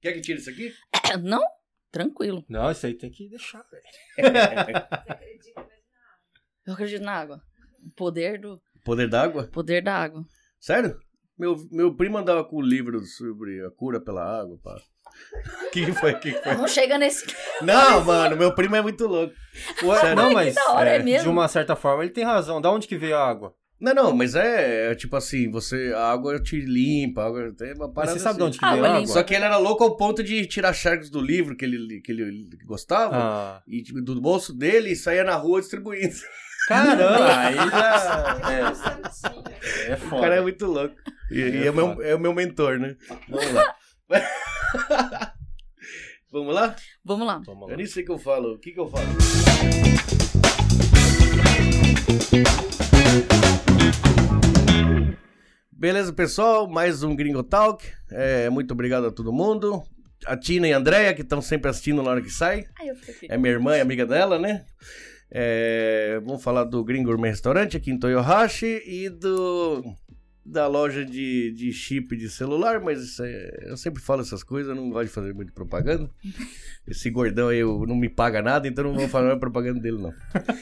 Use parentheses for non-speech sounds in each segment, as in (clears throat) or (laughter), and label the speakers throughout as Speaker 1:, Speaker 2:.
Speaker 1: Quer que tire isso aqui?
Speaker 2: É, Não? Tranquilo.
Speaker 3: Não, isso aí tem que deixar, velho.
Speaker 2: Eu acredito na água. O poder do.
Speaker 1: Poder d'água?
Speaker 2: Poder da
Speaker 1: (laughs)
Speaker 2: água.
Speaker 1: Sério? Meu, meu primo andava com o livro sobre a cura pela água, pá. (laughs) O que que foi? O que que foi?
Speaker 2: Não chega nesse.
Speaker 1: Não, mano, meu primo é muito louco. Sério.
Speaker 3: não, mas
Speaker 2: da hora, é
Speaker 3: é, de
Speaker 2: mesmo.
Speaker 3: uma certa forma ele tem razão. Da onde que veio a água?
Speaker 1: Não, não, mas é, é tipo assim, você, a água te limpa, a água tem uma
Speaker 3: Mas
Speaker 1: parada
Speaker 3: você sabe de
Speaker 1: assim.
Speaker 3: onde que é?
Speaker 2: Ah,
Speaker 3: veio a
Speaker 2: olha,
Speaker 3: água?
Speaker 1: Só que ele era louco ao ponto de tirar charges do livro que ele, que ele gostava
Speaker 3: Ah,
Speaker 1: e tipo, do bolso dele e saía na rua distribuindo. (laughs)
Speaker 3: caramba, aí já...
Speaker 4: É.
Speaker 3: É,
Speaker 4: Santinho.
Speaker 3: é
Speaker 1: O
Speaker 3: foda.
Speaker 1: cara é muito louco. E,
Speaker 3: É
Speaker 1: e é, o meu,
Speaker 3: foda.
Speaker 1: é o meu mentor, né?
Speaker 3: Vamos lá.
Speaker 1: (laughs) Vamos lá?
Speaker 2: Vamos lá.
Speaker 3: Vamos
Speaker 1: Eu
Speaker 3: lá.
Speaker 1: nem sei o É que eu falo. O que, que eu falo? Beleza, pessoal? Mais um Gringo Talk. É, muito obrigado a todo mundo. A Tina e a Andrea, que estão sempre assistindo na hora que sai.
Speaker 2: Ai, eu fiquei.
Speaker 1: É minha irmã e amiga dela, né? É, vamos falar do Gringo Gourmet Restaurante aqui em Toyohashi e do da loja de, de chip de celular, mas isso é- eu sempre falo essas coisas, eu não gosto de fazer muito propaganda. Esse gordão aí eu, não me paga nada, então eu não vou falar mais propaganda dele, não.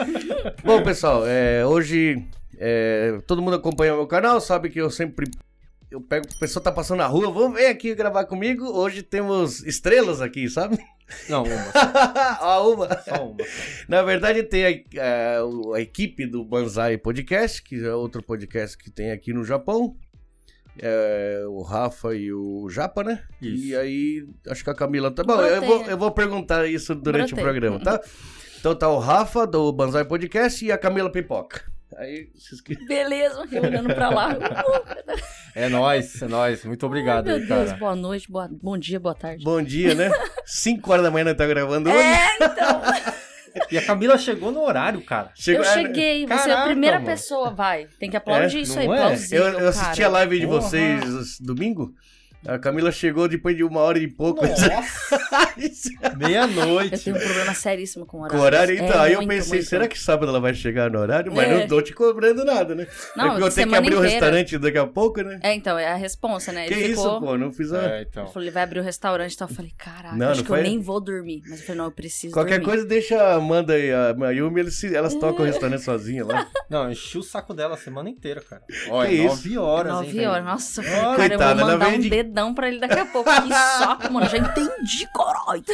Speaker 1: (laughs) Bom, pessoal, é, hoje é, todo mundo acompanha o meu canal, sabe que eu sempre eu pego, o pessoal tá passando na rua, vamos ver aqui gravar comigo. Hoje temos estrelas aqui, sabe? (laughs)
Speaker 3: Não, uma,
Speaker 1: a uma.
Speaker 3: só uma.
Speaker 1: Na verdade, tem a, é, o- a equipe do Banzai Podcast, que é outro podcast que tem aqui no Japão. É, o Rafa e o Japa, né?
Speaker 3: Isso.
Speaker 1: E aí, acho que a Camila tá bom.
Speaker 2: Broteia.
Speaker 1: Eu vou, eu vou perguntar isso durante o
Speaker 2: Broteia.
Speaker 1: programa, tá? Então tá o Rafa do Banzai Podcast e a Camila Pipoca. Aí, vocês que-
Speaker 2: Beleza, eu olhando
Speaker 1: (laughs)
Speaker 2: pra lá.
Speaker 3: É nóis, é nóis. Muito obrigado
Speaker 2: Ai,
Speaker 3: aí,
Speaker 2: meu Deus,
Speaker 3: cara.
Speaker 2: boa noite, boa... bom dia, boa tarde.
Speaker 1: bom dia,
Speaker 2: (laughs)
Speaker 1: né? 5 horas da manhã nós tá gravando hoje.
Speaker 2: É, então.
Speaker 3: E a Camila chegou no horário, cara.
Speaker 2: Eu
Speaker 1: (laughs) Chegou- ah,
Speaker 2: cheguei, você é a
Speaker 3: Caraca,
Speaker 2: primeira
Speaker 3: mano.
Speaker 2: pessoa, vai. Tem que aplaudir
Speaker 3: É,
Speaker 2: isso
Speaker 3: não
Speaker 2: aí,
Speaker 3: é?
Speaker 2: plausível,
Speaker 1: Eu, eu assisti a
Speaker 2: cara.
Speaker 1: live de
Speaker 3: Porra.
Speaker 1: vocês domingo. A Camila chegou depois de uma hora e pouco. (laughs)
Speaker 2: Eu
Speaker 3: (laughs) Meia-noite.
Speaker 2: tenho um problema seríssimo com
Speaker 1: Com
Speaker 2: horário. é
Speaker 1: horário, então. aí eu
Speaker 2: muito,
Speaker 1: pensei,
Speaker 2: muito.
Speaker 1: será que sábado ela vai chegar no horário? Mas
Speaker 2: É.
Speaker 1: não tô te cobrando nada, né?
Speaker 2: Não,
Speaker 1: é porque eu tenho que
Speaker 2: semana
Speaker 1: abrir o
Speaker 2: inteira.
Speaker 1: restaurante daqui a pouco, né?
Speaker 2: É, então, é a responsa, né?
Speaker 1: que
Speaker 2: Ele
Speaker 1: isso,
Speaker 2: ficou...
Speaker 1: pô? Não fiz a...
Speaker 3: É, então.
Speaker 2: Ele falou, ele vai abrir o restaurante e tal. Eu falei, caraca,
Speaker 1: Não,
Speaker 2: acho
Speaker 1: não
Speaker 2: que
Speaker 1: foi?
Speaker 2: eu nem vou dormir. Mas eu falei, não, eu preciso
Speaker 1: Qualquer
Speaker 2: dormir.
Speaker 1: coisa, deixa a Amanda e a Mayumi, eles se- elas tocam
Speaker 2: É.
Speaker 1: o restaurante sozinha lá.
Speaker 3: Não, enchi o saco dela a semana inteira, cara. Olha,
Speaker 1: Que isso?
Speaker 3: nove horas, hein,
Speaker 2: 9
Speaker 3: velho.
Speaker 2: horas, nossa,
Speaker 3: Olha.
Speaker 2: cara,
Speaker 1: Coitada,
Speaker 2: eu
Speaker 1: ela
Speaker 2: vou mandar
Speaker 1: vem
Speaker 2: um
Speaker 1: de-
Speaker 2: dedão pra ele daqui a pouco.
Speaker 3: (laughs)
Speaker 2: Que saco, mano, já entendi, caralho.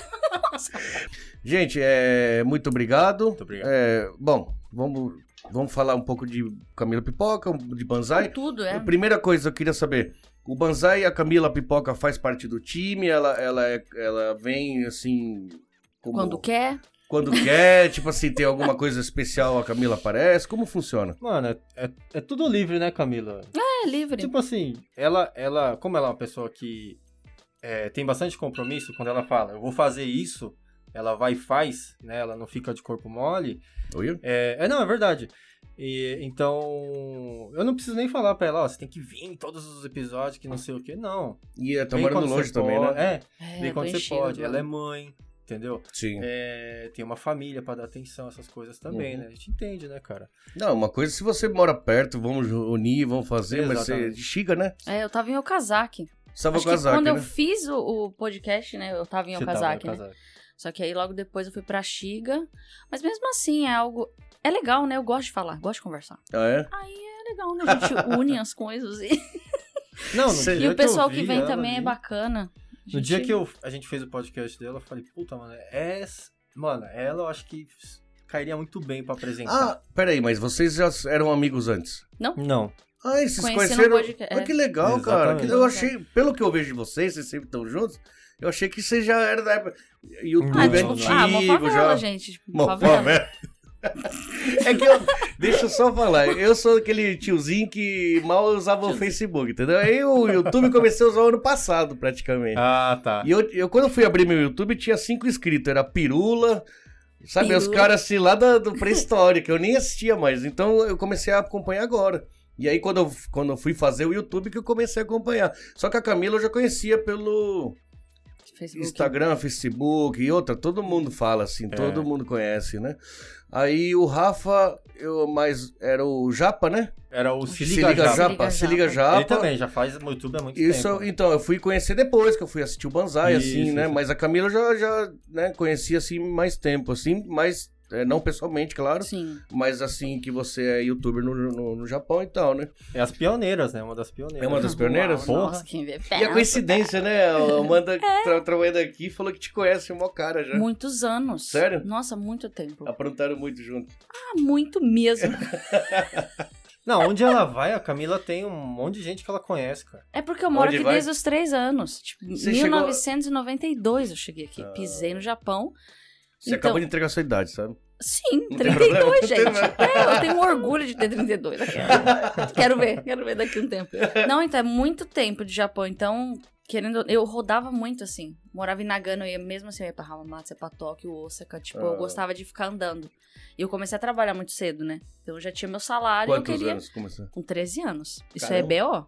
Speaker 1: Gente, é... muito obrigado.
Speaker 3: Muito obrigado.
Speaker 1: É, Bom, vamos... vamos falar um pouco de Camila Pipoca, de Banzai.
Speaker 2: Tudo, é.
Speaker 1: A primeira coisa eu queria saber, o Banzai e a Camila Pipoca faz parte do time? Ela, ela, é- ela vem, assim... Como...
Speaker 2: Quando quer,
Speaker 1: Quando quer, tipo assim, tem alguma coisa especial, a Camila aparece. Como funciona?
Speaker 3: Mano, é, é- é tudo livre, né, Camila?
Speaker 2: é livre.
Speaker 3: Tipo assim, ela, ela, como ela é uma pessoa que é, tem bastante compromisso, quando ela fala, eu vou fazer isso, ela vai e faz, né? Ela não fica de corpo mole.
Speaker 1: Oi?
Speaker 3: É, é, não, é verdade. E, então, eu não preciso nem falar pra ela, ó, você tem que vir em todos os episódios, que não sei o quê. Não.
Speaker 1: E é, tá
Speaker 3: Vem
Speaker 1: morando
Speaker 3: quando
Speaker 1: longe
Speaker 3: você
Speaker 1: também,
Speaker 3: pode,
Speaker 1: né?
Speaker 3: É,
Speaker 2: É,
Speaker 3: vem
Speaker 2: tô
Speaker 3: quando você
Speaker 2: enchida,
Speaker 3: pode.
Speaker 2: mano.
Speaker 3: Ela é mãe, entendeu?
Speaker 1: Sim.
Speaker 3: É, tem uma família pra dar atenção, essas coisas também,
Speaker 1: Uhum.
Speaker 3: né? A gente entende, né, cara?
Speaker 1: Não, uma coisa, se você mora perto, vamos unir, vamos fazer, mas você
Speaker 3: Exatamente.
Speaker 1: xiga, né?
Speaker 2: É, eu tava em Okazaki.
Speaker 1: Só vou
Speaker 2: Acho que
Speaker 1: casar,
Speaker 2: quando
Speaker 1: né?
Speaker 2: eu fiz o, o podcast, né, eu tava em
Speaker 3: Você tava no
Speaker 2: Okazaki, né?
Speaker 3: casaco.
Speaker 2: Só que aí logo depois eu fui pra Shiga. Mas mesmo assim, é algo... É legal, né? Eu gosto de falar, gosto de conversar.
Speaker 1: Ah, é?
Speaker 2: É legal, né? A gente
Speaker 3: (laughs)
Speaker 2: une as coisas. E,
Speaker 3: Não, no
Speaker 1: Cê-
Speaker 3: dia
Speaker 2: e o pessoal
Speaker 3: eu
Speaker 2: que
Speaker 3: vi
Speaker 2: vem
Speaker 3: ela
Speaker 2: também é
Speaker 3: ali-
Speaker 2: bacana.
Speaker 3: No dia que eu, a gente fez o podcast dela, eu falei, puta, mano, essa. Mano, ela eu acho que cairia muito bem pra apresentar.
Speaker 1: Ah, peraí, mas vocês já eram amigos antes?
Speaker 3: não.
Speaker 1: Ah, e vocês
Speaker 2: Conheci no
Speaker 1: conheceram?
Speaker 2: podcast,
Speaker 1: Ah,
Speaker 2: é.
Speaker 1: que legal, cara.
Speaker 3: Exatamente.
Speaker 1: Que- Eu achei, pelo que eu vejo de vocês, vocês sempre estão juntos, eu achei que vocês já eram da época... YouTube
Speaker 2: Ah,
Speaker 3: Não,
Speaker 2: tipo,
Speaker 1: antigo,
Speaker 2: ah, uma favela,
Speaker 1: já...
Speaker 2: gente. Tipo,
Speaker 1: Mó (laughs)
Speaker 2: uma favela.
Speaker 1: favela. né? É que eu. Deixa eu só falar, eu sou aquele tiozinho que mal usava o Facebook, entendeu? Aí o YouTube comecei a usar o ano passado, praticamente.
Speaker 3: Ah, tá.
Speaker 1: E eu, eu, quando eu fui abrir meu YouTube, tinha cinco inscritos. Era pirula, sabe? Os
Speaker 2: Pirula.
Speaker 1: caras assim lá da, do pré-história, que eu nem assistia mais. Então eu comecei a acompanhar agora. E aí, quando eu, quando eu fui fazer o YouTube, que eu comecei a acompanhar. Só que a Camila eu já conhecia pelo.
Speaker 2: Facebook.
Speaker 1: Instagram, Facebook e outra, todo mundo fala assim,
Speaker 3: É.
Speaker 1: todo mundo conhece, né? Aí o Rafa, eu mais era o Japa, né?
Speaker 3: Era o Se
Speaker 1: Se
Speaker 3: Liga,
Speaker 1: liga
Speaker 3: Japa.
Speaker 2: Japa.
Speaker 1: Japa, se
Speaker 2: Se Liga
Speaker 1: liga
Speaker 2: Japa.
Speaker 1: Japa.
Speaker 3: Ele também já faz no YouTube há muito
Speaker 1: Isso,
Speaker 3: tempo.
Speaker 1: então, eu fui conhecer depois, que eu fui assistir o Banzai,
Speaker 3: Isso,
Speaker 1: assim, né?
Speaker 3: isso.
Speaker 1: Mas a Camila eu já, já né, conhecia, assim, mais tempo, assim, mas é, não pessoalmente, claro,
Speaker 2: Sim.
Speaker 1: mas assim, que você é youtuber no, no, no Japão e tal, né?
Speaker 3: É as pioneiras, né? Uma das pioneiras.
Speaker 1: É uma das pioneiras?
Speaker 2: Uau,
Speaker 3: Porra.
Speaker 2: nossa, quem vê
Speaker 1: E é a
Speaker 2: pensa. É.
Speaker 1: coincidência, né? A Amanda tra trabalhando aqui falou que te conhece, o maior cara já.
Speaker 2: Muitos anos.
Speaker 1: né? Sério? Ah.
Speaker 2: Nossa, muito tempo.
Speaker 1: Aprontaram muito junto.
Speaker 2: Ah, muito mesmo.
Speaker 3: Não, onde ela vai, a Camila tem um monte de gente que ela conhece,
Speaker 1: (laughs)
Speaker 3: cara.
Speaker 2: É porque eu moro
Speaker 1: Onde
Speaker 2: aqui
Speaker 1: vai?
Speaker 2: desde os três anos. Tipo,
Speaker 1: Você chegou-
Speaker 2: 1992 eu cheguei aqui. Pisei no Japão.
Speaker 1: Você
Speaker 2: Então-
Speaker 1: acabou de entregar a sua idade, sabe?
Speaker 2: Sim,
Speaker 1: Não tem
Speaker 2: 32,
Speaker 1: problema, não tem
Speaker 2: gente. É, eu tenho orgulho de ter 32. Eu Quero, quero ver, quero ver daqui a um tempo. Não, então é muito tempo de Japão. Então, querendo. Eu rodava muito assim. Morava em Nagano, eu ia, mesmo assim, eu ia pra Hamamatsu, pra Tóquio, Osaka. Tipo,
Speaker 1: Ah.
Speaker 2: eu gostava de ficar andando. E eu comecei a trabalhar muito cedo, né? Então eu já tinha meu salário e eu
Speaker 1: Quantos
Speaker 2: queria.
Speaker 1: anos começou?
Speaker 2: Com 13 anos. Isso
Speaker 1: Caramba.
Speaker 2: é BO?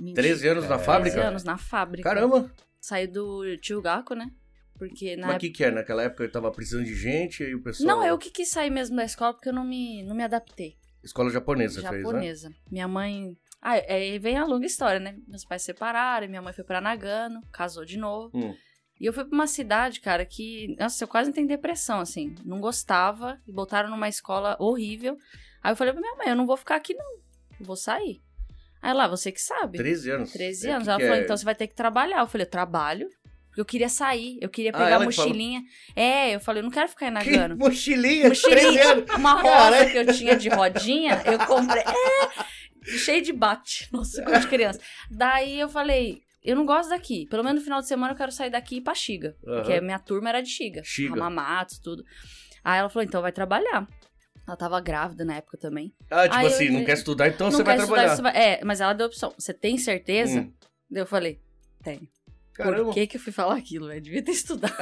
Speaker 2: Mentira.
Speaker 1: 13 anos na
Speaker 3: É.
Speaker 2: 13
Speaker 1: fábrica?
Speaker 2: anos na fábrica.
Speaker 1: Caramba!
Speaker 2: Saí do Tchugaku, né? Porque na
Speaker 1: Mas o que que é? Naquela época eu tava precisando de gente e o pessoal...
Speaker 2: Não, eu que quis sair mesmo da escola porque eu não me, não me adaptei.
Speaker 1: Escola japonesa, fez, né?
Speaker 2: japonesa. Minha mãe. Ah, é- aí vem a longa história, né? Meus pais se separaram, minha mãe foi pra Nagano, casou de novo.
Speaker 1: Hum.
Speaker 2: E eu fui pra uma cidade, cara, que. Nossa, eu quase não tenho depressão, assim. Não gostava. E botaram numa escola horrível. Aí eu falei pra minha mãe, eu não vou ficar aqui, não. Eu vou sair. Aí lá, você que sabe.
Speaker 1: 13 anos.
Speaker 2: 13
Speaker 1: É, o
Speaker 2: anos.
Speaker 1: que
Speaker 2: ela
Speaker 1: que
Speaker 2: falou,
Speaker 1: é?
Speaker 2: então você vai ter que trabalhar. Eu falei, eu trabalho? Porque eu queria sair, eu queria
Speaker 1: Ah,
Speaker 2: pegar
Speaker 1: ela
Speaker 2: a
Speaker 1: que falou.
Speaker 2: mochilinha. É, eu falei, eu não quero ficar em
Speaker 1: Que
Speaker 2: Nagano.
Speaker 1: mochilinha,
Speaker 2: Mochilinha.
Speaker 1: 13 anos.
Speaker 2: Uma roda
Speaker 1: Caralho.
Speaker 2: que eu tinha de rodinha, eu comprei. É, cheio de bate. Nossa, coisa de criança. Daí eu falei, eu não gosto daqui. Pelo menos no final de semana eu quero sair daqui e ir pra Xiga. Porque a minha turma era de Xiga.
Speaker 1: Xiga.
Speaker 2: Ramamatos, tudo. Aí ela falou, então vai trabalhar. Ela tava grávida na época também.
Speaker 1: Ah, tipo
Speaker 2: Aí eu
Speaker 1: assim, não
Speaker 2: entrei-
Speaker 1: quer estudar, então
Speaker 2: não
Speaker 1: você vai
Speaker 2: quer estudar,
Speaker 1: trabalhar.
Speaker 2: você vai- É, mas ela deu a opção. Você tem certeza?
Speaker 1: Hum.
Speaker 2: Daí eu falei, tenho.
Speaker 1: Caramba.
Speaker 2: Por que que eu fui falar aquilo? Eu devia ter estudado.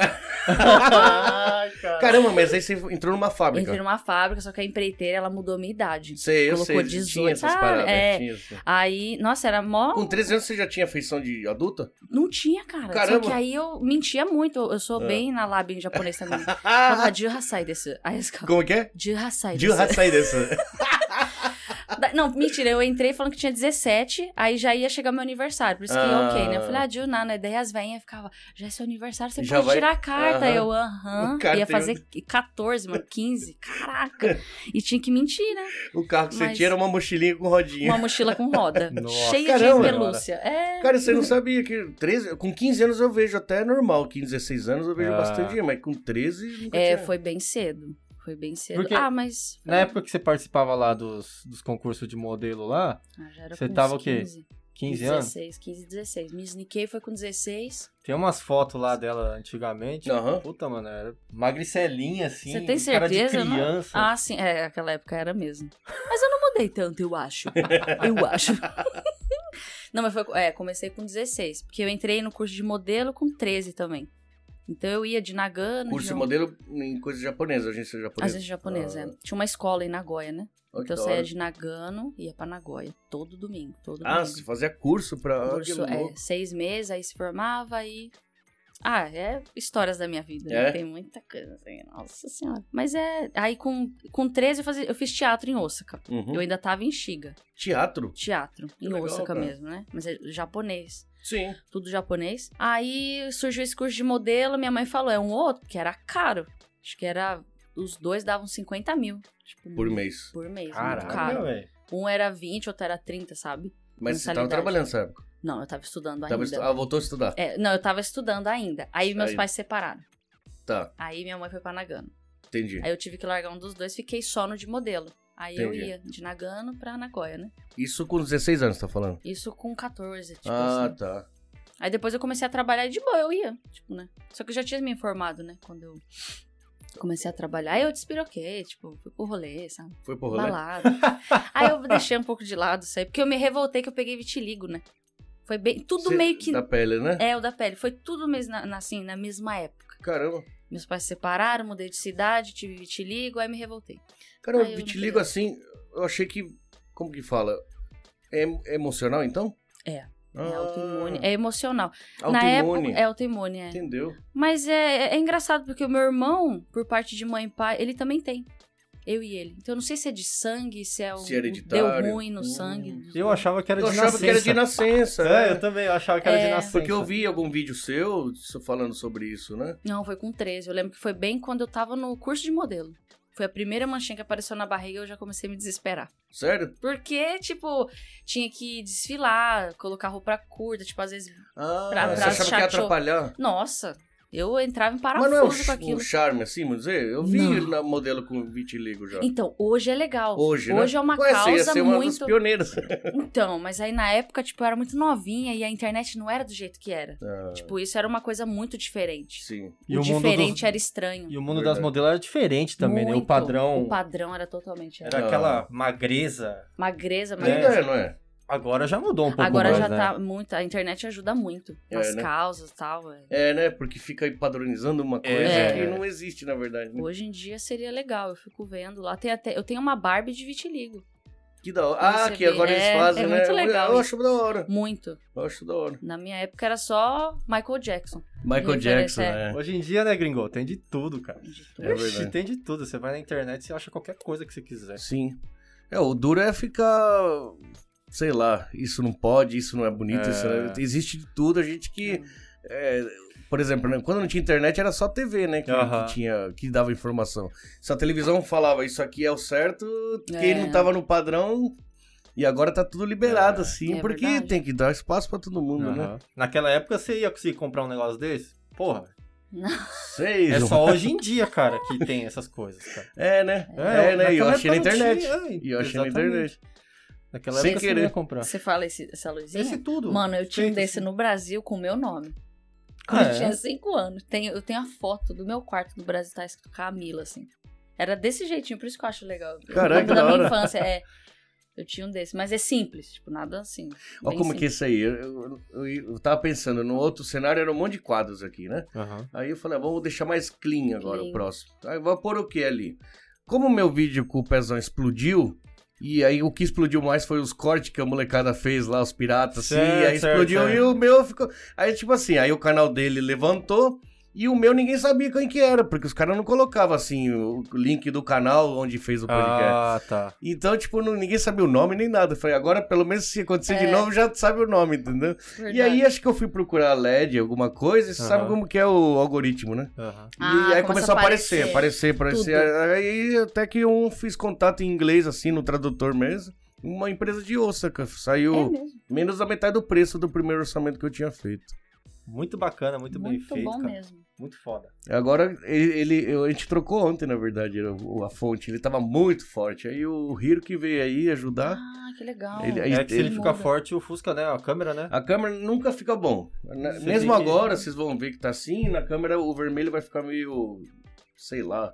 Speaker 3: Ai, cara.
Speaker 1: Caramba, mas aí você entrou numa fábrica.
Speaker 2: Entrei numa fábrica, só que a empreiteira, ela mudou a minha idade.
Speaker 1: Sei, eu
Speaker 2: Colocou
Speaker 1: sei, tinha
Speaker 2: 18,
Speaker 1: essas
Speaker 2: sabe?
Speaker 1: paradas.
Speaker 2: É.
Speaker 1: tinha isso.
Speaker 2: Aí, nossa, era mó...
Speaker 1: Com 13 anos você já tinha feição de adulta?
Speaker 2: Não tinha, cara.
Speaker 1: Caramba.
Speaker 2: Só que aí eu mentia muito. Eu, eu sou
Speaker 1: Ah.
Speaker 2: bem na lábia em japonês
Speaker 1: (laughs)
Speaker 2: também. Falava Jihasai desse. Aí eu ficava,
Speaker 1: Como que é?
Speaker 2: Jihasai
Speaker 1: De
Speaker 2: desu."
Speaker 1: sair dessa. (laughs)
Speaker 2: Da- Não, mentira. Eu entrei falando que tinha 17, aí já ia chegar meu aniversário. Por isso que
Speaker 1: Ah.
Speaker 2: ok, né? Eu falei, ah, Jiu, nada. Daí as velhinhas ficavam, já é seu aniversário, você
Speaker 1: Já
Speaker 2: pode
Speaker 1: vai-
Speaker 2: tirar a carta.
Speaker 1: Aham.
Speaker 2: Eu, aham.
Speaker 1: Carta
Speaker 2: Ia
Speaker 1: e-
Speaker 2: fazer 14, mano, 15. Caraca. E tinha que mentir, né?
Speaker 1: O carro que você
Speaker 2: Mas-
Speaker 1: tinha era uma mochilinha com rodinha.
Speaker 2: Uma mochila
Speaker 1: (laughs)
Speaker 2: com roda.
Speaker 3: Nossa,
Speaker 2: cheia
Speaker 1: caramba.
Speaker 2: de pelúcia. É.
Speaker 1: Cara, você não sabia que 13, com 15 anos eu vejo até normal, 15, 16 anos eu vejo
Speaker 3: Ah.
Speaker 1: bastante dinheiro, mas com 13 nunca
Speaker 2: É,
Speaker 1: tinha.
Speaker 2: foi bem cedo. Foi bem cedo.
Speaker 3: Porque-
Speaker 2: Ah, mas.
Speaker 3: Na época que você participava lá dos, dos concursos de modelo lá,
Speaker 2: Ah, já era
Speaker 3: Você
Speaker 2: com
Speaker 3: tava
Speaker 2: uns
Speaker 3: o quê?
Speaker 2: 15,
Speaker 3: 15 anos,
Speaker 2: 16, 15, 16. Miss Nikkei foi com 16.
Speaker 3: tem umas fotos lá dela antigamente.
Speaker 2: tipo,
Speaker 1: Aham.
Speaker 3: Puta, mano, era magricelinha assim.
Speaker 2: Você tem
Speaker 3: Cara de
Speaker 2: certeza, não?
Speaker 3: criança.
Speaker 2: Ah, sim. É, aquela época era mesmo. Mas eu não mudei tanto, eu acho. Eu acho. (laughs) Não, mas foi. É, comecei com 16. Porque eu entrei no curso de modelo com 13 também. Então eu ia de Nagano.
Speaker 1: Curso
Speaker 2: de
Speaker 1: de modelo em coisa japonesa, agência japonesa.
Speaker 2: Agência japonesa, é. Tinha uma escola em Nagoya, né?
Speaker 1: Olha que
Speaker 2: Então eu
Speaker 1: da hora.
Speaker 2: saía de Nagano e ia pra Nagoya. Todo domingo. Todo
Speaker 1: Ah,
Speaker 2: domingo.
Speaker 1: você fazia curso pra... Olha que
Speaker 2: curso é,
Speaker 1: louco.
Speaker 2: seis meses, aí se formava e. Ah, é histórias da minha vida. né?
Speaker 1: É?
Speaker 2: Tem muita coisa assim, nossa senhora. Mas é. Aí com, com 13 eu, fazia, eu fiz teatro em Osaka.
Speaker 1: Uhum.
Speaker 2: Eu ainda tava em Shiga,
Speaker 1: Teatro?
Speaker 2: teatro,
Speaker 1: Que
Speaker 2: em
Speaker 1: legal,
Speaker 2: Osaka
Speaker 1: cara.
Speaker 2: mesmo, né? Mas é japonês,
Speaker 1: Sim.
Speaker 2: tudo japonês. Aí surgiu esse curso de modelo, minha mãe falou, é um outro, que era caro. Acho que era. Os dois davam 50 mil. Tipo,
Speaker 1: Por mês.
Speaker 2: Por mês, muito
Speaker 3: Caraca,
Speaker 2: caro.
Speaker 3: velho.
Speaker 2: Um era 20, outro era 30, sabe?
Speaker 1: Mas você tava
Speaker 2: Mensalidade.
Speaker 1: trabalhando, sabe?
Speaker 2: Não, eu tava estudando ainda.
Speaker 1: Tava estu... Ah, voltou a estudar.
Speaker 2: É, não, eu tava estudando ainda. Aí meus
Speaker 1: Aí.
Speaker 2: pais se separaram.
Speaker 1: Tá,
Speaker 2: Aí minha mãe foi pra Nagano.
Speaker 1: entendi.
Speaker 2: Aí eu tive que largar um dos dois, fiquei só no de modelo. Aí eu
Speaker 1: Entendi.
Speaker 2: ia de Nagano pra Nagoya, né?
Speaker 1: Isso com 16 anos, tá falando?
Speaker 2: Isso com 14, tipo
Speaker 1: ah,
Speaker 2: assim.
Speaker 1: tá.
Speaker 2: Aí depois eu comecei a trabalhar e de boa, eu ia, tipo, né? Só que eu já tinha me informado, né? Quando eu comecei a trabalhar, aí eu despiroquei, tipo, fui pro rolê, sabe?
Speaker 1: Foi né? pro rolê?
Speaker 2: Balada. aí eu deixei um pouco de lado isso aí, porque eu me revoltei que eu peguei vitiligo, né? Foi bem, tudo
Speaker 1: Cê-
Speaker 2: meio que...
Speaker 1: Da pele, né?
Speaker 2: É, o da pele. Foi tudo mesmo, na- na- assim, na mesma época.
Speaker 1: Caramba.
Speaker 2: Meus pais se separaram, mudei de cidade, tive vitiligo, aí me revoltei.
Speaker 1: Caramba,
Speaker 2: Ai, eu não
Speaker 1: vitiligo
Speaker 2: queria.
Speaker 1: assim, eu achei que... Como que fala? É em- é emocional, então?
Speaker 2: É. É autoimune. É emocional. Na
Speaker 1: Autoimune.
Speaker 2: época, é autoimune, é.
Speaker 1: Entendeu?
Speaker 2: Mas é, é engraçado, porque o meu irmão, por parte de mãe e pai, ele também tem. Eu e ele. Então eu não sei se é de sangue, se é o.
Speaker 1: Se é hereditário.
Speaker 2: Deu ruim no
Speaker 1: Hum.
Speaker 2: sangue.
Speaker 3: Eu achava que era
Speaker 1: Eu
Speaker 3: de
Speaker 1: achava
Speaker 3: nascença.
Speaker 1: que era de nascença. né?
Speaker 3: É, eu também eu achava que era
Speaker 2: É.
Speaker 3: de nascença.
Speaker 1: Porque eu vi algum vídeo seu falando sobre isso, né?
Speaker 2: Não, foi com 13. Eu lembro que foi bem quando eu tava no curso de modelo. Foi a primeira manchinha que apareceu na barriga e eu já comecei a me desesperar.
Speaker 1: Sério?
Speaker 2: Porque, tipo, tinha que desfilar, colocar roupa curta, tipo, às vezes.
Speaker 1: Ah,
Speaker 2: Pra
Speaker 1: você
Speaker 2: trás,
Speaker 1: achava que ia
Speaker 2: chateou.
Speaker 1: atrapalhar?
Speaker 2: Nossa, eu entrava em parafuso
Speaker 1: Mas não é
Speaker 2: com
Speaker 1: um,
Speaker 2: aquilo.
Speaker 1: um charme assim, vamos dizer? Eu vi
Speaker 2: Não.
Speaker 1: ele na modelo com vitiligo já.
Speaker 2: Então, hoje é legal.
Speaker 1: Hoje, né?
Speaker 2: é uma
Speaker 1: Ué, você ia
Speaker 2: causa
Speaker 1: ser uma das
Speaker 2: muito. (laughs)
Speaker 1: pioneiras.
Speaker 2: Então, mas aí na época, tipo, eu era muito novinha e a internet não era do jeito que era.
Speaker 1: Ah,
Speaker 2: Tipo, isso era uma coisa muito diferente.
Speaker 1: sim.
Speaker 3: E
Speaker 2: o,
Speaker 3: o mundo
Speaker 2: diferente
Speaker 3: dos-
Speaker 2: era estranho.
Speaker 3: E o mundo
Speaker 1: Verdade.
Speaker 3: das modelos era diferente também, né? O
Speaker 2: Muito.
Speaker 3: padrão
Speaker 2: O padrão era totalmente.
Speaker 3: era
Speaker 1: Ah.
Speaker 3: aquela magreza.
Speaker 2: Magreza,
Speaker 1: Ainda
Speaker 2: magreza.
Speaker 1: é, não é?
Speaker 3: Agora já mudou um pouco
Speaker 2: Agora
Speaker 3: mais,
Speaker 2: já
Speaker 3: né?
Speaker 2: tá muito. A internet ajuda muito.
Speaker 1: É,
Speaker 2: Nas
Speaker 1: né?
Speaker 2: causas e tal. é.
Speaker 1: É, né? Porque fica aí padronizando uma coisa
Speaker 3: É.
Speaker 1: que não existe, na verdade. né?
Speaker 2: Hoje em dia seria legal, eu fico vendo lá. Tem até, eu tenho uma Barbie de vitiligo.
Speaker 1: Que da hora.
Speaker 2: Pra
Speaker 1: Ah,
Speaker 2: você
Speaker 1: que
Speaker 2: ver.
Speaker 1: agora
Speaker 2: É,
Speaker 1: eles fazem,
Speaker 2: é
Speaker 1: né?
Speaker 2: muito
Speaker 1: Eu-
Speaker 2: legal
Speaker 1: Eu
Speaker 2: isso.
Speaker 1: acho da hora.
Speaker 2: Muito.
Speaker 1: Eu acho da hora.
Speaker 2: Na minha época era só Michael Jackson.
Speaker 1: Michael
Speaker 2: Ele
Speaker 1: Jackson,
Speaker 2: parece,
Speaker 1: né?
Speaker 3: Hoje em dia, né, gringo? Tem de tudo, cara.
Speaker 2: de tudo.
Speaker 1: É
Speaker 3: Ixi,
Speaker 1: verdade.
Speaker 3: tem de tudo. Você vai na internet e acha qualquer coisa que você quiser.
Speaker 1: É, Sim. É, o duro é ficar. Sei lá, isso não pode, isso não é bonito,
Speaker 3: É.
Speaker 1: isso não é- Existe de tudo, a gente que. é, por exemplo, né, quando não tinha internet era só TV, né? Que,
Speaker 3: Aham.
Speaker 1: que tinha, que dava informação. Se a televisão falava isso aqui é o certo, quem
Speaker 2: É.
Speaker 1: não tava no padrão. E agora tá tudo liberado,
Speaker 3: É.
Speaker 1: assim,
Speaker 2: É
Speaker 1: porque
Speaker 2: verdade.
Speaker 1: tem que dar espaço pra todo mundo, né?
Speaker 3: Aham. Naquela época, você ia conseguir comprar um negócio desse? Porra,
Speaker 1: Sei,
Speaker 3: é
Speaker 1: João.
Speaker 3: só hoje em dia, cara, que tem essas coisas, cara.
Speaker 1: um. É, né? É, né? E eu
Speaker 3: naquela
Speaker 1: achei na
Speaker 3: época não
Speaker 1: internet.
Speaker 3: tinha, é,
Speaker 1: E eu achei na
Speaker 3: exatamente.
Speaker 1: internet.
Speaker 3: Naquela
Speaker 1: Sem
Speaker 3: época você
Speaker 1: querer.
Speaker 3: não ia comprar.
Speaker 2: Você fala esse- essa luzinha?
Speaker 3: Esse é tudo.
Speaker 2: Mano, eu tinha um
Speaker 3: Feito
Speaker 2: desse
Speaker 3: assim.
Speaker 2: no Brasil com o meu nome.
Speaker 3: Ah,
Speaker 2: Quando
Speaker 3: é?
Speaker 2: eu tinha 5 anos. Tem- eu tenho a foto do meu quarto no Brasil, tá escrito Camila, assim. Era desse jeitinho, por isso que eu acho legal.
Speaker 1: Caraca,
Speaker 2: Lembro
Speaker 1: da
Speaker 2: da minha
Speaker 1: hora.
Speaker 2: infância, é. Eu tinha um desse, mas é simples, tipo, nada assim.
Speaker 1: Olha
Speaker 2: bem
Speaker 1: como que é
Speaker 2: simples.
Speaker 1: isso aí. Eu, eu, eu- eu tava pensando, no outro cenário era um monte de quadros aqui, né?
Speaker 3: Aham.
Speaker 1: Aí eu falei, ah, vamos deixar mais clean agora o
Speaker 2: Clean.
Speaker 1: próximo. Aí vou pôr o que ali? Como o meu vídeo com o pezão explodiu, e aí o que explodiu mais foi os cortes que a molecada fez lá, os piratas, assim,
Speaker 3: Certo,
Speaker 1: e aí
Speaker 3: certo,
Speaker 1: explodiu
Speaker 3: certo.
Speaker 1: e o meu ficou. Aí, tipo assim, aí o canal dele levantou. E o meu ninguém sabia quem que era, porque os caras não colocavam assim o link do canal onde fez o podcast.
Speaker 3: Ah, tá.
Speaker 1: Então, tipo, não- ninguém sabia o nome nem nada. Eu Falei, agora pelo menos se acontecer de
Speaker 2: É.
Speaker 1: novo, já sabe o nome, entendeu? E aí acho que eu fui procurar LED, alguma coisa, e você sabe
Speaker 3: Aham.
Speaker 1: como que é o algoritmo, né?
Speaker 3: Aham.
Speaker 2: Ah,
Speaker 1: e aí começou a aparecer, aparecer, aparecer.
Speaker 2: Tudo.
Speaker 1: Aí até que um fiz contato em inglês, assim, no tradutor mesmo. Uma empresa de Osaka.
Speaker 2: É
Speaker 1: Saiu
Speaker 2: mesmo,
Speaker 1: menos da metade do preço do primeiro orçamento que eu tinha feito.
Speaker 3: Muito bacana, muito,
Speaker 2: muito,
Speaker 3: bem feito,
Speaker 2: bom
Speaker 3: cara.
Speaker 2: mesmo.
Speaker 3: Muito foda.
Speaker 1: Agora, ele, ele- eu- a gente trocou ontem, na verdade, era o- a fonte. Ele tava muito forte. Aí o Hiro que veio aí ajudar.
Speaker 2: Ah, que legal.
Speaker 1: Ele- Ah. aí-
Speaker 3: É que se Tá? ele
Speaker 2: ele
Speaker 3: ficar
Speaker 2: muda.
Speaker 3: forte, o Fusca, né? A câmera, né?
Speaker 1: A câmera nunca fica bom. Na-
Speaker 3: Você
Speaker 1: Mesmo
Speaker 3: tem que-
Speaker 1: agora, vocês vão ver que tá assim, na câmera o vermelho vai ficar meio, sei lá,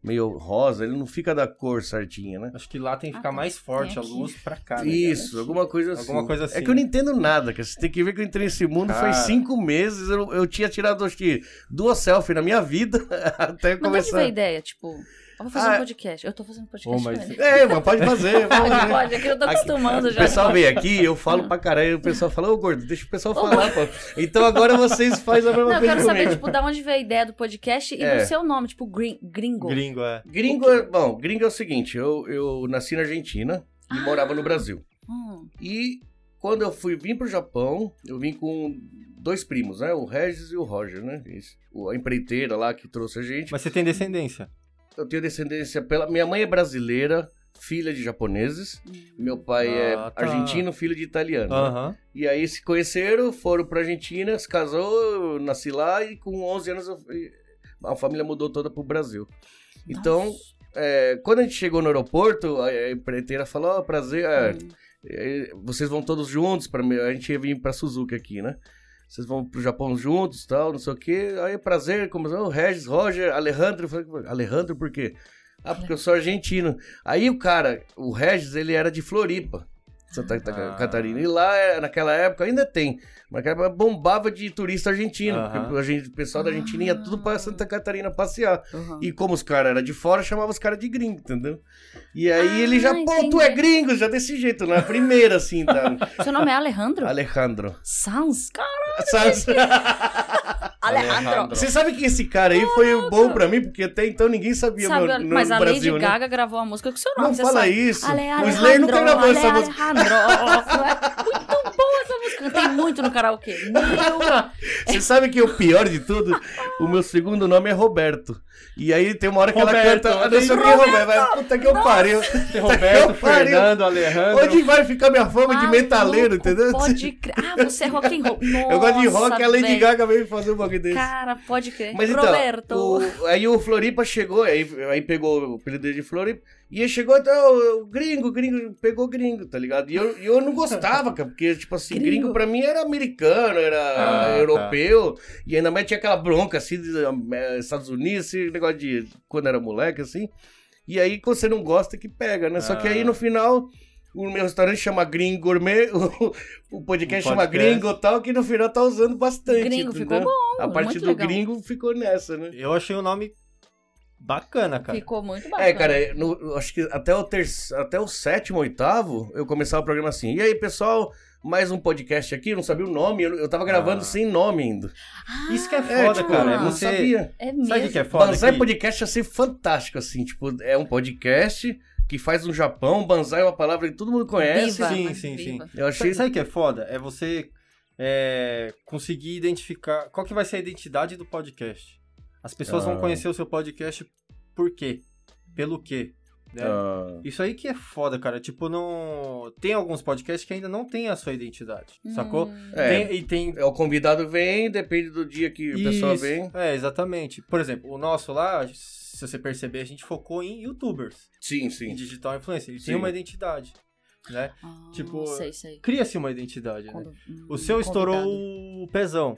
Speaker 1: meio rosa, ele não fica da cor certinha, né?
Speaker 3: Acho que lá tem que
Speaker 2: Ah,
Speaker 3: ficar
Speaker 2: tá.
Speaker 3: mais forte
Speaker 2: Tem
Speaker 3: a
Speaker 2: aqui.
Speaker 3: luz pra cá. né, cara?
Speaker 1: Isso, alguma coisa assim.
Speaker 3: Alguma coisa assim.
Speaker 1: É que eu não entendo nada, cara. Você tem que ver que eu entrei nesse mundo
Speaker 3: Cara.
Speaker 1: faz cinco meses. Eu, eu tinha tirado acho que duas selfies na minha vida (laughs) até
Speaker 2: Mas onde
Speaker 1: começar.
Speaker 2: veio a ideia? Tipo, eu vou fazer
Speaker 1: Ah,
Speaker 2: um podcast. Eu tô fazendo podcast
Speaker 3: Ô, mas- (laughs)
Speaker 2: também.
Speaker 1: É, mas pode fazer. Pode
Speaker 2: Pode,
Speaker 1: fazer.
Speaker 2: pode, é que eu tô
Speaker 1: Aqui-
Speaker 2: acostumando
Speaker 1: O
Speaker 2: já.
Speaker 1: pessoal vem aqui, eu falo pra caralho, o pessoal fala, ô gordo, deixa o pessoal falar, pô. Então agora vocês fazem a mesma
Speaker 2: Não, eu
Speaker 1: coisa
Speaker 2: quero
Speaker 1: comigo.
Speaker 2: saber, tipo, da onde veio a ideia do podcast e
Speaker 1: É.
Speaker 2: do seu nome, tipo, gring, gringo.
Speaker 3: Gringo, é.
Speaker 1: Gringo é. Bom, gringo é o seguinte: eu, eu nasci na Argentina e morava no Brasil.
Speaker 2: Hum,
Speaker 1: E quando eu fui vim pro Japão, eu vim com dois primos, né? O Regis e o Roger, né? Esse- o- a empreiteira lá que trouxe a gente.
Speaker 3: Mas você tem descendência.
Speaker 1: Eu tenho descendência pela. Minha mãe é brasileira, filha de japoneses.
Speaker 2: hum.
Speaker 1: Meu pai é
Speaker 3: Ah, tá. Ah.
Speaker 1: argentino, filho de italiano. né?
Speaker 3: Aham.
Speaker 1: E aí se conheceram, foram pra Argentina, se casou, eu nasci lá e com 11 anos eu- a família mudou toda pro Brasil. Então,
Speaker 2: Nossa.
Speaker 1: é, quando a gente chegou no aeroporto, a, a empreiteira falou: Ó, prazer, é,
Speaker 2: Hum.
Speaker 1: é, vocês vão todos juntos para A gente ia vir pra Suzuki aqui, né? Vocês vão pro Japão juntos tal, não sei o quê. Aí, prazer, começou o Regis, Roger, Alejandro. Eu falei, Alejandro, por quê? Ah, porque eu sou argentino. Aí o cara, o Regis, ele era de Floripa. Santa Cata-
Speaker 3: Ah.
Speaker 1: Catarina. E lá, é, naquela época, ainda tem, mas naquela época bombava de turista argentino.
Speaker 3: Aham.
Speaker 1: porque a gente- o pessoal da Argentina ia tudo pra Santa Catarina passear.
Speaker 2: Uhum.
Speaker 1: E como os caras eram de fora, chamava os caras de gringo, entendeu? E aí
Speaker 2: Ah,
Speaker 1: ele já, pô, tu
Speaker 2: entendi.
Speaker 1: é gringo, já desse jeito, na primeira, assim, tá?
Speaker 2: (laughs) Seu nome é Alejandro?
Speaker 1: Alejandro.
Speaker 2: Sans, cara. é
Speaker 1: Sabe?
Speaker 2: Alejandro.
Speaker 3: Alejandro.
Speaker 1: Você sabe que esse cara aí foi bom pra mim, porque até então ninguém sabia
Speaker 2: Sabe,
Speaker 1: meu, no
Speaker 2: mas a
Speaker 1: Brasil,
Speaker 2: Lady
Speaker 1: né?
Speaker 2: Gaga gravou a música com seu nome.
Speaker 1: Não
Speaker 2: você
Speaker 1: fala
Speaker 2: sabe.
Speaker 1: isso.
Speaker 2: Ale
Speaker 1: o Slayer nunca
Speaker 2: Alejandro,
Speaker 1: gravou essa
Speaker 2: Ale
Speaker 1: música.
Speaker 2: Alejandro. Muito boa essa música. Cantei muito no karaokê. Meu.
Speaker 1: Você sabe que o pior de tudo, o meu segundo nome é Roberto. E aí tem uma hora que ela
Speaker 3: Roberto,
Speaker 1: canta, ah, não sei o que, Roberto, vai, puta que eu pariu. (laughs)
Speaker 3: Tem
Speaker 1: Eu
Speaker 3: Roberto,
Speaker 1: pariu.
Speaker 3: Fernando, Alejandro.
Speaker 1: Onde vai ficar minha fama de metaleiro,
Speaker 2: Maluco,
Speaker 1: entendeu?
Speaker 2: Tá Pode crer. Ah, você é rock and roll.
Speaker 1: (laughs)
Speaker 2: Nossa,
Speaker 1: eu gosto de rock, a Lady
Speaker 2: velho.
Speaker 1: Gaga veio fazer um bagulho desse.
Speaker 2: Cara, pode crer.
Speaker 1: Mas então,
Speaker 2: É. Roberto.
Speaker 1: o- aí o Floripa chegou, aí, aí pegou o apelido de Floripa, e aí chegou até o, o gringo, gringo, pegou gringo, tá ligado? E eu, e eu não gostava, cara, porque, tipo assim, gringo,
Speaker 2: Gringo.
Speaker 1: pra mim era americano, era
Speaker 3: Ah, tá.
Speaker 1: europeu, e ainda mais tinha aquela bronca, assim, de, eh, Estados Unidos, esse negócio de quando era moleque, assim. E aí, quando você não gosta, que pega, né? Só que aí,
Speaker 3: Ah.
Speaker 1: no final... O meu restaurante chama Gringo Gourmet, (laughs) o, o podcast, chama
Speaker 3: Um podcast.
Speaker 1: Gringo tal, que no final tá usando bastante.
Speaker 2: Gringo ficou
Speaker 1: entendeu?
Speaker 2: bom,
Speaker 1: A partir
Speaker 2: muito
Speaker 1: do
Speaker 2: legal.
Speaker 1: gringo ficou nessa, né?
Speaker 3: Eu achei o nome bacana, cara.
Speaker 2: Ficou muito bacana.
Speaker 1: É, cara, no- eu acho que até o, terce- até o sétimo, oitavo, eu começava o programa assim. E aí, pessoal, mais um podcast aqui, eu não sabia o nome, eu, eu tava gravando
Speaker 3: Ah.
Speaker 1: sem nome ainda.
Speaker 2: Ah,
Speaker 3: Isso que é
Speaker 1: É,
Speaker 3: foda,
Speaker 1: tipo,
Speaker 3: cara. É
Speaker 1: eu não
Speaker 3: você...
Speaker 1: sabia.
Speaker 2: É mesmo.
Speaker 3: Sabe o que que é foda?
Speaker 1: Banzai
Speaker 3: Que-
Speaker 1: Podcast ia ser fantástico, assim, tipo, é um podcast que faz no Japão, Banzai é uma palavra que todo mundo conhece.
Speaker 2: Viva,
Speaker 3: Sim,
Speaker 2: mas
Speaker 3: sim,
Speaker 2: viva.
Speaker 1: Eu achei...
Speaker 3: Sabe, sabe o que é foda? É você é, conseguir identificar qual que vai ser a identidade do podcast. As pessoas
Speaker 1: Ah.
Speaker 3: vão conhecer o seu podcast por quê? Pelo quê? né?
Speaker 1: Ah,
Speaker 3: Isso aí que é foda, cara. Tipo, não. Tem alguns podcasts que ainda não tem a sua identidade, sacou?
Speaker 2: Hum.
Speaker 1: É.
Speaker 3: Tem- e tem.
Speaker 1: é, o convidado vem, depende do dia que a pessoa
Speaker 3: Isso.
Speaker 1: vem.
Speaker 3: É, exatamente. Por exemplo, o nosso lá, se você perceber, a gente focou em youtubers,
Speaker 1: Sim,
Speaker 3: em
Speaker 1: sim.
Speaker 3: digital influencer. E
Speaker 1: Sim.
Speaker 3: tem uma identidade, né?
Speaker 2: Ah,
Speaker 3: Tipo,
Speaker 2: Sei, sei.
Speaker 3: Cria-se uma identidade, né?
Speaker 2: Quando- hum,
Speaker 3: O seu estourou
Speaker 2: convidado.
Speaker 3: o pezão.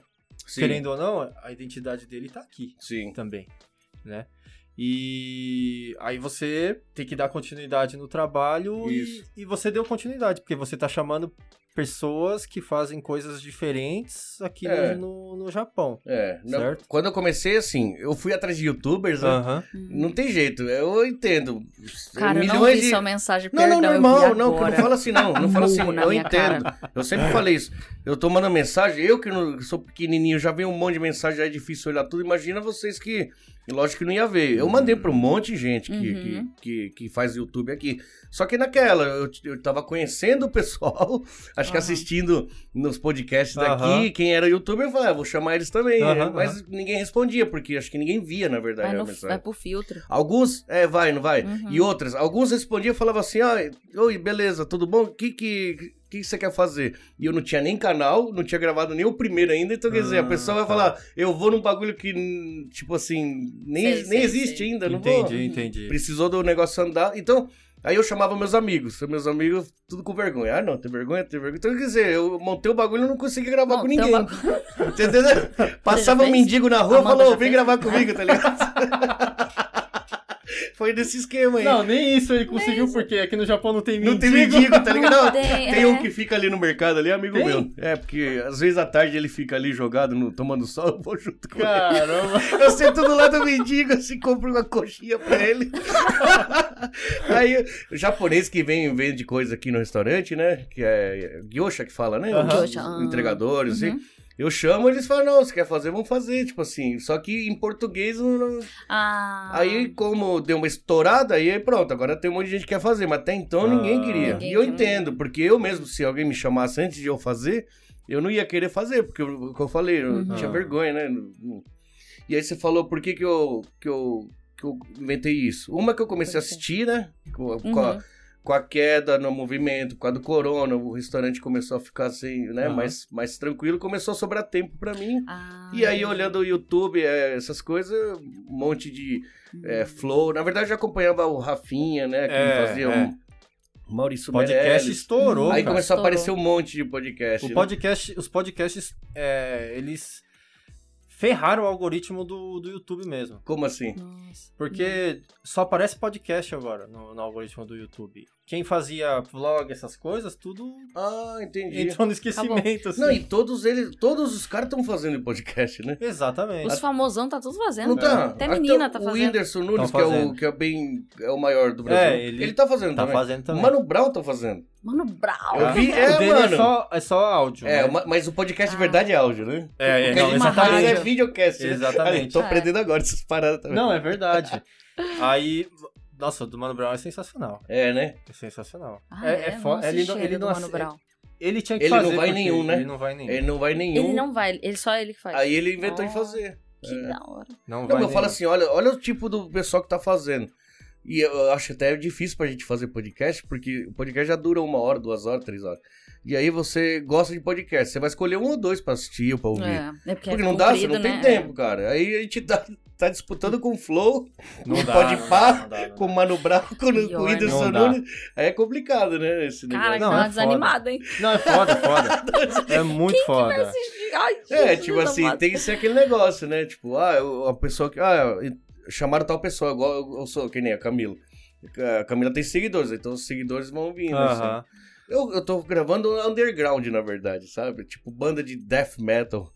Speaker 1: Sim,
Speaker 3: Querendo ou não, a identidade dele tá aqui
Speaker 1: sim.
Speaker 3: também, né? E aí você tem que dar continuidade no trabalho e,
Speaker 1: Isso.
Speaker 3: e você deu continuidade, porque você tá chamando pessoas que fazem coisas diferentes aqui no-
Speaker 1: É.
Speaker 3: no, no Japão.
Speaker 1: É, não-
Speaker 3: Certo. Ah.
Speaker 1: quando eu comecei, assim, eu fui atrás de youtubers, né?
Speaker 3: Aham.
Speaker 1: Não tem jeito, eu entendo.
Speaker 2: Hum. Cara, eu não
Speaker 1: Milhões
Speaker 2: vi
Speaker 1: de-
Speaker 2: sua mensagem,
Speaker 1: Não, não,
Speaker 2: perdão, eu
Speaker 1: normal,
Speaker 2: vi
Speaker 1: não, que
Speaker 2: agora.
Speaker 1: não fala assim, não. Não fala assim,
Speaker 2: Murro na
Speaker 1: eu
Speaker 2: minha
Speaker 1: entendo.
Speaker 2: cara.
Speaker 1: Eu sempre falei isso. Eu tô mandando mensagem, eu que não- sou pequenininho, já veio um monte de mensagem, já é difícil olhar tudo. Imagina vocês que, lógico que não ia ver. Eu mandei pra um monte de gente que,
Speaker 2: Uhum.
Speaker 1: que, que, que faz YouTube aqui. Só que naquela, eu, eu tava conhecendo o pessoal, (laughs) acho que
Speaker 2: Aham.
Speaker 1: assistindo nos podcasts
Speaker 3: Aham.
Speaker 1: daqui, quem era youtuber, eu falei, ah, vou chamar eles também.
Speaker 3: Aham, aham.
Speaker 1: Mas ninguém respondia, porque acho que ninguém via, na verdade,
Speaker 2: Vai,
Speaker 1: a
Speaker 2: no,
Speaker 1: mensagem.
Speaker 2: vai pro filtro.
Speaker 1: Alguns, é, vai, não vai.
Speaker 2: Uhum.
Speaker 1: E outras, alguns respondiam e falavam assim: ah, oi, beleza, tudo bom? O que, que, que você quer fazer? E eu não tinha nem canal, não tinha gravado nem o primeiro ainda, então quer dizer, a
Speaker 3: Ah,
Speaker 1: pessoa vai
Speaker 3: tá.
Speaker 1: falar: eu vou num bagulho que, hum, tipo assim, nem,
Speaker 2: Sei,
Speaker 1: nem
Speaker 2: sei,
Speaker 1: existe
Speaker 2: sei.
Speaker 1: ainda, não
Speaker 3: Entendi,
Speaker 1: vou.
Speaker 3: entendi.
Speaker 1: Precisou do negócio andar. Então, aí eu chamava meus amigos, meus amigos, tudo com vergonha. Ah, não, tem vergonha, tem vergonha. Então, quer dizer, eu montei o bagulho e não consegui gravar
Speaker 2: Bom,
Speaker 1: com
Speaker 2: então
Speaker 1: ninguém.
Speaker 2: bagulho- (laughs)
Speaker 1: Entendeu? Passava um
Speaker 2: fez?
Speaker 1: mendigo na rua e
Speaker 2: Amanda
Speaker 1: falou,
Speaker 2: já
Speaker 1: vem
Speaker 2: fez?"
Speaker 1: gravar comigo, tá ligado? (laughs) Foi nesse esquema aí. Não,
Speaker 3: Não, nem isso ele conseguiu, porque aqui no Japão não tem mendigo.
Speaker 1: tem mendigo, tá ligado? (laughs) Não, (laughs)
Speaker 2: Não
Speaker 1: tem,
Speaker 2: tem, é.
Speaker 1: um que fica ali no mercado ali, amigo
Speaker 3: Tem?
Speaker 1: meu. É, porque às vezes à tarde ele fica ali jogado, no, tomando sol, (laughs) eu vou junto com ele.
Speaker 3: (laughs) Caramba.
Speaker 1: Eu sento do lado do mendigo, assim, compro uma coxinha pra ele. (laughs) Aí, o japonês que vem vende coisa aqui no restaurante, né? Que é gyosha que fala, né?
Speaker 3: Aham.
Speaker 1: Os
Speaker 2: Gyosha, ah.
Speaker 1: entregadores,
Speaker 2: Uhum.
Speaker 1: assim. Eu chamo, eles falam, não, você quer fazer, vamos fazer, tipo assim. Só que em português, não- não-
Speaker 2: Ah,
Speaker 1: aí como deu uma estourada, aí pronto, agora tem um monte de gente que quer fazer, mas até então
Speaker 3: Ah.
Speaker 1: ninguém queria.
Speaker 2: Ninguém
Speaker 1: e eu
Speaker 2: queria.
Speaker 1: entendo, porque eu mesmo, se alguém me chamasse antes de eu fazer, eu não ia querer fazer, porque eu, o que eu falei, eu
Speaker 2: Uhum.
Speaker 1: tinha vergonha, né? E aí você falou, por que que eu, que eu, que eu inventei isso? Uma que eu comecei a assistir, né? Com, a- com a,
Speaker 2: uhum.
Speaker 1: com a queda no movimento, por causa do corona, o restaurante começou a ficar assim, né,
Speaker 3: Aham.
Speaker 1: mais, mais tranquilo, começou a sobrar tempo pra mim.
Speaker 2: Ah,
Speaker 1: E aí, olhando o YouTube, eh, essas coisas, um monte de eh, flow. Na verdade, eu acompanhava o Rafinha, né, que
Speaker 3: É,
Speaker 1: fazia
Speaker 3: é.
Speaker 1: um Maurício
Speaker 3: O podcast
Speaker 1: Meirelles.
Speaker 3: estourou,
Speaker 1: Aí começou
Speaker 3: cara.
Speaker 1: a
Speaker 2: Estourou.
Speaker 1: né? aparecer um monte de podcast.
Speaker 3: O
Speaker 1: né?
Speaker 3: podcast, os podcasts, é, eles ferraram o algoritmo do, do YouTube mesmo.
Speaker 1: Como assim?
Speaker 2: Nossa.
Speaker 3: Porque só aparece podcast agora no, no algoritmo do YouTube. Quem fazia vlog, essas coisas, tudo
Speaker 1: Ah, entendi.
Speaker 3: entrou no esquecimento, Então, assim.
Speaker 1: Não, e todos eles, todos os caras estão fazendo podcast, né?
Speaker 3: Exatamente.
Speaker 2: Os famosão tá tudo fazendo.
Speaker 1: Não tá?
Speaker 2: Até menina tá
Speaker 1: O
Speaker 2: fazendo.
Speaker 1: Whindersson Nunes,
Speaker 3: Tá
Speaker 1: que, é o,
Speaker 3: fazendo.
Speaker 1: que é bem, é o maior do Brasil,
Speaker 3: É,
Speaker 1: ele,
Speaker 3: ele-
Speaker 1: tá fazendo
Speaker 3: Tá
Speaker 1: também.
Speaker 3: fazendo também.
Speaker 1: Mano Brown tá fazendo.
Speaker 2: Mano, brau.
Speaker 1: Eu vi- é,
Speaker 3: o dele
Speaker 1: mano.
Speaker 3: É, só, é só áudio.
Speaker 1: É,
Speaker 3: né?
Speaker 1: ma- mas o
Speaker 2: Ah.
Speaker 1: podcast de verdade é áudio, né?
Speaker 3: É, é,
Speaker 1: Porque
Speaker 3: não,
Speaker 1: ele
Speaker 2: uma
Speaker 1: faz
Speaker 3: exatamente.
Speaker 1: é videocast. né?
Speaker 3: Exatamente.
Speaker 1: Aí, tô
Speaker 2: Ah, é.
Speaker 1: aprendendo agora essas paradas também.
Speaker 3: Não, é verdade. (laughs) Aí, nossa, o do Mano Brown é sensacional.
Speaker 1: É, né?
Speaker 3: É sensacional.
Speaker 2: Ah,
Speaker 3: é, é fo-
Speaker 2: Não
Speaker 3: Ele
Speaker 2: assisti
Speaker 3: não, ele
Speaker 2: do
Speaker 3: não
Speaker 2: Mano
Speaker 3: ace-
Speaker 2: Brown.
Speaker 3: Ele tinha que
Speaker 1: Ele não
Speaker 3: fazer.
Speaker 1: vai
Speaker 3: porque
Speaker 1: nenhum, né?
Speaker 3: Ele não vai nenhum.
Speaker 1: Ele não vai nenhum.
Speaker 2: Ele não vai, ele só é ele que faz.
Speaker 1: Aí ele inventou de
Speaker 2: Oh.
Speaker 1: fazer.
Speaker 2: Que da hora.
Speaker 1: Não,
Speaker 3: Não, vai
Speaker 1: mas eu
Speaker 3: nenhum.
Speaker 1: falo assim, olha, olha o tipo do pessoal que tá fazendo. E eu acho até difícil pra gente fazer podcast, porque o podcast já dura uma hora, duas horas, três horas. E aí você gosta de podcast, você vai escolher um ou dois pra assistir ou pra ouvir.
Speaker 2: É, é porque,
Speaker 1: porque
Speaker 2: é
Speaker 1: não dá, você
Speaker 2: comprido,
Speaker 1: não tem
Speaker 2: né?
Speaker 1: tempo, cara. Aí a gente tá, tá disputando com o Flow,
Speaker 3: Não
Speaker 1: assim,
Speaker 3: dá,
Speaker 1: pode
Speaker 3: não
Speaker 1: pá,
Speaker 3: dá, não dá, não
Speaker 1: com o
Speaker 3: dá.
Speaker 1: Mano Brown, com o
Speaker 2: Pior, né?
Speaker 1: com o Whindersson
Speaker 3: não dá.
Speaker 1: Nunes. Aí é complicado, né, esse
Speaker 2: Cara,
Speaker 1: negócio.
Speaker 2: que
Speaker 3: Não,
Speaker 2: tá uma
Speaker 3: é foda.
Speaker 2: desanimada, hein?
Speaker 3: Não, é foda, é
Speaker 1: (laughs)
Speaker 3: foda. É muito
Speaker 2: Vai
Speaker 3: foda.
Speaker 2: assistir. Ai,
Speaker 1: É,
Speaker 2: Jesus
Speaker 1: tipo assim,
Speaker 2: amado.
Speaker 1: tem que ser aquele negócio, né? Tipo, ah, eu- a pessoa que. Ah, e- chamaram tal pessoa, igual eu, eu sou, que nem a Camila. A Camila tem seguidores, então os seguidores vão vindo. assim.
Speaker 3: Aham.
Speaker 1: Eu, eu tô gravando underground, na verdade, sabe? Tipo, banda de death metal.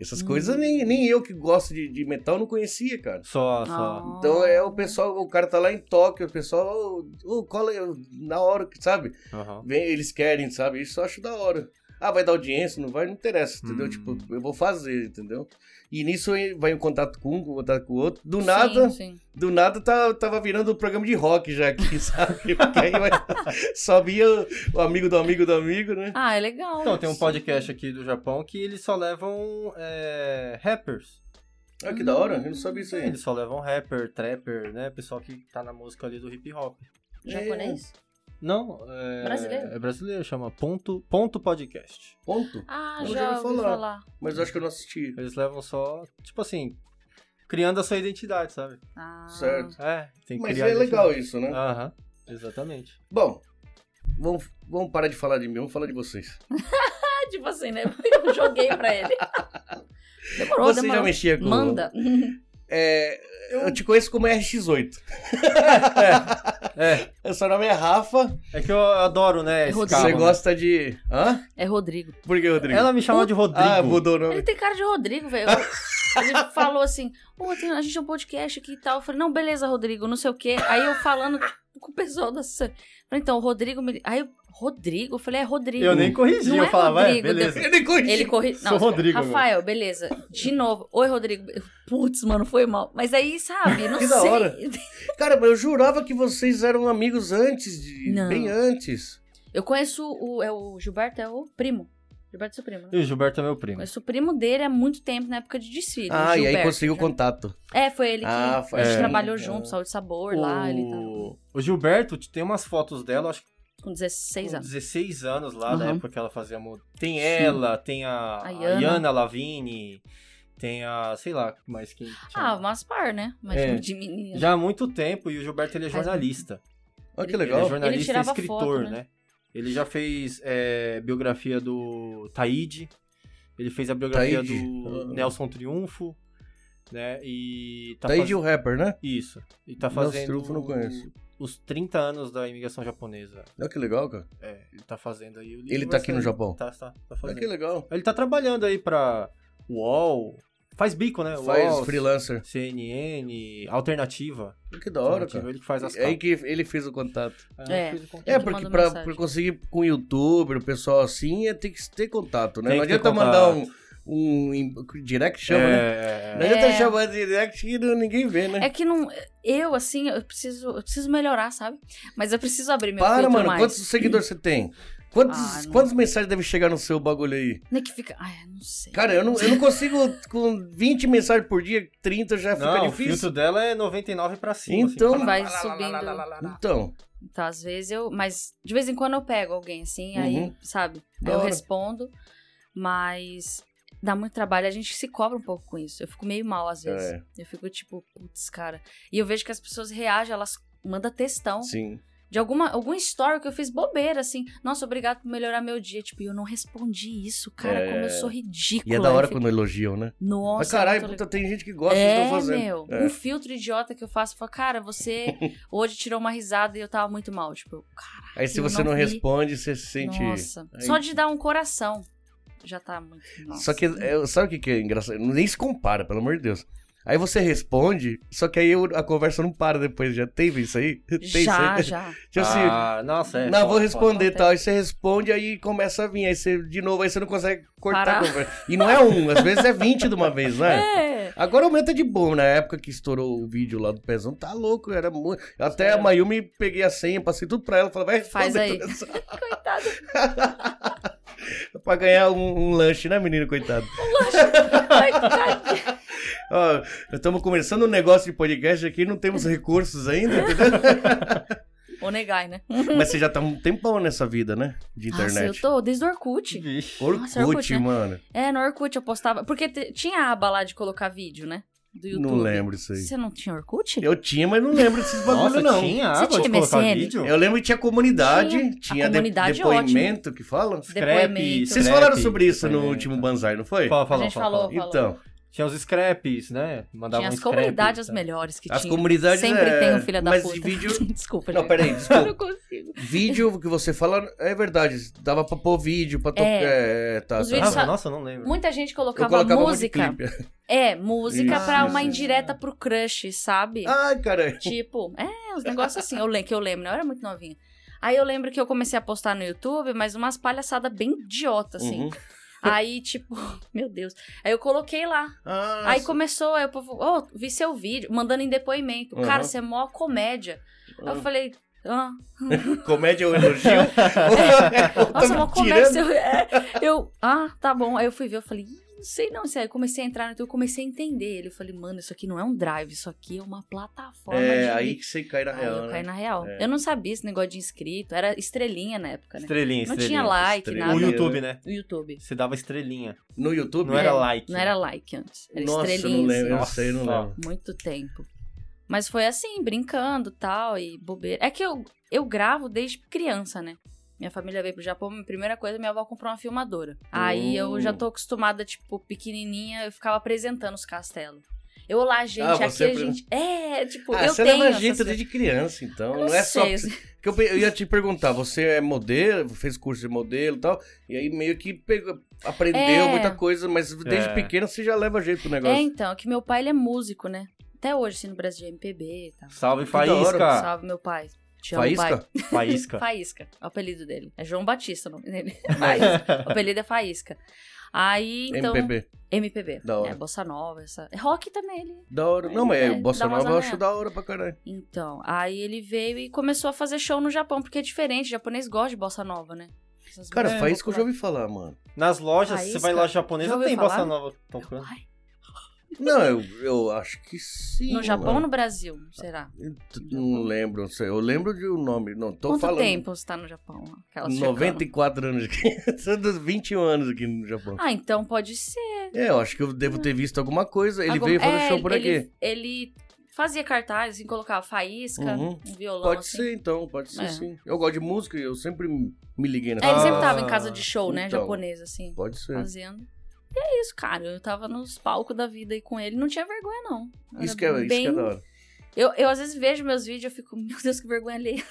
Speaker 1: Essas
Speaker 2: Hum.
Speaker 1: coisas nem, nem eu que gosto de, de metal não conhecia, cara.
Speaker 3: Só, só.
Speaker 1: Então
Speaker 2: Ah.
Speaker 1: é o pessoal, o cara tá lá em Tóquio, o pessoal, ô, ô, cola aí, na hora, que- sabe?
Speaker 3: Aham.
Speaker 1: Vem, eles querem, sabe? Isso eu acho da hora. Ah, vai dar audiência, não vai, não interessa, entendeu?
Speaker 3: Hum.
Speaker 1: Tipo, eu vou fazer, entendeu? E nisso aí vai em contato com um, com contato com o outro. Do
Speaker 2: Sim,
Speaker 1: nada,
Speaker 2: sim.
Speaker 1: do nada tá, tava virando um programa de rock já aqui, (laughs) sabe? Porque aí vai, sabia o amigo do amigo do amigo, né?
Speaker 2: Ah, é legal.
Speaker 3: Então, tem um podcast aqui do Japão que eles só levam é, rappers.
Speaker 1: Olha Ah, que da hora, eu não sabia isso aí.
Speaker 3: Eles só levam rapper, trapper, né? Pessoal que tá na música ali do hip hop.
Speaker 2: É. Japonês?
Speaker 3: Não, é.
Speaker 2: Brasileiro?
Speaker 3: É brasileiro, chama ponto, ponto Podcast.
Speaker 1: Ponto.
Speaker 2: Ah,
Speaker 1: Eu já
Speaker 2: já
Speaker 1: ouvi
Speaker 2: ouvi falar.
Speaker 1: Mas eu acho que eu não assisti.
Speaker 3: Eles levam só, tipo assim, criando a sua identidade, sabe?
Speaker 2: Ah.
Speaker 1: Certo.
Speaker 3: É, tem que
Speaker 1: Mas
Speaker 3: criar. Ah. a
Speaker 1: é legal
Speaker 3: identidade.
Speaker 1: isso, né?
Speaker 3: Aham, exatamente.
Speaker 1: Bom, vamos, vamos parar de falar de mim, vamos falar de vocês.
Speaker 2: É tipo assim, né? (laughs) Eu joguei pra ele. Demorou,
Speaker 1: Você já
Speaker 2: demorou.
Speaker 1: mexia com...
Speaker 2: Manda.
Speaker 1: É, eu te conheço como RX8.
Speaker 3: É,
Speaker 1: O Seu nome é Rafa,
Speaker 3: é que eu adoro, né, esse
Speaker 2: Rodrigo.
Speaker 3: carro.
Speaker 1: você
Speaker 3: né?
Speaker 1: gosta de... Hã?
Speaker 2: É Rodrigo.
Speaker 1: Por que, Rodrigo?
Speaker 3: Ela me chama de Rodrigo.
Speaker 1: Ah, mudou o
Speaker 2: Ele
Speaker 1: nome.
Speaker 2: tem cara de Rodrigo, velho. Ele falou assim, "Ô, tem- a gente tem um podcast aqui e tal. Eu falei, não, beleza, Rodrigo, não sei o quê. Aí eu falando tipo, com o pessoal da... Sam. Falei, então, o Rodrigo... Me... Aí, eu, Rodrigo? Eu falei, é Rodrigo.
Speaker 3: Eu nem corrigi,
Speaker 2: Não
Speaker 3: eu
Speaker 2: é
Speaker 3: falava, é,
Speaker 1: (laughs)
Speaker 2: Rodrigo,
Speaker 3: beleza.
Speaker 1: Ele corrigiu.
Speaker 2: Ele corri...
Speaker 3: Sou
Speaker 2: Não,
Speaker 3: Rodrigo agora.
Speaker 2: Rafael, beleza. De novo. Oi, Rodrigo. Eu, Putz, mano, foi mal. Mas aí, sabe, não
Speaker 3: (laughs)
Speaker 1: Que
Speaker 2: sei.
Speaker 1: da hora. Cara, mas eu jurava que vocês eram amigos antes, de...
Speaker 2: Não.
Speaker 1: bem antes.
Speaker 2: (laughs) Eu conheço o, é o Gilberto, é o primo. Gilberto é seu primo, né?
Speaker 3: E o Gilberto é meu primo.
Speaker 2: Conheço o primo dele há muito tempo, na época de desfile.
Speaker 1: ah, e
Speaker 2: o
Speaker 1: aí
Speaker 2: é Gilberto.
Speaker 1: conseguiu contato.
Speaker 2: É, foi ele que
Speaker 1: Ah,
Speaker 2: a
Speaker 1: foi
Speaker 2: gente
Speaker 3: ele.
Speaker 2: trabalhou
Speaker 1: Ah.
Speaker 2: junto, Saúde e Sabor
Speaker 3: o...
Speaker 2: lá, ele tá tava
Speaker 3: o Gilberto, tem umas fotos dela, acho que
Speaker 2: com 16
Speaker 3: com
Speaker 2: anos.
Speaker 3: 16 anos lá, da
Speaker 2: Uhum.
Speaker 3: época que ela fazia... mo- Tem ela, tem a,
Speaker 2: A
Speaker 3: a
Speaker 2: Yana.
Speaker 3: Yana Lavigne, tem a, sei lá, mais quem...
Speaker 2: Ah,
Speaker 3: tinha.
Speaker 2: umas par, né? Mas
Speaker 3: É.
Speaker 2: de menina.
Speaker 3: Já há muito tempo, e o Gilberto ele é
Speaker 2: Faz muito
Speaker 3: jornalista.
Speaker 1: Olha que
Speaker 3: Ele é
Speaker 1: legal.
Speaker 2: Ele
Speaker 3: jornalista e
Speaker 2: tirava
Speaker 3: escritor,
Speaker 2: foto, né?
Speaker 3: né? Ele já fez é, biografia do Taíde, ele fez a biografia
Speaker 1: Taíde?
Speaker 3: do
Speaker 1: Ah.
Speaker 3: Nelson Triunfo, né? E tá
Speaker 1: Daí
Speaker 3: faz-
Speaker 1: de o rapper, né?
Speaker 3: Isso. E tá
Speaker 1: Nelson
Speaker 3: fazendo
Speaker 1: Triunfo eu não conheço.
Speaker 3: os 30 anos da imigração japonesa.
Speaker 1: Olha que legal, cara.
Speaker 3: É, ele tá fazendo aí o livro
Speaker 1: Ele
Speaker 3: vai
Speaker 1: tá aqui no
Speaker 3: sair.
Speaker 1: Japão.
Speaker 3: Tá, tá, tá
Speaker 1: Olha
Speaker 3: fazendo.
Speaker 1: que legal.
Speaker 3: Ele tá trabalhando aí pra UOL, faz bico, né?
Speaker 1: Faz
Speaker 3: UOL,
Speaker 1: freelancer.
Speaker 3: CNN, Alternativa.
Speaker 1: Olha que da hora,
Speaker 3: Alternativa,
Speaker 1: cara.
Speaker 3: Ele que faz as
Speaker 1: É aí
Speaker 3: capas.
Speaker 1: que ele fez o contato.
Speaker 2: É.
Speaker 3: fez o contato.
Speaker 1: É,
Speaker 2: te
Speaker 1: porque
Speaker 2: manda
Speaker 1: pra,
Speaker 2: mensagem.
Speaker 1: pra conseguir com o youtuber, o pessoal assim, é, tem que ter contato, né?
Speaker 3: Tem
Speaker 1: Não
Speaker 3: que ter
Speaker 1: adianta mandar um,
Speaker 3: contato.
Speaker 1: um em- direct, chama, né?
Speaker 3: É,
Speaker 1: Não adianta
Speaker 2: É.
Speaker 1: chamar de direct que não- ninguém vê, né?
Speaker 2: É que não. Eu, assim, eu preciso, eu preciso melhorar, sabe? Mas eu preciso abrir meu
Speaker 1: Para,
Speaker 2: filtro
Speaker 1: mano,
Speaker 2: mais.
Speaker 1: quantos seguidores você tem? Quantos,
Speaker 2: Ah, não-
Speaker 1: quantas mensagens devem chegar no seu bagulho aí?
Speaker 2: Não é que fica. Ai, não sei.
Speaker 1: Cara, eu não, eu não consigo, com 20 mensagens por dia, 30 já fica
Speaker 3: Não, o
Speaker 1: difícil.
Speaker 3: filtro dela é 99 pra cima.
Speaker 1: Então-
Speaker 3: assim,
Speaker 2: Vai
Speaker 3: lá, lá, lá,
Speaker 2: subindo.
Speaker 3: lá, lá, lá, lá, lá.
Speaker 1: Então,
Speaker 2: Então, às vezes eu. Mas de vez em quando eu pego alguém, assim,
Speaker 1: Uhum.
Speaker 2: aí, sabe?
Speaker 1: Da
Speaker 2: Aí eu
Speaker 1: hora.
Speaker 2: respondo, mas dá muito trabalho. A gente se cobra um pouco com isso. Eu fico meio mal, às vezes.
Speaker 1: É.
Speaker 2: Eu fico tipo, putz, cara. E eu vejo que as pessoas reagem, elas mandam textão.
Speaker 1: sim.
Speaker 2: de alguma, algum story que eu fiz bobeira, assim. Nossa, obrigado por melhorar meu dia. Tipo, e eu não respondi isso, cara,
Speaker 1: É.
Speaker 2: como eu sou ridícula.
Speaker 1: E é da hora
Speaker 2: Eu fico,
Speaker 1: quando elogiam, né?
Speaker 2: Nossa,
Speaker 1: Mas caralho,
Speaker 2: muito
Speaker 1: puta, tem gente que gosta do que
Speaker 2: é,
Speaker 1: eu tô fazendo.
Speaker 2: meu,
Speaker 1: É.
Speaker 2: um filtro idiota que eu faço, eu falo, cara,
Speaker 1: (laughs)
Speaker 2: você hoje tirou uma risada e eu tava muito mal. Tipo, eu, cara,
Speaker 1: Aí se
Speaker 2: Eu
Speaker 1: você
Speaker 2: não
Speaker 1: não,
Speaker 2: vi.
Speaker 1: responde, você se sente.
Speaker 2: nossa.
Speaker 1: Aí-
Speaker 2: Só de dar um coração já tá muito. Nossa.
Speaker 1: é Só que, é, sabe o que, que é engraçado? Nem se compara, pelo amor de Deus. Aí você responde, só que aí eu- a conversa não para depois. Já teve isso aí? (laughs) Tem
Speaker 2: Já,
Speaker 1: isso aí? (laughs)
Speaker 2: já.
Speaker 1: Tipo assim,
Speaker 3: ah, nossa, é.
Speaker 1: não,
Speaker 3: foda,
Speaker 1: vou
Speaker 3: foda.
Speaker 1: responder tal. Aí você responde, aí começa a vir. Aí você, de novo, aí você não consegue cortar
Speaker 2: Parar.
Speaker 1: a conversa. E não é um, às vezes é 20 de uma vez, né?
Speaker 2: É.
Speaker 1: Agora aumenta de boa, na época que estourou o vídeo lá do Pezão, tá louco, era muito. Eu Até a Mayumi peguei a senha, passei tudo pra ela, "É, falei, vai
Speaker 2: Faz
Speaker 1: responder
Speaker 2: aí.
Speaker 1: (laughs) tudo isso.
Speaker 2: Coitado.
Speaker 1: pra ganhar um, um lanche, né, menino, coitado?
Speaker 2: Coitado.
Speaker 1: Ó, estamos começando um negócio de podcast aqui, não temos recursos ainda,
Speaker 2: (laughs)
Speaker 1: entendeu?
Speaker 2: Ou negai, né?
Speaker 1: Mas você já tá um tempão nessa vida, né? De
Speaker 2: Nossa, eu
Speaker 1: internet.
Speaker 2: tô desde o Orkut.
Speaker 3: Vixe.
Speaker 1: Orkut,
Speaker 2: Nossa, Orkut, né?
Speaker 1: mano.
Speaker 2: É, no Orkut eu postava. Porque te- tinha a aba lá de colocar vídeo, né? Do YouTube.
Speaker 1: Não lembro isso aí.
Speaker 2: Você não tinha Orkut?
Speaker 1: Eu tinha, mas não lembro desses
Speaker 3: Nossa,
Speaker 1: bagulho, não. É um
Speaker 3: tinha
Speaker 2: Você
Speaker 3: água
Speaker 2: tinha
Speaker 3: de colocar
Speaker 2: MSN?
Speaker 3: vídeo?
Speaker 1: Eu lembro que tinha comunidade,
Speaker 2: Tinha.
Speaker 1: tinha,
Speaker 2: A comunidade é ótima.
Speaker 1: depoimento que fala.
Speaker 2: Depoimento.
Speaker 1: Vocês
Speaker 3: Scrap, É.
Speaker 1: falaram sobre isso no
Speaker 3: depoimento.
Speaker 1: último Banzai, não foi?
Speaker 3: Fala, fala,
Speaker 2: A gente
Speaker 3: fala,
Speaker 2: falou.
Speaker 3: fala.
Speaker 1: Então.
Speaker 3: Tinha os scraps, né? Mandava
Speaker 2: tinha as
Speaker 3: um scrap,
Speaker 2: comunidades as
Speaker 3: tá?
Speaker 2: melhores que
Speaker 1: As
Speaker 2: tinha.
Speaker 1: comunidades
Speaker 2: Sempre
Speaker 1: é,
Speaker 2: tem um filho da
Speaker 1: mas
Speaker 2: puta. é.
Speaker 1: vídeo-
Speaker 2: (laughs) Desculpa,
Speaker 1: Não,
Speaker 2: gente.
Speaker 1: peraí,
Speaker 2: Eu (laughs) não
Speaker 1: desculpa.
Speaker 2: consigo.
Speaker 1: vídeo que você fala é verdade. Dava pra pôr vídeo, pra tocar. É, tá,
Speaker 2: Os
Speaker 1: tá.
Speaker 2: vídeos
Speaker 3: Ah,
Speaker 2: só-
Speaker 3: nossa, eu não lembro.
Speaker 2: Muita gente
Speaker 1: Eu
Speaker 2: colocava,
Speaker 1: colocava um monte de
Speaker 2: música.
Speaker 1: clipe.
Speaker 2: É, música
Speaker 1: Isso,
Speaker 2: pra
Speaker 1: isso, Ah,
Speaker 2: uma
Speaker 1: isso.
Speaker 2: indireta pro crush, sabe?
Speaker 1: Ai, cara.
Speaker 2: Tipo, é, uns negócios assim, eu lem- que eu lembro, né? eu era muito novinha. Aí eu lembro que eu comecei a postar no YouTube, mas umas palhaçadas bem idiota, assim.
Speaker 1: Uhum.
Speaker 2: Aí, tipo, (laughs) meu Deus. Aí eu coloquei lá.
Speaker 1: Ah,
Speaker 2: Aí começou, aí o povo, ô, vi seu vídeo, mandando em depoimento.
Speaker 1: Uhum.
Speaker 2: Cara, você é mó comédia. Aí eu falei, ah,
Speaker 1: comédia
Speaker 2: (laughs)
Speaker 1: ou elogio?
Speaker 2: É.
Speaker 1: (laughs)
Speaker 2: nossa, mó
Speaker 1: Nossa,
Speaker 2: comédia. Eu, é. eu, ah, tá bom. Aí eu fui ver, eu falei, "Ih, não sei não. Aí eu comecei a entrar no YouTube, eu comecei a entender ele. Eu falei, mano, isso aqui não é um drive, isso aqui é uma plataforma de
Speaker 1: É, aí que você cai na
Speaker 2: Aí
Speaker 1: real.
Speaker 2: eu caí
Speaker 1: né?
Speaker 2: na real.
Speaker 1: É.
Speaker 2: Eu não sabia esse negócio de inscrito. Era estrelinha na época, né?
Speaker 3: Estrelinha,
Speaker 2: não
Speaker 3: estrelinha.
Speaker 2: tinha like,
Speaker 1: estrelinha.
Speaker 3: O
Speaker 2: nada.
Speaker 1: Olho-
Speaker 3: YouTube, né?
Speaker 2: O YouTube.
Speaker 3: Você dava estrelinha.
Speaker 1: No YouTube?
Speaker 3: Não era
Speaker 2: É,
Speaker 3: like.
Speaker 2: Não era like antes. Era
Speaker 1: Nossa, eu
Speaker 2: estrelinha.
Speaker 1: não lembro.
Speaker 2: assim,
Speaker 1: Eu sei, eu não
Speaker 3: Nossa.
Speaker 1: lembro.
Speaker 2: Muito tempo. Mas foi assim, brincando tal, e bobeira. É que eu, eu gravo desde criança, né? Minha família veio pro Japão, minha primeira coisa, minha avó comprou uma filmadora. Aí eu
Speaker 1: Uh.
Speaker 2: já tô acostumada, tipo, pequenininha, eu ficava apresentando os castelos. Eu lá, gente,
Speaker 1: Ah,
Speaker 2: aqui
Speaker 1: você
Speaker 2: a
Speaker 1: apre-
Speaker 2: gente... É, tipo,
Speaker 1: Ah,
Speaker 2: eu
Speaker 1: você
Speaker 2: tenho
Speaker 1: era
Speaker 2: essas
Speaker 1: jeito
Speaker 2: coisas.
Speaker 1: desde criança, então.
Speaker 2: Eu
Speaker 1: Não,
Speaker 2: não
Speaker 1: é só.
Speaker 2: sei,
Speaker 1: Porque eu, pe- eu ia te perguntar, você é modelo, fez curso de modelo e tal, e aí meio que pegou- aprendeu
Speaker 2: É.
Speaker 1: muita coisa, mas desde
Speaker 3: É.
Speaker 1: pequeno você já leva jeito pro
Speaker 2: É,
Speaker 1: negócio.
Speaker 2: então, é que meu pai ele é músico, né? Até hoje, assim, no Brasil, é MPB e tal.
Speaker 3: Salve,
Speaker 1: da hora.
Speaker 3: Faísca.
Speaker 2: Salve, meu pai. Te amo, pai.
Speaker 1: Faísca?
Speaker 2: (laughs)
Speaker 3: Faísca.
Speaker 2: Faísca, é o apelido dele. É João Batista o nome
Speaker 1: (laughs)
Speaker 2: dele. Faísca. o apelido é Faísca. Aí, então...
Speaker 1: MPB.
Speaker 2: MPB.
Speaker 1: Da hora.
Speaker 2: É, Bossa Nova, essa... Rock também, ele...
Speaker 1: Da hora. Não, mas
Speaker 2: É,
Speaker 1: é, Bossa
Speaker 2: dá umas
Speaker 1: Nova eu
Speaker 2: amanhã.
Speaker 1: acho da hora pra caralho.
Speaker 2: Então, aí ele veio e começou a fazer show no Japão, porque é diferente, o japonês gosta de Bossa Nova, né? Essas
Speaker 3: É,
Speaker 1: Cara,
Speaker 2: músicas
Speaker 1: faz isso que eu já
Speaker 2: populares.
Speaker 1: ouvi falar, mano.
Speaker 3: Nas lojas,
Speaker 2: Faísca?
Speaker 3: você vai em loja
Speaker 2: Já
Speaker 3: japonesa,
Speaker 2: ouviu
Speaker 3: tem
Speaker 2: falar?
Speaker 3: bossa nova
Speaker 1: né?
Speaker 3: tocando.
Speaker 2: Ai,
Speaker 1: Não, eu, eu acho que sim.
Speaker 2: No Japão ou
Speaker 1: mano.
Speaker 2: no Brasil, será?
Speaker 1: Eu t- não lembro, não sei. Eu lembro de um nome. Não, tô
Speaker 2: Quanto
Speaker 1: falando.
Speaker 2: tempo você tá no Japão? Aquelas checando.
Speaker 1: 94 anos aqui. (laughs) Sou dos 21 anos aqui no Japão.
Speaker 2: Ah, então pode ser.
Speaker 1: É, eu acho que eu devo ter visto alguma coisa. Ele
Speaker 2: Agora-
Speaker 1: veio fazer
Speaker 2: é,
Speaker 1: show por
Speaker 2: ele-
Speaker 1: aqui.
Speaker 2: Ele fazia cartaz, assim, colocava faísca,
Speaker 1: Uhum.
Speaker 2: um violão,
Speaker 1: Pode
Speaker 2: assim.
Speaker 1: ser, então, pode ser
Speaker 2: É.
Speaker 1: sim. Eu gosto de música e eu sempre me liguei nessa
Speaker 2: É, ele
Speaker 3: Ah,
Speaker 2: sempre tava em casa de show, né,
Speaker 1: então.
Speaker 2: japonês, assim,
Speaker 1: Pode ser.
Speaker 2: fazendo. E é isso, cara, eu tava nos palcos da vida aí com ele, não tinha vergonha, não. Eu
Speaker 1: Isso
Speaker 2: era
Speaker 1: que, é, isso
Speaker 2: bem...
Speaker 1: que é da hora.
Speaker 2: eu, eu, às vezes, vejo meus vídeos e fico, (laughs) meu Deus, que vergonha alheia.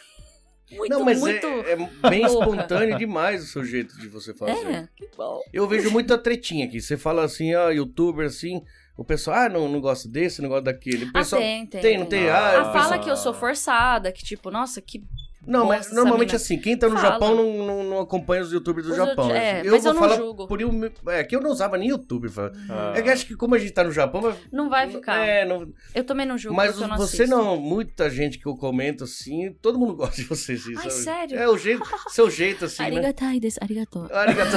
Speaker 2: Muito,
Speaker 1: não, mas é-
Speaker 2: muito...
Speaker 1: é, bem
Speaker 2: louca.
Speaker 1: espontâneo demais o seu jeito de você fazer.
Speaker 2: É, que bom.
Speaker 1: Eu vejo muita tretinha aqui. Você fala assim, ó, youtuber assim, o pessoal, ah, não, não gosto desse, não gosto daquele. O pessoal.
Speaker 2: ah, tem, tem.
Speaker 1: tem, não tem? Ah,
Speaker 2: Ah,
Speaker 1: o
Speaker 2: fala
Speaker 1: pessoal-
Speaker 2: que eu sou forçada, que tipo, nossa, que...
Speaker 1: Não, mas
Speaker 2: Nossa,
Speaker 1: normalmente
Speaker 2: essa
Speaker 1: assim, quem tá no
Speaker 2: Fala.
Speaker 1: Japão não, não, não acompanha os youtubers do
Speaker 2: Os
Speaker 1: Japão.
Speaker 2: youtube- é,
Speaker 1: eu
Speaker 2: mas
Speaker 1: vou
Speaker 2: eu não
Speaker 1: falar
Speaker 2: julgo.
Speaker 1: por um- É, que eu não usava nem YouTube. fala.
Speaker 3: Ah.
Speaker 1: É que acho que como a gente tá no Japão, vai.
Speaker 2: Não vai ficar.
Speaker 1: É, não-
Speaker 2: Eu também não julgo,
Speaker 1: mas
Speaker 2: porque eu não
Speaker 1: você
Speaker 2: assisto.
Speaker 1: não, é muita gente que eu comento assim, todo mundo (laughs) gosta de você, assim,
Speaker 2: Ai,
Speaker 1: sabe?
Speaker 2: sério?
Speaker 1: É o jeito, seu
Speaker 2: (laughs)
Speaker 1: jeito assim, né?
Speaker 2: Arigatai desu, arigatou.
Speaker 1: Arigato.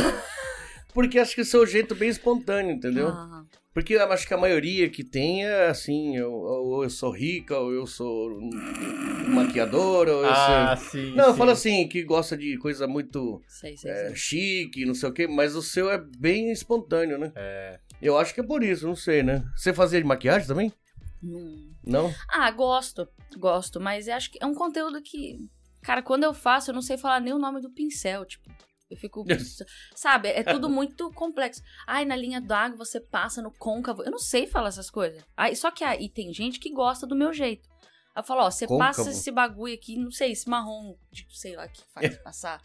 Speaker 1: Porque acho que o seu jeito é bem espontâneo, entendeu?
Speaker 2: Ah,
Speaker 1: Porque eu acho que a maioria que tem é assim, eu- ou eu sou rica, ou eu sou maquiadora, ou eu
Speaker 3: Ah,
Speaker 1: sou...
Speaker 3: sim.
Speaker 1: Não, eu
Speaker 3: sim.
Speaker 1: falo assim, que gosta de coisa muito
Speaker 2: sei, sei, sei.
Speaker 1: é, chique, não sei o quê, mas o seu é bem espontâneo, né? É. Eu acho que é por isso, não sei, né? Você fazia de maquiagem também?
Speaker 2: Não.
Speaker 1: Não?
Speaker 2: Ah, gosto. Gosto, mas eu acho que é um conteúdo que. Cara, quando eu faço, eu não sei falar nem o nome do pincel, tipo. Eu
Speaker 1: (laughs)
Speaker 2: fico. Sabe? É tudo muito complexo. Ai, na linha d'água você passa no côncavo. Eu não sei falar essas coisas. Ai, só que aí tem gente que gosta do meu jeito. Ela fala, ó, você passa
Speaker 1: Côncavo.
Speaker 2: esse bagulho aqui, não sei, esse marrom, de, sei lá, que
Speaker 1: (laughs)
Speaker 2: faz passar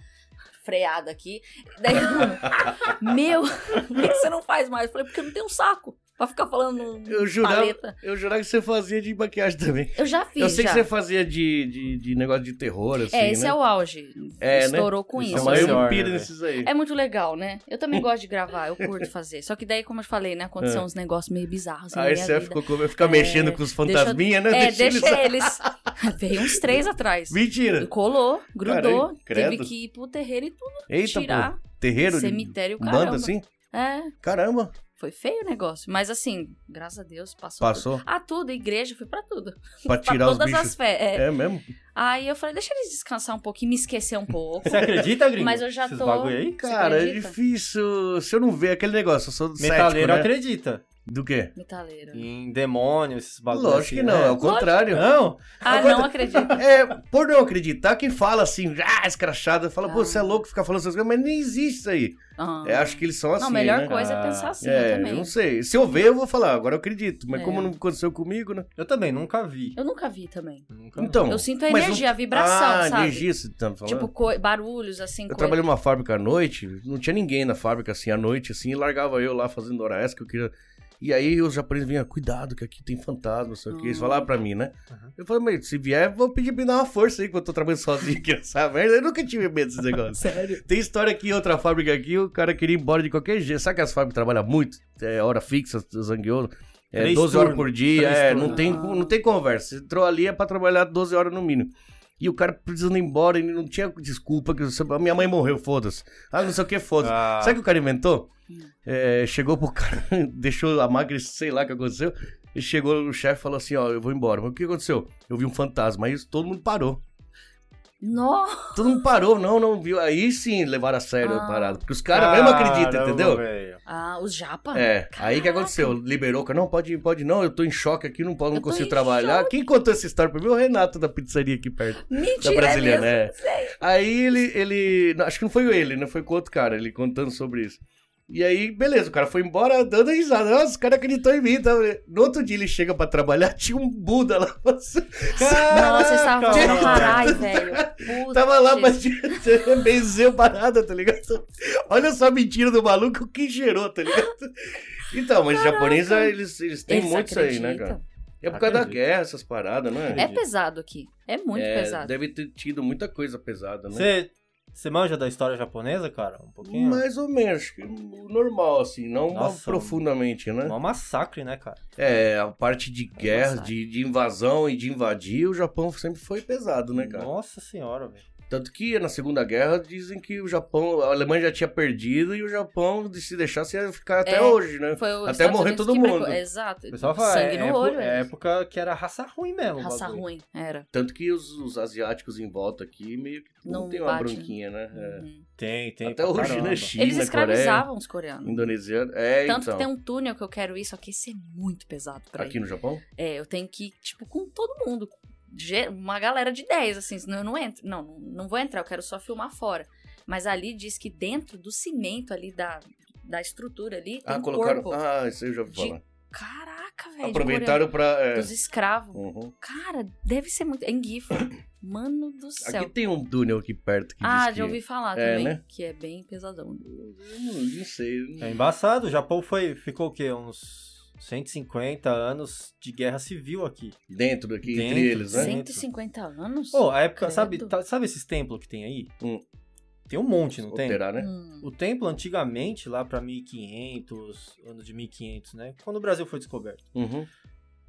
Speaker 2: freada aqui. Daí, (laughs) eu, meu, (laughs) por que que você não faz mais? Eu falei, porque eu não tenho saco pra ficar falando
Speaker 1: Eu jurava,
Speaker 2: paleta.
Speaker 1: eu jurava que você fazia de maquiagem também.
Speaker 2: Eu já fiz,
Speaker 1: eu sei
Speaker 2: já.
Speaker 1: que você fazia de, de, de negócio de terror, assim,
Speaker 2: é, esse
Speaker 1: né?
Speaker 2: é o auge.
Speaker 1: É, Hum. né?
Speaker 2: Estourou com
Speaker 1: Isso,
Speaker 2: isso.
Speaker 1: mas
Speaker 3: Esse é
Speaker 1: eu
Speaker 3: o-
Speaker 1: piro nesses aí.
Speaker 2: É muito legal, né? Eu também gosto de gravar, eu curto fazer. Só que daí, como eu falei, né? Aconteceu uns negócios meio bizarros na
Speaker 1: É. aí
Speaker 2: minha
Speaker 1: você
Speaker 2: vida.
Speaker 1: ficou, com- fica
Speaker 2: É,
Speaker 1: mexendo com os
Speaker 2: deixa eu-
Speaker 1: fantasminhas, né?
Speaker 2: É,
Speaker 1: eles-
Speaker 2: deixa eles. (laughs) Veio uns três atrás. E
Speaker 1: (laughs) Mentira.
Speaker 2: colou, grudou,
Speaker 1: Caralho, credo.
Speaker 2: teve que ir pro terreiro e tudo
Speaker 1: Eita,
Speaker 2: tirar.
Speaker 1: pô. Terreiro de
Speaker 2: cemitério,
Speaker 1: banda,
Speaker 2: caramba.
Speaker 1: assim?
Speaker 2: É,
Speaker 1: Caramba,
Speaker 2: foi feio o negócio. Mas assim, graças a Deus, passou.
Speaker 1: passou
Speaker 2: tudo. Ah, tudo, igreja, fui pra tudo.
Speaker 1: pra tirar
Speaker 2: (laughs) pra
Speaker 1: os
Speaker 2: todas
Speaker 1: bichos.
Speaker 2: as fés. é.
Speaker 1: É mesmo?
Speaker 2: Aí eu falei, deixa eles descansar um pouquinho, me esquecer
Speaker 1: (laughs)
Speaker 2: um pouco.
Speaker 3: Você acredita, gringo?
Speaker 2: Mas eu já
Speaker 3: Esses
Speaker 2: tô-
Speaker 3: bagulho aí?
Speaker 2: Você
Speaker 1: Cara, é
Speaker 2: acredita?
Speaker 1: difícil. Se eu não ver aquele negócio, eu sou
Speaker 3: Metaleiro
Speaker 1: cético, né?
Speaker 3: acredita.
Speaker 1: Do quê?
Speaker 2: Metaleira.
Speaker 3: Em demônio, esses bagulhos.
Speaker 1: Lógico que não, é o contrário.
Speaker 3: Não?
Speaker 2: Ah,
Speaker 1: Agora- (laughs)
Speaker 2: não acredito.
Speaker 1: É, por não acreditar, quem fala assim, ah, escrachada, fala, pô,
Speaker 2: Ah.
Speaker 1: você é louco ficar falando essas coisas, mas nem existe isso aí.
Speaker 2: Ah.
Speaker 1: É, acho que eles são assim.
Speaker 2: não, a melhor
Speaker 1: né?
Speaker 2: coisa
Speaker 3: Ah,
Speaker 2: é pensar assim
Speaker 1: é,
Speaker 2: eu também.
Speaker 1: eu não sei. Se eu ver, eu vou falar, agora eu acredito. Mas
Speaker 2: É.
Speaker 1: como não aconteceu comigo, né?
Speaker 3: Eu também, nunca vi.
Speaker 2: Eu nunca vi também.
Speaker 3: Nunca vi.
Speaker 1: Então.
Speaker 2: Eu sinto a
Speaker 1: mas
Speaker 2: energia, a vibração,
Speaker 1: Ah,
Speaker 2: sabe?
Speaker 1: energia, você tá me falando?
Speaker 2: Tipo, co- barulhos, assim,
Speaker 1: Eu
Speaker 2: coisa.
Speaker 1: trabalhei numa fábrica à noite, não tinha ninguém na fábrica assim à noite, assim, e largava eu lá fazendo hora extra que eu queria. E aí os japoneses vinham, cuidado que aqui tem fantasma, não sei o que, eles
Speaker 2: Hum.
Speaker 1: falavam pra mim, né?
Speaker 3: Uhum.
Speaker 1: Eu falei, mas se vier, vou pedir pra me dar uma força aí, que eu tô trabalhando sozinho aqui nessa merda. Eu nunca tive medo desses negócios.
Speaker 3: Sério?
Speaker 1: Tem história aqui, outra fábrica aqui, o cara queria ir embora de qualquer jeito. Sabe que as fábricas trabalham muito? É hora fixa, zangueou. É,
Speaker 3: Três
Speaker 1: 12 horas
Speaker 3: turnos,
Speaker 1: por dia,
Speaker 3: três
Speaker 1: é,
Speaker 3: turnos.
Speaker 1: não, tem,
Speaker 2: Ah.
Speaker 1: não tem conversa. Você entrou ali é pra trabalhar 12 horas no mínimo. E o cara precisando ir embora, ele não tinha desculpa, que você- a minha mãe morreu, foda-se. Ah, não sei o que, foda-se.
Speaker 3: Ah,
Speaker 1: Sabe o que o cara inventou? É, chegou pro (laughs) cara, deixou a máquina, sei lá o que aconteceu. E chegou o chefe e falou assim: Ó, eu vou embora. Mas o que aconteceu? Eu vi um fantasma. Aí todo mundo parou.
Speaker 2: Nossa!
Speaker 1: Todo mundo parou, não, não viu. Aí sim levaram a sério
Speaker 2: Ah.
Speaker 1: a parada. Porque os caras mesmo acreditam,
Speaker 3: caramba,
Speaker 1: entendeu?
Speaker 3: velho.
Speaker 2: Ah, os japa?
Speaker 1: É, aí que aconteceu? Liberou, cara, não, pode ir, pode não, eu tô em choque aqui, não, posso, não
Speaker 2: Eu tô
Speaker 1: consigo
Speaker 2: em
Speaker 1: trabalhar. Quem contou essa história pra mim? O Renato da pizzaria aqui perto, da
Speaker 2: Mentira,
Speaker 1: brasileira,
Speaker 2: é
Speaker 1: né? Aí ele, ele, não, acho que não foi ele, né? Foi com outro cara, ele contando sobre isso. E aí, beleza, o cara foi embora dando risada. Nossa, os caras acreditou em mim. Tá? No outro dia ele chega pra trabalhar, (laughs) tinha um Buda lá. (laughs)
Speaker 2: Nossa, vocês estavam
Speaker 3: Caraca,
Speaker 2: falando
Speaker 3: mano.
Speaker 2: caralho, velho. Puta
Speaker 1: Ah, Tava lá
Speaker 2: que-
Speaker 1: pra (laughs) benzeu parada, tá ligado? Olha só a mentira do maluco, o que gerou, tá ligado? Então, mas os japoneses, eles, eles têm
Speaker 2: Eles
Speaker 1: muito isso aí, né, cara?
Speaker 2: acreditam.
Speaker 1: É por causa da
Speaker 3: Acredito.
Speaker 1: guerra, essas paradas, não é?
Speaker 2: É pesado aqui. É muito
Speaker 1: É,
Speaker 2: pesado.
Speaker 1: Deve ter tido muita coisa pesada, né?
Speaker 3: Você você manja da história japonesa, cara? Um pouquinho?
Speaker 1: é Mais ou menos, acho que o normal, assim, não
Speaker 3: Nossa,
Speaker 1: profundamente, né?
Speaker 3: É um massacre, né, cara?
Speaker 1: É, a parte de guerra,
Speaker 2: Nossa.
Speaker 1: de, de invasão e de invadir, o Japão sempre foi pesado, né, cara?
Speaker 3: Nossa senhora, velho.
Speaker 1: Tanto que na Segunda Guerra dizem que o Japão, a Alemanha já tinha perdido e o Japão, se deixasse, ia ficar até
Speaker 2: É.
Speaker 1: hoje, né?
Speaker 2: Foi os
Speaker 1: Até
Speaker 2: Estados
Speaker 1: morrer
Speaker 2: Unidos
Speaker 1: todo
Speaker 2: que
Speaker 1: mundo.
Speaker 2: brigou. Exato.
Speaker 3: O pessoal fala,
Speaker 2: Sangue
Speaker 3: é,
Speaker 2: no
Speaker 3: épo-
Speaker 2: olho,
Speaker 3: é
Speaker 2: é.
Speaker 3: época que era raça ruim
Speaker 1: é um
Speaker 3: mesmo. o
Speaker 2: Raça
Speaker 3: bagulho.
Speaker 2: ruim, era.
Speaker 1: Tanto que os, os asiáticos em volta aqui meio que não,
Speaker 2: Não
Speaker 1: tem uma
Speaker 2: bate, né?
Speaker 1: bronquinha, né?
Speaker 2: Uhum.
Speaker 3: Tem,
Speaker 1: É.
Speaker 3: tem.
Speaker 1: Até
Speaker 3: pra
Speaker 1: hoje, né?
Speaker 3: caramba.
Speaker 1: China,
Speaker 2: Eles
Speaker 1: Coreia,
Speaker 2: escravizavam os coreanos.
Speaker 1: indonesiano. É,
Speaker 2: Tanto
Speaker 1: então.
Speaker 2: que tem um túnel que eu quero ir, só que esse é muito pesado pra
Speaker 1: Aqui
Speaker 2: ir.
Speaker 1: no Japão?
Speaker 2: É, eu tenho que ir, tipo, com todo mundo. Ge- Uma galera de 10, assim, senão eu não entro. Não, não- não vou entrar, eu quero só filmar fora. Mas ali diz que dentro do cimento ali, da, da estrutura ali, tem
Speaker 1: Ah,
Speaker 2: um
Speaker 1: colocaram.
Speaker 2: corpo.
Speaker 1: Ah, isso aí eu já ouvi
Speaker 2: de-
Speaker 1: falar.
Speaker 2: Caraca, velho. de
Speaker 1: Aproveitaram pra.
Speaker 2: coreano,
Speaker 1: é,
Speaker 2: Dos escravos.
Speaker 1: uhum.
Speaker 2: Cara, deve ser muito. É Enguifa.
Speaker 1: (coughs)
Speaker 2: Mano do céu.
Speaker 1: Aqui tem um túnel aqui perto que
Speaker 2: ah,
Speaker 1: diz
Speaker 2: já
Speaker 1: que...
Speaker 2: ouvi falar
Speaker 1: É,
Speaker 2: também.
Speaker 1: né?
Speaker 2: Que é bem pesadão.
Speaker 1: Eu Não, não sei. eu não-
Speaker 3: É embaçado. O Japão foi, ficou o quê? Uns 150 anos de guerra civil aqui.
Speaker 1: Dentro aqui,
Speaker 3: Dentro,
Speaker 1: entre eles, né?
Speaker 3: sim.
Speaker 2: 150 anos?
Speaker 3: Pô, a época,
Speaker 2: Credo.
Speaker 3: sabe, tá- sabe esses templos que tem aí?
Speaker 1: Hum.
Speaker 3: Tem um monte, não tem?
Speaker 1: Alterar, né?
Speaker 2: Hum.
Speaker 3: O templo antigamente, lá pra 1500, ano de 1500, né? Quando o Brasil foi descoberto.
Speaker 1: Uhum.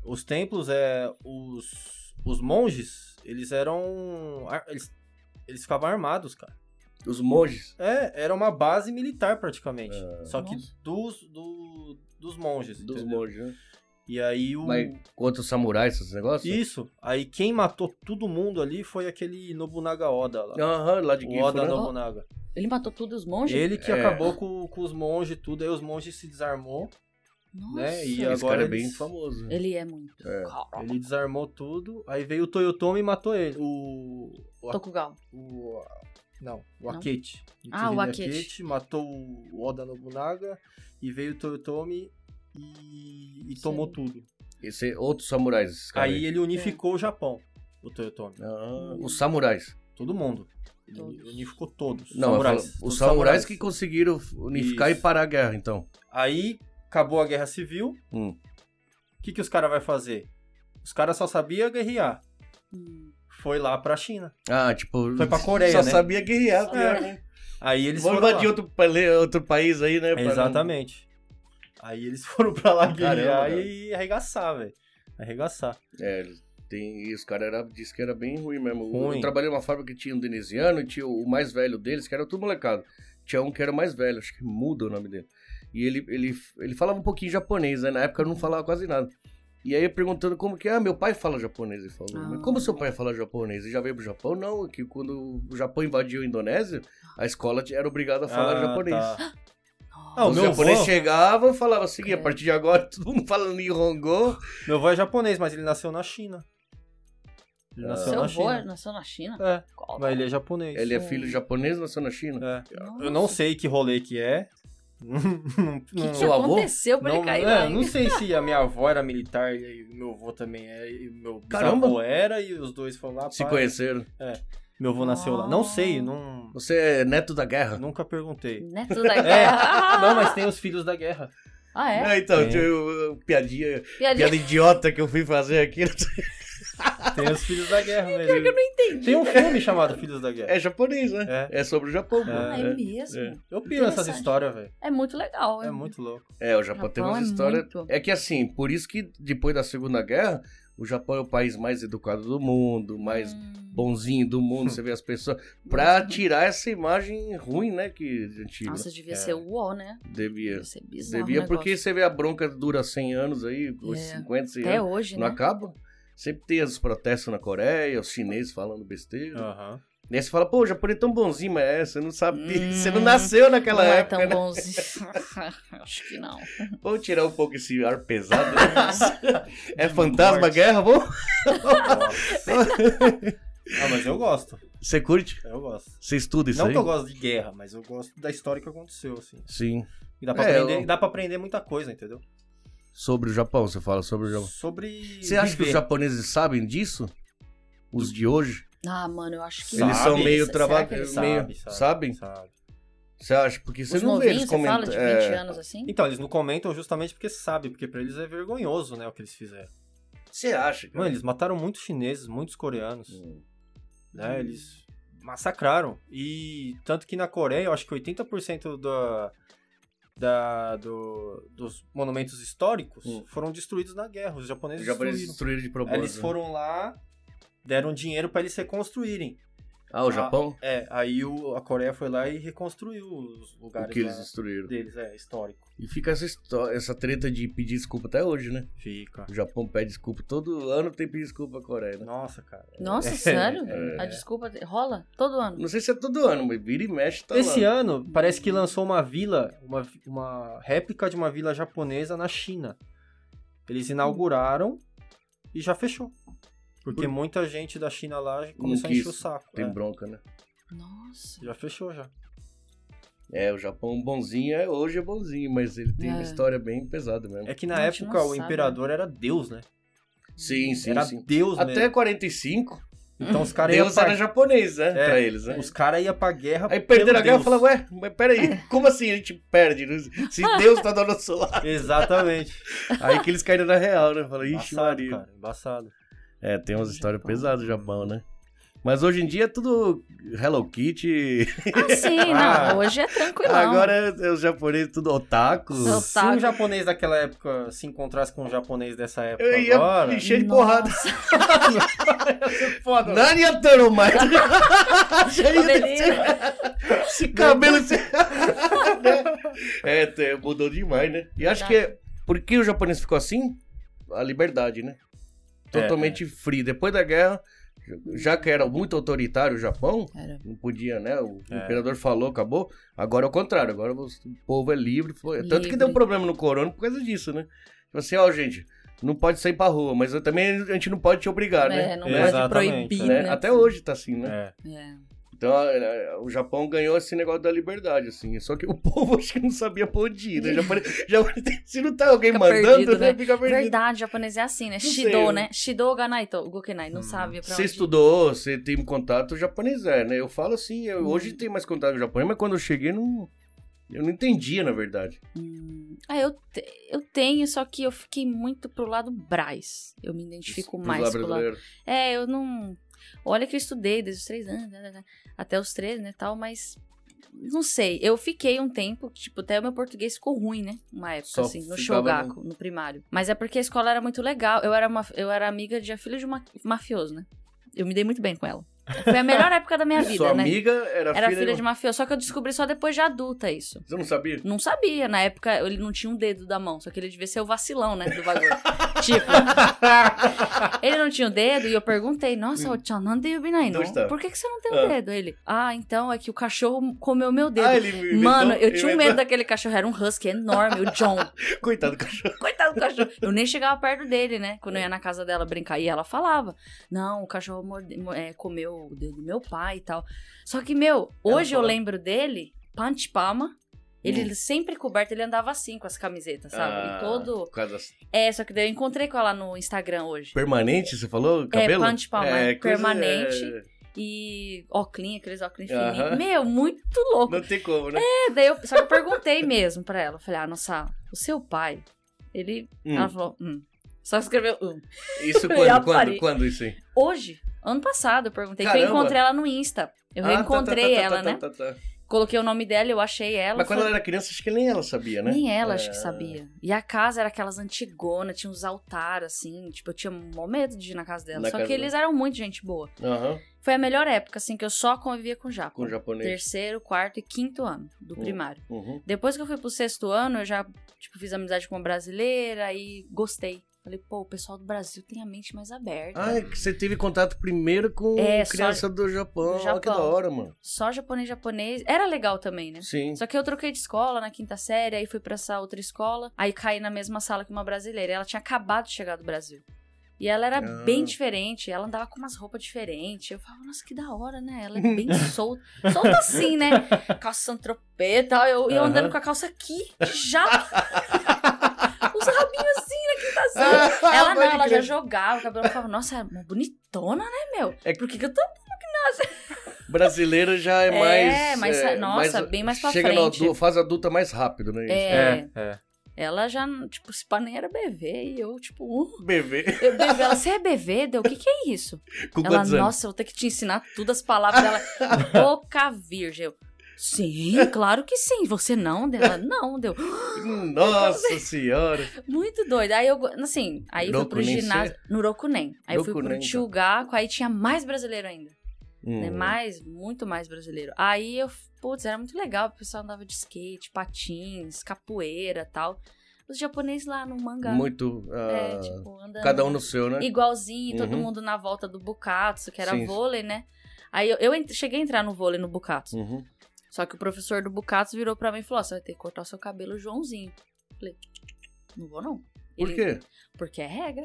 Speaker 3: Os templos, é, os, os monges, eles eram... ar- Eles, eles ficavam armados, cara.
Speaker 1: Os monges.
Speaker 3: É, era uma base militar praticamente.
Speaker 1: Ah.
Speaker 3: Só que
Speaker 2: Nossa.
Speaker 3: dos, do- dos monges.
Speaker 1: Dos
Speaker 3: entendeu?
Speaker 1: monges, né?
Speaker 3: E aí o.
Speaker 1: Mas contra os samurais, esses negócios?
Speaker 3: Isso. Aí quem matou todo mundo ali foi aquele Nobunaga Oda lá.
Speaker 1: Aham, lá de
Speaker 3: o Oda
Speaker 1: Gifu, né?
Speaker 3: Nobunaga.
Speaker 2: Ele matou todos os monges?
Speaker 3: Ele que
Speaker 1: É.
Speaker 3: acabou com, com os monges e tudo, aí os monges se desarmou.
Speaker 2: Nossa.
Speaker 3: né? E
Speaker 1: Esse cara
Speaker 3: agora
Speaker 1: é
Speaker 3: eles-
Speaker 1: bem famoso.
Speaker 2: Ele é muito.
Speaker 1: É.
Speaker 2: Caramba.
Speaker 3: Ele desarmou tudo, aí veio o Toyotomi e matou ele. O. O.
Speaker 2: Tokugawa.
Speaker 3: o- a- não, o
Speaker 2: Não?
Speaker 3: Akechi.
Speaker 2: Ah, o
Speaker 3: Mitsuhide
Speaker 2: Akechi.
Speaker 3: Matou o Oda Nobunaga e veio o Toyotomi e, e
Speaker 2: Sim.
Speaker 3: tomou tudo.
Speaker 1: Esse é outros samurais. Esse cara
Speaker 3: Aí ele unificou o Japão, o Toyotomi.
Speaker 1: é- Ah, os samurais.
Speaker 3: Todo mundo. Ele
Speaker 2: Todos.
Speaker 3: unificou todos.
Speaker 1: Não, eu falo, os
Speaker 3: todos
Speaker 1: samurais, que conseguiram unificar
Speaker 3: Isso.
Speaker 1: e parar a guerra, então.
Speaker 3: Aí acabou a guerra civil. O
Speaker 1: Hum.
Speaker 3: que, que os caras vão fazer? Os caras só sabiam guerrear.
Speaker 2: Hum.
Speaker 3: Foi lá pra China.
Speaker 1: Ah, tipo.
Speaker 3: Foi pra Coreia,
Speaker 1: Só
Speaker 3: né?
Speaker 1: sabia guerrear,
Speaker 2: Só-
Speaker 1: pior, né?
Speaker 3: Aí eles
Speaker 1: Eles vão
Speaker 3: foram
Speaker 1: invadir
Speaker 3: lá.
Speaker 1: outro, pale- (laughs) outro país aí, né? pra não-
Speaker 3: Exatamente. Aí eles (laughs) foram pra lá
Speaker 1: Caramba,
Speaker 3: guerrear
Speaker 1: cara.
Speaker 3: e arregaçar, velho. Arregaçar.
Speaker 1: É, eles- tem, e os caras era- disse que era bem ruim mesmo. Eu-
Speaker 3: Ruim.
Speaker 1: Eu trabalhei numa fábrica que tinha um veneziano e tinha o o mais velho deles, que era tudo molecado. Tinha um que era o mais velho, acho que muda o nome dele. E ele, ele, ele falava um pouquinho japonês, né? Na época eu não falava quase nada. E aí eu perguntando como que é, ah, meu pai fala japonês, ele falou.
Speaker 2: Ah.
Speaker 1: Mas como seu pai fala japonês? Ele já veio pro Japão? Não, é que quando o Japão invadiu a Indonésia, a escola era obrigada a falar
Speaker 3: Ah,
Speaker 1: japonês.
Speaker 3: tá. Ah,
Speaker 2: Nossa.
Speaker 3: o
Speaker 1: Os
Speaker 3: meu
Speaker 1: japoneses
Speaker 3: avô-
Speaker 1: chegavam e falavam assim, a
Speaker 2: Credo.
Speaker 1: partir de agora (laughs) todo mundo fala Nihongo.
Speaker 3: Meu avô é japonês, mas ele nasceu na China. Ele
Speaker 1: Ah.
Speaker 3: nasceu
Speaker 2: Seu
Speaker 3: na
Speaker 2: avô
Speaker 3: China.
Speaker 2: nasceu na China?
Speaker 3: É,
Speaker 2: Qual-
Speaker 3: mas ele é japonês.
Speaker 1: Ele é
Speaker 2: Sim.
Speaker 1: filho de japonês, nasceu na China.
Speaker 3: É.
Speaker 2: Nossa.
Speaker 3: Eu não sei que rolê que é. não,
Speaker 2: O que, que
Speaker 1: Seu avô?
Speaker 2: aconteceu pra
Speaker 3: não,
Speaker 2: ele cair
Speaker 3: é,
Speaker 2: lá? hein?
Speaker 3: não sei se a minha avó era militar e o meu avô também é. E o meu
Speaker 1: Caramba.
Speaker 3: avô era e os dois foram lá.
Speaker 1: Se
Speaker 3: pá,
Speaker 1: conheceram.
Speaker 3: Meu avô nasceu lá. Não
Speaker 2: Ah.
Speaker 3: sei, não,
Speaker 1: Você é neto da guerra?
Speaker 3: nunca perguntei.
Speaker 2: Neto da
Speaker 3: (laughs) É,
Speaker 2: guerra.
Speaker 3: não, mas tem os filhos da guerra.
Speaker 2: Ah, é?
Speaker 1: É, então,
Speaker 3: É.
Speaker 1: tinha eu- eu- piadinha,
Speaker 2: (laughs) Piadinha.
Speaker 1: piada idiota que eu fui fazer aqui. (laughs)
Speaker 3: Tem os filhos da guerra mesmo. eu não entendi. Tem um filme chamado Filhos da Guerra.
Speaker 1: É japonês, né? É, sobre o Japão. pô.
Speaker 2: Ah, é mesmo?
Speaker 1: é.
Speaker 3: Eu piro essas
Speaker 2: Interessante.
Speaker 3: histórias, velho.
Speaker 2: É muito legal.
Speaker 3: É muito louco.
Speaker 1: É, o Japão,
Speaker 2: Japão
Speaker 1: tem umas
Speaker 2: é
Speaker 1: histórias.
Speaker 2: muito.
Speaker 1: É que assim, por isso que depois da Segunda Guerra, o Japão é o país mais educado do mundo, mais
Speaker 2: Hum.
Speaker 1: bonzinho do mundo. você vê as
Speaker 2: (laughs)
Speaker 1: pessoas. Pra tirar essa imagem ruim, né? Que de antigo
Speaker 2: Nossa, devia
Speaker 3: É.
Speaker 2: ser o UOL, né?
Speaker 1: devia.
Speaker 2: Devia ser bizarro.
Speaker 1: Devia,
Speaker 2: o
Speaker 1: porque
Speaker 2: negócio.
Speaker 1: você vê a bronca dura 100 anos aí, os
Speaker 2: É.
Speaker 1: 50, 100
Speaker 2: Até
Speaker 1: anos.
Speaker 2: hoje,
Speaker 1: Não
Speaker 2: né?
Speaker 1: acaba. Sempre tem os protestos na Coreia, os chineses falando besteira.
Speaker 3: Aham.
Speaker 1: Daí você fala, pô, o japonês é tão bonzinho, mas é, você não sabia, (laughs)
Speaker 2: Hum,
Speaker 1: você não nasceu naquela
Speaker 2: não
Speaker 1: época,
Speaker 2: é tão
Speaker 1: né?
Speaker 2: bonzinho. (laughs) Acho
Speaker 1: (laughs)
Speaker 2: que não.
Speaker 1: Vamos tirar um pouco esse ar (laughs) pesado. né? é fantasma, guerra, vamos?
Speaker 3: (laughs) ah, mas eu gosto.
Speaker 1: Você curte?
Speaker 3: Eu gosto.
Speaker 1: Você estuda isso
Speaker 3: não
Speaker 1: aí?
Speaker 3: que eu gosto de guerra, mas eu gosto da história que aconteceu, assim.
Speaker 1: Sim.
Speaker 3: E dá pra,
Speaker 1: É,
Speaker 3: aprender,
Speaker 1: eu-
Speaker 3: e dá pra aprender muita coisa, entendeu?
Speaker 1: Sobre o Japão, você fala sobre o Japão.
Speaker 3: Sobre.
Speaker 1: Você acha que os
Speaker 3: viver.
Speaker 1: japoneses sabem disso? Os de hoje?
Speaker 2: Ah, mano, eu acho que
Speaker 3: Sabe?
Speaker 1: Eles são meio
Speaker 2: Será
Speaker 1: travados.
Speaker 2: que eles
Speaker 3: sabem?
Speaker 1: Meio...
Speaker 3: Sabe,
Speaker 1: Sabem?
Speaker 3: Sabe.
Speaker 1: Você acha? Porque você
Speaker 2: Os
Speaker 1: não vê
Speaker 2: novinhos,
Speaker 1: eles
Speaker 2: você fala
Speaker 1: comentando.
Speaker 2: de 20
Speaker 1: É...
Speaker 2: anos assim?
Speaker 3: Então, eles não comentam justamente porque sabem, porque pra eles é vergonhoso, né, o que eles fizeram.
Speaker 1: Você acha? cara?
Speaker 3: Mano, eles mataram muitos chineses, muitos coreanos.
Speaker 1: Hum.
Speaker 3: né? Eles massacraram. E tanto que na Coreia, eu acho que 80% da, da, do- dos monumentos históricos
Speaker 1: Hum.
Speaker 3: foram destruídos na guerra. Os
Speaker 1: Os
Speaker 3: japoneses
Speaker 1: japoneses
Speaker 3: destruíram.
Speaker 1: destruíram de propósito. né?
Speaker 3: Eles foram lá, deram dinheiro pra eles reconstruírem.
Speaker 1: Ah, o Japão?
Speaker 3: É, aí o- a Coreia foi lá e reconstruiu os
Speaker 1: o
Speaker 3: lugares
Speaker 1: que eles
Speaker 3: lá
Speaker 1: destruíram.
Speaker 3: deles, é, histórico.
Speaker 1: E fica essa, histó- essa treta de pedir desculpa até hoje, né?
Speaker 3: Fica.
Speaker 1: O Japão pede desculpa. Todo ano tem que pedir desculpa à Coreia, né?
Speaker 3: Nossa, cara.
Speaker 1: (laughs)
Speaker 2: Nossa, sério?
Speaker 1: É.
Speaker 2: A desculpa rola todo ano.
Speaker 1: Não sei se é todo ano, mas vira e mexe tá
Speaker 3: Esse
Speaker 1: lá.
Speaker 3: ano, parece que lançou uma vila, uma, uma réplica de uma vila japonesa na China.
Speaker 1: Hum.
Speaker 3: Eles inauguraram e já fechou. Porque
Speaker 1: Por-
Speaker 3: muita gente da China lá
Speaker 1: Não
Speaker 3: começou a
Speaker 1: quis.
Speaker 3: encher o saco.
Speaker 1: Tem
Speaker 3: é.
Speaker 1: bronca, né?
Speaker 2: Nossa.
Speaker 3: Já fechou já.
Speaker 1: É, o Japão bonzinho é, hoje é bonzinho, mas ele tem
Speaker 2: É.
Speaker 1: uma história bem pesada mesmo.
Speaker 3: É que na
Speaker 2: A gente
Speaker 3: época
Speaker 2: não
Speaker 3: o
Speaker 2: sabe,
Speaker 3: imperador era Deus, né?
Speaker 1: Sim, sim,
Speaker 3: era
Speaker 1: sim.
Speaker 3: Deus
Speaker 1: Até
Speaker 3: mesmo.
Speaker 1: 45,
Speaker 3: Então os caras iam
Speaker 1: Deus era
Speaker 3: pra...
Speaker 1: japonês, né?
Speaker 3: É.
Speaker 1: Pra eles, né?
Speaker 3: Os cara ia pra guerra
Speaker 1: Aí perderam
Speaker 3: pelo
Speaker 1: a guerra e
Speaker 3: Deus.
Speaker 1: falaram, ué, mas
Speaker 3: É.
Speaker 1: peraí, como assim a gente perde? né? Se Deus tá do nosso lado.
Speaker 3: Exatamente.
Speaker 1: Aí que eles caíram na real, né? Falaram, (laughs) ixi,
Speaker 3: Embaçado,
Speaker 1: Maria.
Speaker 3: cara. Embaçado.
Speaker 1: É, tem umas histórias
Speaker 2: Japão.
Speaker 1: pesadas do Japão, né? Mas hoje em dia é tudo Hello Kitty.
Speaker 2: (laughs) Ah, sim,
Speaker 3: Ah.
Speaker 2: não. Hoje é
Speaker 1: (laughs)
Speaker 2: tranquilo.
Speaker 1: Agora é, é os japoneses tudo otaku.
Speaker 2: Sou
Speaker 3: Se
Speaker 2: Otaku.
Speaker 3: um japonês daquela época se encontrasse com um japonês dessa época
Speaker 1: Eu ia
Speaker 3: agora...
Speaker 1: me encher é de
Speaker 2: (laughs)
Speaker 1: porrada. (laughs)
Speaker 3: Foda,
Speaker 1: Nani Atano,
Speaker 3: (laughs)
Speaker 1: mas. (laughs)
Speaker 2: Poderia.
Speaker 1: Esse cabelo. esse- (laughs) Né? é, tem- mudou demais, né? E acho que é. Por que o japonês ficou assim? A liberdade, né?
Speaker 3: É,
Speaker 1: Totalmente free. Depois da guerra, Já que era muito autoritário o Japão,
Speaker 2: Era.
Speaker 1: não podia, né? O
Speaker 3: É.
Speaker 1: imperador falou, acabou. Agora é o contrário, agora o povo é livre. foi- Tanto que
Speaker 2: Livre.
Speaker 1: deu um problema no corona por causa disso, né? Tipo assim, ó, gente, não pode sair pra rua, mas eu também a gente não pode te obrigar,
Speaker 2: É,
Speaker 1: né?
Speaker 2: não
Speaker 1: Né?
Speaker 2: pode
Speaker 3: Exatamente,
Speaker 2: proibir,
Speaker 1: Né?
Speaker 2: né?
Speaker 1: Até hoje tá assim, né?
Speaker 3: É.
Speaker 2: É.
Speaker 1: Então, eh, o Japão ganhou esse negócio da liberdade, assim. Só que o (laughs) povo acho que não sabia pra onde ir, né? Já, pare- já (laughs) pare- se não tá alguém
Speaker 2: Fica
Speaker 1: mandando,
Speaker 2: perdido,
Speaker 1: né?
Speaker 2: né?
Speaker 1: Fica perdido.
Speaker 2: Verdade, japonês é assim, né?
Speaker 1: sei,
Speaker 2: Shido,
Speaker 1: eu-
Speaker 2: né? Shido Ganaito, Gokenai, não
Speaker 3: Hum.
Speaker 2: sabe pra
Speaker 1: Você
Speaker 2: onde.
Speaker 1: estudou, você tem contato japonês, é, né? Eu falo assim, eu-
Speaker 2: Hum.
Speaker 1: hoje tem mais contato com o Japão, mas quando eu cheguei, não, eu não entendia, na verdade.
Speaker 2: Hum. Ah, eu, te- eu tenho, só que eu fiquei muito pro lado Braz. Eu me identifico
Speaker 1: Pros
Speaker 2: mais
Speaker 1: lá
Speaker 2: pro lado.
Speaker 1: brasileiro.
Speaker 2: É, eu não. Olha que eu estudei desde os três anos, né, né, né, até os 13, né, tal, mas. Não sei, eu fiquei um tempo, tipo, até o meu português ficou ruim, né? Uma época,
Speaker 1: Só
Speaker 2: assim, no
Speaker 1: ficava
Speaker 2: Shogaku, no primário. Mas é porque a escola era muito legal. Eu era, uma, eu era amiga de a filha de um ma- mafioso, né? Eu me dei muito bem com ela. Foi a melhor época da minha
Speaker 1: (laughs)
Speaker 2: vida,
Speaker 1: Sua
Speaker 2: né?
Speaker 1: amiga era,
Speaker 2: Era
Speaker 1: filha, um
Speaker 2: filha de mafioso, só que eu descobri só depois de adulta isso.
Speaker 1: Você não sabia?
Speaker 2: Não sabia, na época ele não tinha um dedo da mão, só que ele devia ser o vacilão, né,
Speaker 1: (laughs)
Speaker 2: do bagulho. tipo, ele não tinha o dedo e eu perguntei, nossa, o tchan, não deu bem aí,
Speaker 1: Então
Speaker 2: não.
Speaker 1: Hum. está.
Speaker 2: Por que, que você não tem o
Speaker 1: Ah.
Speaker 2: dedo? Ele, ah, então é que o cachorro comeu meu dedo.
Speaker 1: Ah, ele me inventou-
Speaker 2: Mano, eu
Speaker 1: ele
Speaker 2: tinha um
Speaker 1: inventou-
Speaker 2: medo daquele cachorro, era um husky enorme, o John.
Speaker 1: (laughs) Coitado do cachorro.
Speaker 2: Coitado do cachorro. Eu nem chegava perto dele, né? Quando eu
Speaker 1: É.
Speaker 2: ia na casa dela brincar. E ela falava: Não, o cachorro morde- mo- é, comeu o dedo do meu pai e tal. Só que, meu,
Speaker 1: Ela
Speaker 2: hoje eu
Speaker 1: falava.
Speaker 2: lembro dele, Punch Palma. Ele sempre coberto, ele andava assim com as camisetas, sabe?
Speaker 1: Ah,
Speaker 2: E todo.
Speaker 1: Por causa das-
Speaker 2: É, só que daí eu encontrei com ela no Instagram hoje.
Speaker 1: Permanente, você falou? Cabelo?
Speaker 2: punch palm,
Speaker 1: coisa- é,
Speaker 2: é, permanente. E óculos, aqueles óculos
Speaker 1: Aham.
Speaker 2: fininhos. Meu, muito louco.
Speaker 1: não tem como, né?
Speaker 2: É, daí eu, só que eu perguntei mesmo pra ela. Eu Falei, ah, nossa, o seu pai, ele.
Speaker 1: Hum,
Speaker 2: Ela falou, hum. Só escreveu, hum.
Speaker 1: isso
Speaker 2: (laughs) Eu ia
Speaker 1: quando?
Speaker 2: parir.
Speaker 1: Quando? Quando isso aí?
Speaker 2: Hoje, ano passado, eu perguntei. Que eu
Speaker 1: Caramba.
Speaker 2: encontrei ela no Insta. Eu
Speaker 1: Ah, tá, tá, tá,
Speaker 2: reencontrei
Speaker 1: tá,
Speaker 2: ela,
Speaker 1: tá,
Speaker 2: né?
Speaker 1: tá, tá, tá.
Speaker 2: Coloquei o nome dela, eu achei ela.
Speaker 1: Mas quando
Speaker 2: falei-
Speaker 1: ela era criança, acho que nem ela sabia, né?
Speaker 2: Nem ela, acho
Speaker 1: É.
Speaker 2: que sabia. E a casa era aquelas antigonas, tinha uns altares, assim. Tipo, eu tinha mó medo de ir na casa dela.
Speaker 1: Na
Speaker 2: Só
Speaker 1: casa
Speaker 2: que eles eram muito gente boa.
Speaker 1: Aham,
Speaker 2: Foi a melhor época, assim, que eu só convivia com Japa.
Speaker 1: com o japonês.
Speaker 2: Terceiro, quarto e quinto ano do
Speaker 1: Hum.
Speaker 2: primário.
Speaker 1: Uhum.
Speaker 2: Depois que eu fui pro sexto ano, eu já, tipo, fiz amizade com uma brasileira e gostei. Falei, pô, o pessoal do Brasil tem a mente mais aberta.
Speaker 1: Ah, é que você teve contato primeiro com
Speaker 2: É, só-
Speaker 1: criança do Japão.
Speaker 2: do
Speaker 1: Olha que da
Speaker 2: Japão.
Speaker 1: hora, mano.
Speaker 2: Só japonês, japonês. Era legal também, né?
Speaker 1: Sim.
Speaker 2: Só que eu troquei de escola na quinta série, aí fui pra essa outra escola, aí caí na mesma sala que uma brasileira. Ela tinha acabado de chegar do Brasil. E ela era
Speaker 1: Ah.
Speaker 2: bem diferente, ela andava com umas roupas diferentes. Eu falava, nossa, que da hora, né? Ela é
Speaker 1: (laughs)
Speaker 2: bem solta. Solta assim, né? Calça santropê e tal. Eu, eu
Speaker 1: Aham.
Speaker 2: andando com a calça aqui,
Speaker 1: (laughs)
Speaker 2: já. Os rabinhos assim na quinta série.
Speaker 1: Ah,
Speaker 2: Ela não,
Speaker 1: (laughs) pode
Speaker 2: ela já
Speaker 1: crer.
Speaker 2: jogava, o cabelo falava, nossa, é uma bonitona, né, meu?
Speaker 1: É-
Speaker 2: Por que, que eu tô.
Speaker 1: Brasileiro já é,
Speaker 2: É,
Speaker 1: mais.
Speaker 2: mas- nossa, bem mais pra
Speaker 1: chega
Speaker 2: frente.
Speaker 1: Chega na fase adulta mais rápido, né?
Speaker 2: É.
Speaker 3: É, é.
Speaker 2: Ela já, tipo, se pá nem era bebê, e eu, tipo, uh,
Speaker 1: Bebê. (laughs)
Speaker 2: eu bebê. Ela, você é bebê? Deu, o que que é isso?
Speaker 1: Com
Speaker 2: ela,
Speaker 1: quantos anos?
Speaker 2: nossa, eu vou ter que te ensinar todas as palavras
Speaker 1: (laughs)
Speaker 2: dela. Boca virgem. Eu, sim, claro que sim. Você não, dela, não, deu.
Speaker 1: Nossa senhora.
Speaker 2: Muito doido. Aí eu, go- assim, aí eu fui pro
Speaker 1: Rokunen,
Speaker 2: ginásio, no Rokunen. Aí eu fui
Speaker 1: Rokunen,
Speaker 2: pro
Speaker 1: então.
Speaker 2: Tchugaco, aí tinha mais brasileiro ainda. né?
Speaker 1: Hum.
Speaker 2: Mais, muito mais brasileiro. Aí eu, putz, era muito legal, o pessoal andava de skate, patins, capoeira tal. Os japoneses lá no mangá.
Speaker 1: Muito. ah,
Speaker 2: é, tipo, andando.
Speaker 1: cada um no seu, né?
Speaker 2: Igualzinho, todo
Speaker 1: Uhum.
Speaker 2: mundo na volta do Bukatsu, que era
Speaker 1: Sim.
Speaker 2: vôlei, né? Aí eu, eu ent- cheguei a entrar no vôlei no Bukatsu.
Speaker 1: Uhum.
Speaker 2: Só que o professor do Bukatsu virou pra mim e falou: "Ó, você vai ter que cortar o seu cabelo, Joãozinho. Falei, não vou não.
Speaker 1: Por
Speaker 2: Ele-
Speaker 1: quê?
Speaker 2: Porque é regra.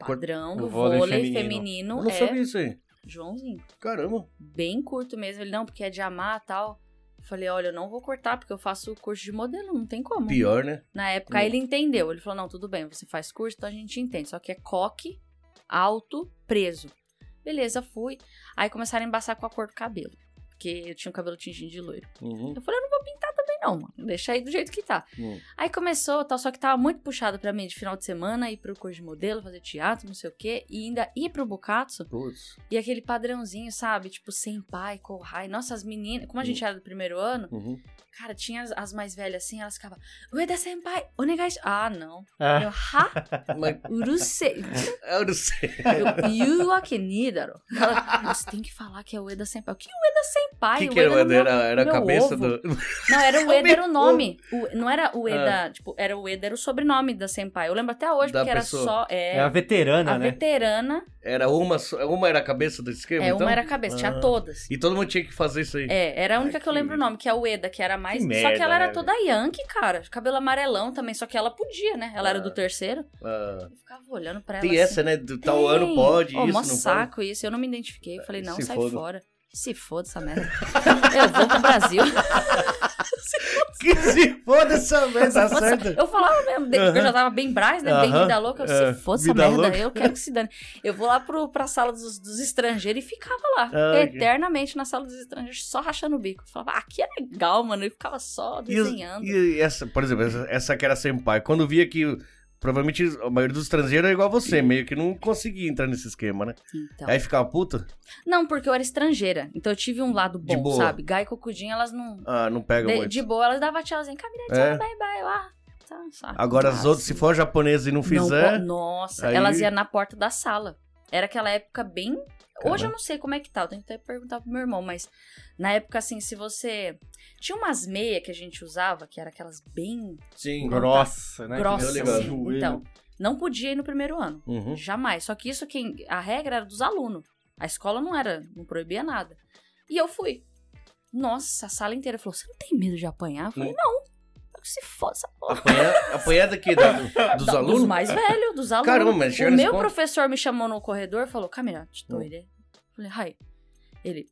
Speaker 1: Cor-
Speaker 2: Padrão do
Speaker 3: o vôlei
Speaker 2: vôlei,
Speaker 3: feminino.
Speaker 2: feminino,
Speaker 1: Eu não
Speaker 2: é
Speaker 1: sabia isso aí.
Speaker 2: Joãozinho
Speaker 1: Caramba.
Speaker 2: bem curto mesmo. Ele, não, porque é de amar e tal. Eu Falei, olha, eu não vou cortar, porque eu faço curso de modelo, não tem como.
Speaker 1: Pior, né?
Speaker 2: Na época, aí ele entendeu. Ele falou, não, tudo bem, você faz curso, então a gente entende. Só que é coque, alto, preso. Beleza, fui. Aí começaram a embaçar com a cor do cabelo. Porque eu tinha o cabelo tingido de loiro.
Speaker 1: Uhum.
Speaker 2: Eu falei, eu não vou pintar também não, mano. Deixa aí do jeito que tá.
Speaker 1: Hum.
Speaker 2: Aí começou, tal, só que tava muito puxado pra mim de final de semana, ir pro curso de modelo, fazer teatro, não sei o quê. E ainda ir pro Bukatsu,
Speaker 1: Putz.
Speaker 2: e aquele padrãozinho, sabe? Tipo, sem pai, corrai. Nossa, as meninas. Como a gente era do primeiro ano,
Speaker 1: Uhum.
Speaker 2: cara, tinha as, as mais velhas assim, elas ficavam. Ueda senpai, onegai. shi-" Ah, não.
Speaker 3: Ah.
Speaker 2: Eu, ha,
Speaker 1: Mas
Speaker 2: urusei.
Speaker 1: eu não sei.
Speaker 2: Eu, you akenidaro. Ela, Você tem que falar que é o Ueda senpai. O que é o Ueda senpai?
Speaker 1: O que, que era?
Speaker 2: Ueda no
Speaker 1: Era,
Speaker 2: meu-
Speaker 1: era a
Speaker 2: meu
Speaker 1: cabeça
Speaker 2: ovo.
Speaker 1: do.
Speaker 2: Não, era o Ueda era o nome. O- não era Ueda, tipo, era Ueda, era o sobrenome da Senpai. Eu lembro até hoje,
Speaker 1: Da
Speaker 2: porque era
Speaker 1: pessoa.
Speaker 2: só.
Speaker 3: É,
Speaker 2: É,
Speaker 3: a veterana,
Speaker 2: a
Speaker 3: né?
Speaker 2: veterana,
Speaker 1: Era uma, só- uma era a cabeça do esquema,
Speaker 2: é,
Speaker 1: então?
Speaker 2: uma era a cabeça, tinha
Speaker 1: Ah.
Speaker 2: todas.
Speaker 1: E todo mundo tinha que fazer isso aí.
Speaker 2: É, era a única
Speaker 1: Ai,
Speaker 2: que, eu
Speaker 1: que-
Speaker 2: lembro o nome, que é a Ueda, que era mais.
Speaker 3: Que
Speaker 2: só
Speaker 3: merda,
Speaker 2: que ela era
Speaker 3: né,
Speaker 2: toda Yankee, cara. Cabelo amarelão também, só que ela podia, né? Ela era do
Speaker 1: Ah.
Speaker 2: terceiro.
Speaker 1: Ah,
Speaker 2: Eu ficava olhando pra ela.
Speaker 1: tem
Speaker 2: assim,
Speaker 1: essa, né? Do tal
Speaker 2: Tem.
Speaker 1: ano pode,
Speaker 2: Ô,
Speaker 1: isso
Speaker 2: mó
Speaker 1: não pode.
Speaker 2: saco isso. Eu não me identifiquei. Eu falei, não,
Speaker 1: Se
Speaker 2: sai
Speaker 1: foda.
Speaker 2: fora. Se foda essa merda. (laughs) eu vou pro Brasil.
Speaker 1: Que (laughs) se foda essa
Speaker 2: (laughs)
Speaker 1: merda, (laughs) tá
Speaker 2: Nossa,
Speaker 1: certo?
Speaker 2: eu falava mesmo, de- porque eu já tava bem Braz, né? Bem
Speaker 1: Aham,
Speaker 2: vida louca. Eu,
Speaker 1: é,
Speaker 2: se foda essa
Speaker 1: vida
Speaker 2: merda,
Speaker 1: louca.
Speaker 2: eu quero que se dane. Eu vou lá pro, pra sala dos, dos estrangeiros e ficava lá.
Speaker 1: Ah, ok.
Speaker 2: eternamente na sala dos estrangeiros, só rachando o bico. Eu falava, ah, aqui é legal, mano. E ficava só
Speaker 1: E os-
Speaker 2: desenhando.
Speaker 1: E essa, por exemplo, essa, essa que era senpai. Quando via que provavelmente a maioria dos estrangeiros é igual a você, meio que não conseguia entrar nesse esquema, né?
Speaker 2: Então.
Speaker 1: Aí ficava puta,
Speaker 2: Não, porque eu era estrangeira. Então eu tive um lado
Speaker 1: De
Speaker 2: bom,
Speaker 1: boa.
Speaker 2: sabe? Gai e Cocudinha, elas não.
Speaker 1: ah, não pega
Speaker 2: De,
Speaker 1: muito.
Speaker 2: de boa, elas davam tchauzinho. Caminhante,
Speaker 1: É.
Speaker 2: tchau, bye bye lá. Tá, sabe?
Speaker 1: Agora
Speaker 2: Ah,
Speaker 1: as outras, se
Speaker 2: sim.
Speaker 1: for japonês e não
Speaker 2: Não
Speaker 1: fizer,
Speaker 2: po- nossa,
Speaker 1: aí-
Speaker 2: elas iam na porta da sala. Era aquela época bem. Hoje
Speaker 1: Caramba.
Speaker 2: eu não sei como é que tá, eu tenho que até perguntar pro meu irmão, mas na época, assim, se você. Tinha umas meias que a gente usava, que era aquelas bem
Speaker 1: sim.
Speaker 3: Grossa, né?
Speaker 2: grossas.
Speaker 1: Né, eu ligado.
Speaker 2: assim. Então, não podia ir no primeiro ano.
Speaker 1: Uhum.
Speaker 2: Jamais. Só que isso quem. A regra era dos alunos. A escola não era, não proibia nada. E eu fui. Nossa, a sala inteira falou: você não tem medo de apanhar? Eu
Speaker 1: Né?
Speaker 2: falei, não. Se foda essa porra.
Speaker 1: Apanhar, apanhar daqui da, dos
Speaker 2: Da-
Speaker 1: alunos?
Speaker 2: Dos mais velhos, dos alunos.
Speaker 1: Caramba, mas
Speaker 2: o
Speaker 1: chega nesse
Speaker 2: meu
Speaker 1: ponto.
Speaker 2: professor me chamou no corredor e falou, Camila, te
Speaker 1: Hum.
Speaker 2: dou ideia. Falei, Rai. Ele,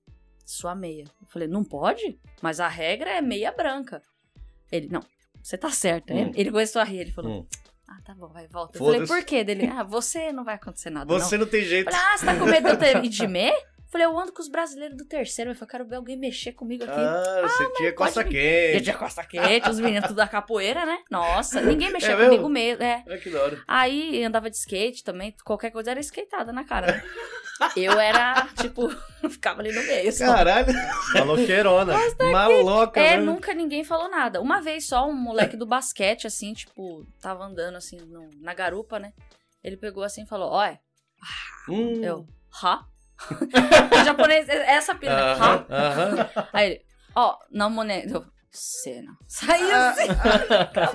Speaker 2: sua meia. Eu falei, não pode? Mas a regra é meia branca. Ele, não, você tá certa. né?
Speaker 1: Hum.
Speaker 2: Ele começou a rir, ele falou,
Speaker 1: Hum.
Speaker 2: ah, tá bom, vai, volta. Eu falei,
Speaker 1: Foda-se.
Speaker 2: por quê? Dele, ah, você não vai acontecer nada, não.
Speaker 1: Você não tem
Speaker 2: Eu
Speaker 1: jeito.
Speaker 2: Falei, ah, você tá com medo de eu ter... e de me? Eu Falei, eu ando com os brasileiros do terceiro. Eu falei, eu quero ver alguém mexer comigo aqui.
Speaker 1: Ah, você tinha costa
Speaker 2: pode Eu
Speaker 1: quente.
Speaker 2: tinha costa quente, os meninos tudo da capoeira, né? Nossa, ninguém mexia
Speaker 1: É mesmo?
Speaker 2: comigo mesmo. É.
Speaker 1: Olha que da hora.
Speaker 2: Aí andava de skate também, qualquer coisa era skateada na cara. né? Eu era, tipo, (laughs) ficava ali no meio. só.
Speaker 1: Caralho,
Speaker 3: Falou cheirona.
Speaker 1: maloca,
Speaker 2: é,
Speaker 1: né?
Speaker 2: nunca ninguém falou nada. Uma vez só, um moleque do basquete, assim, tipo, tava andando assim no- na garupa, né? Ele pegou assim e falou, olha,
Speaker 1: Hum.
Speaker 2: eu, ha? (laughs) o japonês, essa pira, né?
Speaker 1: Aham,
Speaker 2: ha?
Speaker 1: aham.
Speaker 2: Aí ele, ó, não monei. Eu, cena. Saiu
Speaker 1: Ah,
Speaker 2: assim.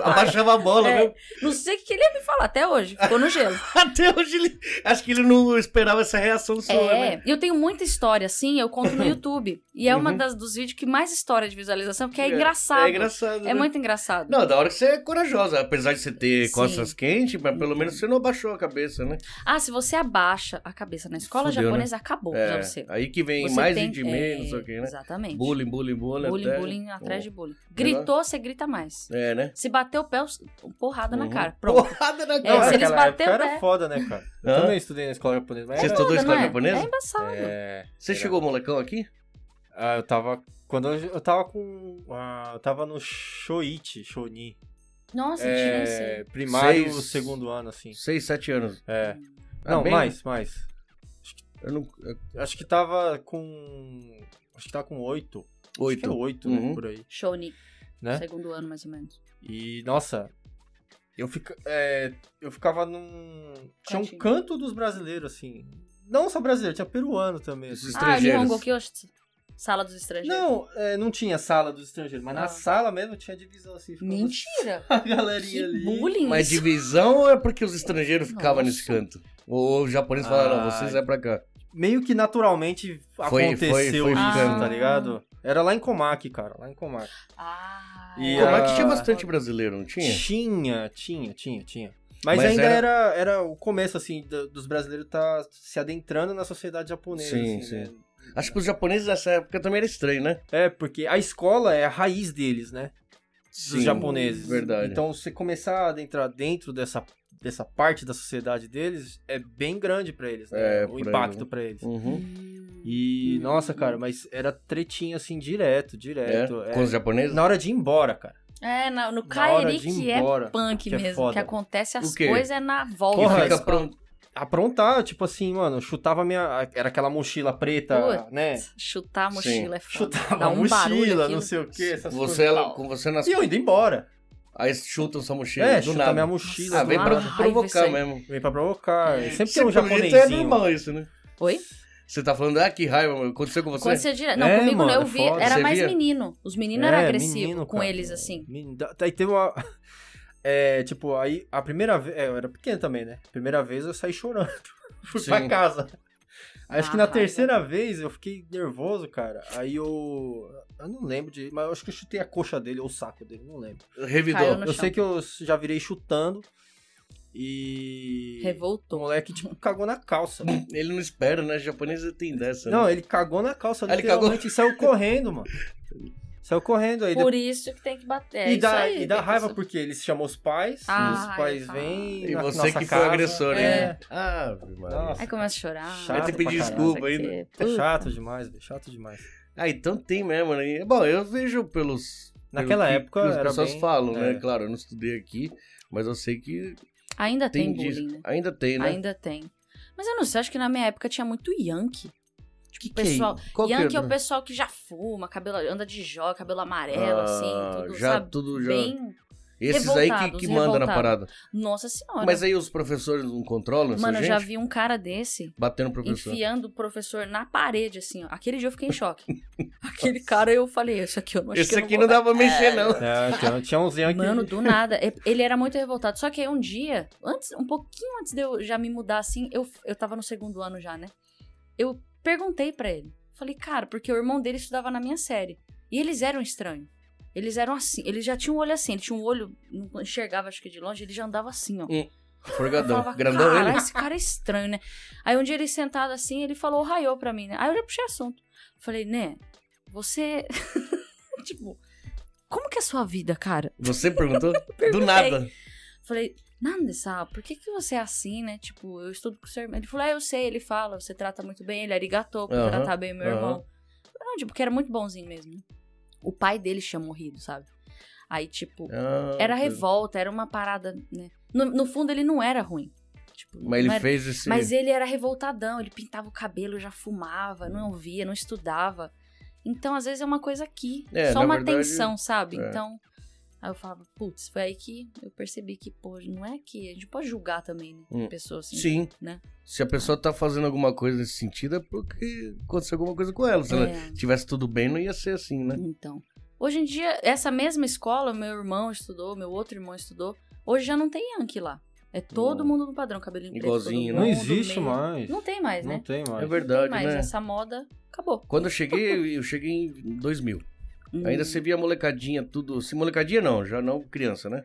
Speaker 1: (laughs) Abaixava a bola,
Speaker 2: É.
Speaker 1: viu?
Speaker 2: Não sei o que que ele ia me falar até hoje. Ficou
Speaker 1: (laughs)
Speaker 2: no gelo.
Speaker 1: Até hoje ele. Acho que ele não esperava essa reação sua,
Speaker 2: É,
Speaker 1: né?
Speaker 2: eu tenho muita história, assim, eu conto
Speaker 1: (coughs)
Speaker 2: no YouTube. E é uma
Speaker 1: Uhum.
Speaker 2: das dos vídeos que mais história de visualização, porque é,
Speaker 1: É,
Speaker 2: engraçado.
Speaker 1: É
Speaker 2: É,
Speaker 1: engraçado. né?
Speaker 2: muito engraçado.
Speaker 1: Não, da hora que você é corajosa, apesar de você ter
Speaker 2: Sim. Uhum.
Speaker 1: costas quentes, mas pelo menos você não abaixou a cabeça, né?
Speaker 2: Ah, se você abaixa a cabeça na escola
Speaker 1: Fudeu,
Speaker 2: japonesa, acabou
Speaker 1: É,
Speaker 2: pra você.
Speaker 1: Aí que vem
Speaker 2: Você
Speaker 1: mais
Speaker 2: tem-
Speaker 1: e de
Speaker 2: é,
Speaker 1: menos, não sei o que, né?
Speaker 2: Exatamente.
Speaker 1: Bullying, bullying, bullying.
Speaker 2: bullying,
Speaker 1: até-
Speaker 2: bullying atrás de bullying. Gritou, você grita mais.
Speaker 1: É, né?
Speaker 2: Se bater o pé, porrada na
Speaker 1: Uhum.
Speaker 2: cara. Pronto.
Speaker 1: Porrada na
Speaker 2: É, se
Speaker 1: cara.
Speaker 2: eles
Speaker 3: Naquela
Speaker 2: bateram
Speaker 3: época
Speaker 2: o
Speaker 3: era
Speaker 2: pé.
Speaker 3: foda, né, cara? Eu
Speaker 1: Hã?
Speaker 3: também estudei na escola japonesa, mas
Speaker 1: Você
Speaker 3: era-
Speaker 1: estudou
Speaker 2: Foda,
Speaker 1: história
Speaker 2: não é?
Speaker 1: japonesa?
Speaker 2: É embaçado.
Speaker 3: É,
Speaker 1: Você chegou molecão aqui?
Speaker 3: ah, eu tava. Quando eu, eu tava com. ah, eu tava no Shoichi, Shoni.
Speaker 2: Nossa, tinha
Speaker 3: É,
Speaker 2: assim.
Speaker 3: primário,
Speaker 1: Seis.
Speaker 3: segundo ano, assim.
Speaker 1: 6, 7 anos.
Speaker 3: É.
Speaker 1: Ah,
Speaker 3: Não,
Speaker 1: bem-
Speaker 3: mais, mais.
Speaker 1: Eu não...
Speaker 3: Acho que tava com. Acho que tava com oito. Acho que é
Speaker 1: 8.
Speaker 3: oito,
Speaker 1: Uhum.
Speaker 3: né? Por aí.
Speaker 2: Shoni,
Speaker 3: Né?
Speaker 2: segundo ano mais ou menos. Ah,
Speaker 3: E, nossa, eu, fica, é, eu ficava num. Tinha um
Speaker 2: Cantinho.
Speaker 3: canto dos brasileiros, assim. Não só brasileiro, tinha peruano também. assim.
Speaker 1: Esses
Speaker 2: Ah, de
Speaker 1: estrangeiros.
Speaker 2: Hongo Kyoshi, sala dos estrangeiros.
Speaker 3: Não, é, não tinha sala dos estrangeiros, mas na
Speaker 2: Ah.
Speaker 3: sala mesmo tinha divisão assim. ficava
Speaker 2: Mentira.
Speaker 3: A galerinha
Speaker 2: Que
Speaker 3: (laughs) ali.
Speaker 2: bullying
Speaker 1: Mas
Speaker 2: isso.
Speaker 1: divisão ou é porque os estrangeiros ficavam
Speaker 2: Nossa.
Speaker 1: nesse canto? Ou os japoneses falaram, não,
Speaker 3: Ah,
Speaker 1: vocês é pra cá.
Speaker 3: Meio que naturalmente
Speaker 1: foi
Speaker 3: aconteceu
Speaker 1: ficando.
Speaker 3: isso,
Speaker 2: Ah.
Speaker 3: tá ligado? Era lá em Comac, cara, lá em Comac.
Speaker 2: Ah,
Speaker 3: E
Speaker 1: Como é
Speaker 3: a-
Speaker 1: que tinha bastante brasileiro, não tinha?
Speaker 3: Tinha, tinha, tinha, tinha. Mas,
Speaker 1: Mas
Speaker 3: ainda
Speaker 1: era-
Speaker 3: era... Era, o começo, assim, do- dos brasileiros tá se adentrando na sociedade japonesa.
Speaker 1: Sim,
Speaker 3: assim,
Speaker 1: sim.
Speaker 3: né?
Speaker 1: Acho que os japoneses nessa época também era estranho, né?
Speaker 3: É, porque a escola é a raiz deles, né? Dos japoneses.
Speaker 1: Verdade.
Speaker 3: Então, você começar a adentrar dentro dessa, dessa parte da sociedade deles é bem grande pra eles, né?
Speaker 1: É,
Speaker 3: o
Speaker 1: pra eles,
Speaker 3: impacto
Speaker 1: né?
Speaker 3: pra eles.
Speaker 1: Uhum.
Speaker 3: E, nossa, cara, mas era tretinha, assim, direto,
Speaker 1: É,
Speaker 3: direto. É,
Speaker 1: Com os japoneses?
Speaker 3: Na hora de ir embora, cara.
Speaker 2: É, na- no
Speaker 3: Na hora
Speaker 2: Kairi
Speaker 3: de
Speaker 2: que
Speaker 3: ir
Speaker 2: é
Speaker 3: embora.
Speaker 2: punk
Speaker 3: que é
Speaker 2: mesmo.
Speaker 3: foda.
Speaker 2: que acontece as
Speaker 1: O quê?
Speaker 2: coisas é na volta.
Speaker 1: E
Speaker 3: Porra,
Speaker 2: da
Speaker 1: fica
Speaker 2: escola.
Speaker 1: pronto.
Speaker 3: aprontar, tipo assim, mano, eu chutava minha. Era aquela mochila preta,
Speaker 2: Putz.
Speaker 3: né?
Speaker 2: Chutar a mochila é foda.
Speaker 3: Chutava
Speaker 2: Dá
Speaker 3: a
Speaker 2: um barulho
Speaker 3: mochila,
Speaker 2: aquilo.
Speaker 3: não sei o que, essas
Speaker 1: Você, é
Speaker 3: coisas.
Speaker 1: ela- com você nas...
Speaker 3: E eu indo embora.
Speaker 1: Aí chutam sua mochila,
Speaker 3: É,
Speaker 1: do
Speaker 3: chuta
Speaker 1: nada.
Speaker 3: minha mochila.
Speaker 1: Ah,
Speaker 3: do
Speaker 1: vem
Speaker 2: Dá
Speaker 3: nada.
Speaker 1: pra
Speaker 2: uma raiva isso
Speaker 1: provocar É
Speaker 2: aí.
Speaker 1: mesmo.
Speaker 3: Vem pra provocar. Sempre tem
Speaker 1: Sim, pelo
Speaker 3: um
Speaker 1: jeito
Speaker 3: japonesinho.
Speaker 1: É normal isso, né?
Speaker 2: Oi?
Speaker 1: Você tá falando, ah, que raiva, mano, aconteceu com você?
Speaker 2: Quando você dire... Não,
Speaker 3: É,
Speaker 2: comigo
Speaker 3: mano,
Speaker 2: não,
Speaker 3: é
Speaker 2: eu vi.
Speaker 3: foda.
Speaker 2: Era
Speaker 1: Você
Speaker 2: mais
Speaker 1: via?
Speaker 2: menino. Os meninos eram
Speaker 3: É,
Speaker 2: agressivos
Speaker 3: menino,
Speaker 2: com
Speaker 3: cara.
Speaker 2: eles, assim.
Speaker 3: Menino, da- Daí teve uma. (laughs) É, tipo, aí a primeira vez. É, eu era pequeno também, né? Primeira vez eu saí chorando. (laughs) Fui pra
Speaker 1: Sim.
Speaker 3: casa. Acho que
Speaker 2: Ah,
Speaker 3: na
Speaker 2: raiva.
Speaker 3: terceira vez eu fiquei nervoso, cara. Aí eu. Eu não lembro de. Mas eu acho que eu chutei a coxa dele ou o saco dele, não lembro.
Speaker 1: Revidou.
Speaker 2: Caiu no
Speaker 3: eu
Speaker 2: chão.
Speaker 3: sei que eu já virei chutando. E. O
Speaker 2: Revoltou.
Speaker 3: moleque, tipo, cagou na calça.
Speaker 1: Ele não espera, né? Os japoneses têm dessa. né?
Speaker 3: Não, ele cagou na calça,
Speaker 1: Ah, ele
Speaker 3: literalmente, e saiu
Speaker 1: (laughs)
Speaker 3: correndo, mano. Saiu correndo aí.
Speaker 2: Por isso que tem que bater. É
Speaker 3: e,
Speaker 2: isso
Speaker 3: dá,
Speaker 2: aí,
Speaker 3: e dá
Speaker 2: tem que
Speaker 3: raiva
Speaker 2: ser-
Speaker 3: porque eles chamam os pais,
Speaker 2: Ah,
Speaker 3: os pais
Speaker 2: raiva.
Speaker 3: vêm.
Speaker 1: E
Speaker 3: na
Speaker 1: você
Speaker 3: nossa
Speaker 1: que foi
Speaker 3: casa.
Speaker 1: o agressor ainda.
Speaker 3: É.
Speaker 1: Ah,
Speaker 3: Nossa.
Speaker 2: Aí começa a chorar.
Speaker 3: Chato
Speaker 1: Vai ter que pedir
Speaker 3: pra caralho.
Speaker 1: desculpa
Speaker 2: Isso
Speaker 1: ainda.
Speaker 2: aqui,
Speaker 1: Tá
Speaker 3: É
Speaker 2: puta.
Speaker 3: chato demais, velho. Chato demais.
Speaker 1: Ah, então tem mesmo, né? Bom, eu vejo pelos.
Speaker 3: Naquela
Speaker 1: pelo que-
Speaker 3: época
Speaker 1: que As
Speaker 3: era
Speaker 1: pessoas
Speaker 3: bem-
Speaker 1: falam,
Speaker 3: é.
Speaker 1: né? Claro, eu não estudei aqui, mas eu sei que
Speaker 2: Ainda tem,
Speaker 1: tem disso.
Speaker 2: bullying, né?
Speaker 1: Ainda tem, né?
Speaker 2: Ainda tem. Mas eu não sei, acho que na minha época tinha muito Yankee. Tipo,
Speaker 1: que é
Speaker 2: pessoal.
Speaker 1: Qual que
Speaker 2: Yankee é
Speaker 1: né?
Speaker 2: o pessoal que já fuma, cabelo, anda de jó, cabelo amarelo,
Speaker 1: Ah,
Speaker 2: assim, tudo,
Speaker 1: já,
Speaker 2: sabe?
Speaker 1: tudo já.
Speaker 2: Bem.
Speaker 1: Esses aí que,
Speaker 2: revoltados,
Speaker 1: que mandam na
Speaker 2: revoltados.
Speaker 1: parada.
Speaker 2: Nossa senhora.
Speaker 1: Mas aí os professores não controlam
Speaker 2: Mano, eu
Speaker 1: essa
Speaker 2: já
Speaker 1: gente?
Speaker 2: vi um cara desse
Speaker 1: Batendo o professor.
Speaker 2: enfiando o professor na parede, assim, ó. Aquele dia eu fiquei em choque.
Speaker 1: (laughs)
Speaker 2: Aquele cara, eu falei, isso aqui eu não acho
Speaker 1: Esse
Speaker 2: que eu
Speaker 1: aqui
Speaker 2: vou
Speaker 1: não dá
Speaker 2: (laughs)
Speaker 1: pra mexer, não.
Speaker 3: É, então, tinha uns Yankee.
Speaker 2: Mano,
Speaker 1: (laughs)
Speaker 2: do nada. É- Ele era muito revoltado. Só que aí um dia, antes, um pouquinho antes de eu já me mudar assim, eu, eu tava no segundo ano já, né? Eu perguntei pra ele. Falei, cara, porque o irmão dele estudava na minha série. E eles eram estranhos. Eles eram assim. Eles já tinham um olho assim. Ele tinha um olho, não enxergava, acho que de longe. Ele já andava assim, ó. Eu
Speaker 1: Forgadão.
Speaker 2: falava,
Speaker 1: Grandão
Speaker 2: "Caralho,
Speaker 1: ele.
Speaker 2: esse cara é estranho, né? Aí um dia ele sentado assim, ele falou raiô pra mim, né? Aí eu já puxei assunto. Falei, né, você... (laughs) tipo, como que é a sua vida, cara?
Speaker 1: Você perguntou? Do
Speaker 2: (laughs) Perguntei.
Speaker 1: nada.
Speaker 2: Falei, nada, sabe? Por que, que você é assim, né? Tipo, eu estudo com seu irmão. Ele falou, é, eu sei, ele fala, você trata muito bem, ele arigatou por
Speaker 1: Aham,
Speaker 2: tratar bem meu
Speaker 1: aham.
Speaker 2: irmão. Eu Não, tipo, que era muito bonzinho mesmo. né? O pai dele chamou rido, sabe? Aí, tipo,
Speaker 1: Ah,
Speaker 2: era
Speaker 1: tá.
Speaker 2: revolta, era uma parada, né? No, no fundo, ele não era ruim. Tipo,
Speaker 1: Mas ele
Speaker 2: não era-
Speaker 1: fez esse.
Speaker 2: Mas ele era revoltadão, ele pintava o cabelo, já fumava, não ouvia, não estudava. Então, às vezes, é uma coisa aqui.
Speaker 1: É,
Speaker 2: só
Speaker 1: na
Speaker 2: uma
Speaker 1: verdade,
Speaker 2: tensão, sabe?
Speaker 1: é.
Speaker 2: Então, aí eu falava, putz, foi aí que eu percebi que, pô, não é que a gente pode julgar também, né?
Speaker 1: Hum.
Speaker 2: Pessoa assim.
Speaker 1: Sim.
Speaker 2: né?
Speaker 1: Se a pessoa tá fazendo alguma coisa nesse sentido, é porque aconteceu alguma coisa com ela. Se ela
Speaker 2: É,
Speaker 1: tivesse tudo bem, não ia ser assim, né?
Speaker 2: então. Hoje em dia, essa mesma escola, meu irmão estudou, meu outro irmão estudou. Hoje já não tem Yankee lá. É todo
Speaker 1: Hum.
Speaker 2: mundo no padrão, cabelinho preto.
Speaker 1: Igualzinho, né?
Speaker 2: todo
Speaker 3: não
Speaker 2: mundo
Speaker 3: existe
Speaker 2: meio-
Speaker 3: mais.
Speaker 2: Não tem mais,
Speaker 3: Não
Speaker 2: né?
Speaker 3: tem mais.
Speaker 1: É verdade,
Speaker 2: não tem mais.
Speaker 1: né?
Speaker 2: Essa moda acabou.
Speaker 1: Quando eu cheguei, eu cheguei em 2000. Ainda
Speaker 2: Hum.
Speaker 1: você via a molecadinha, tudo. Se molecadinha não, já não criança, né?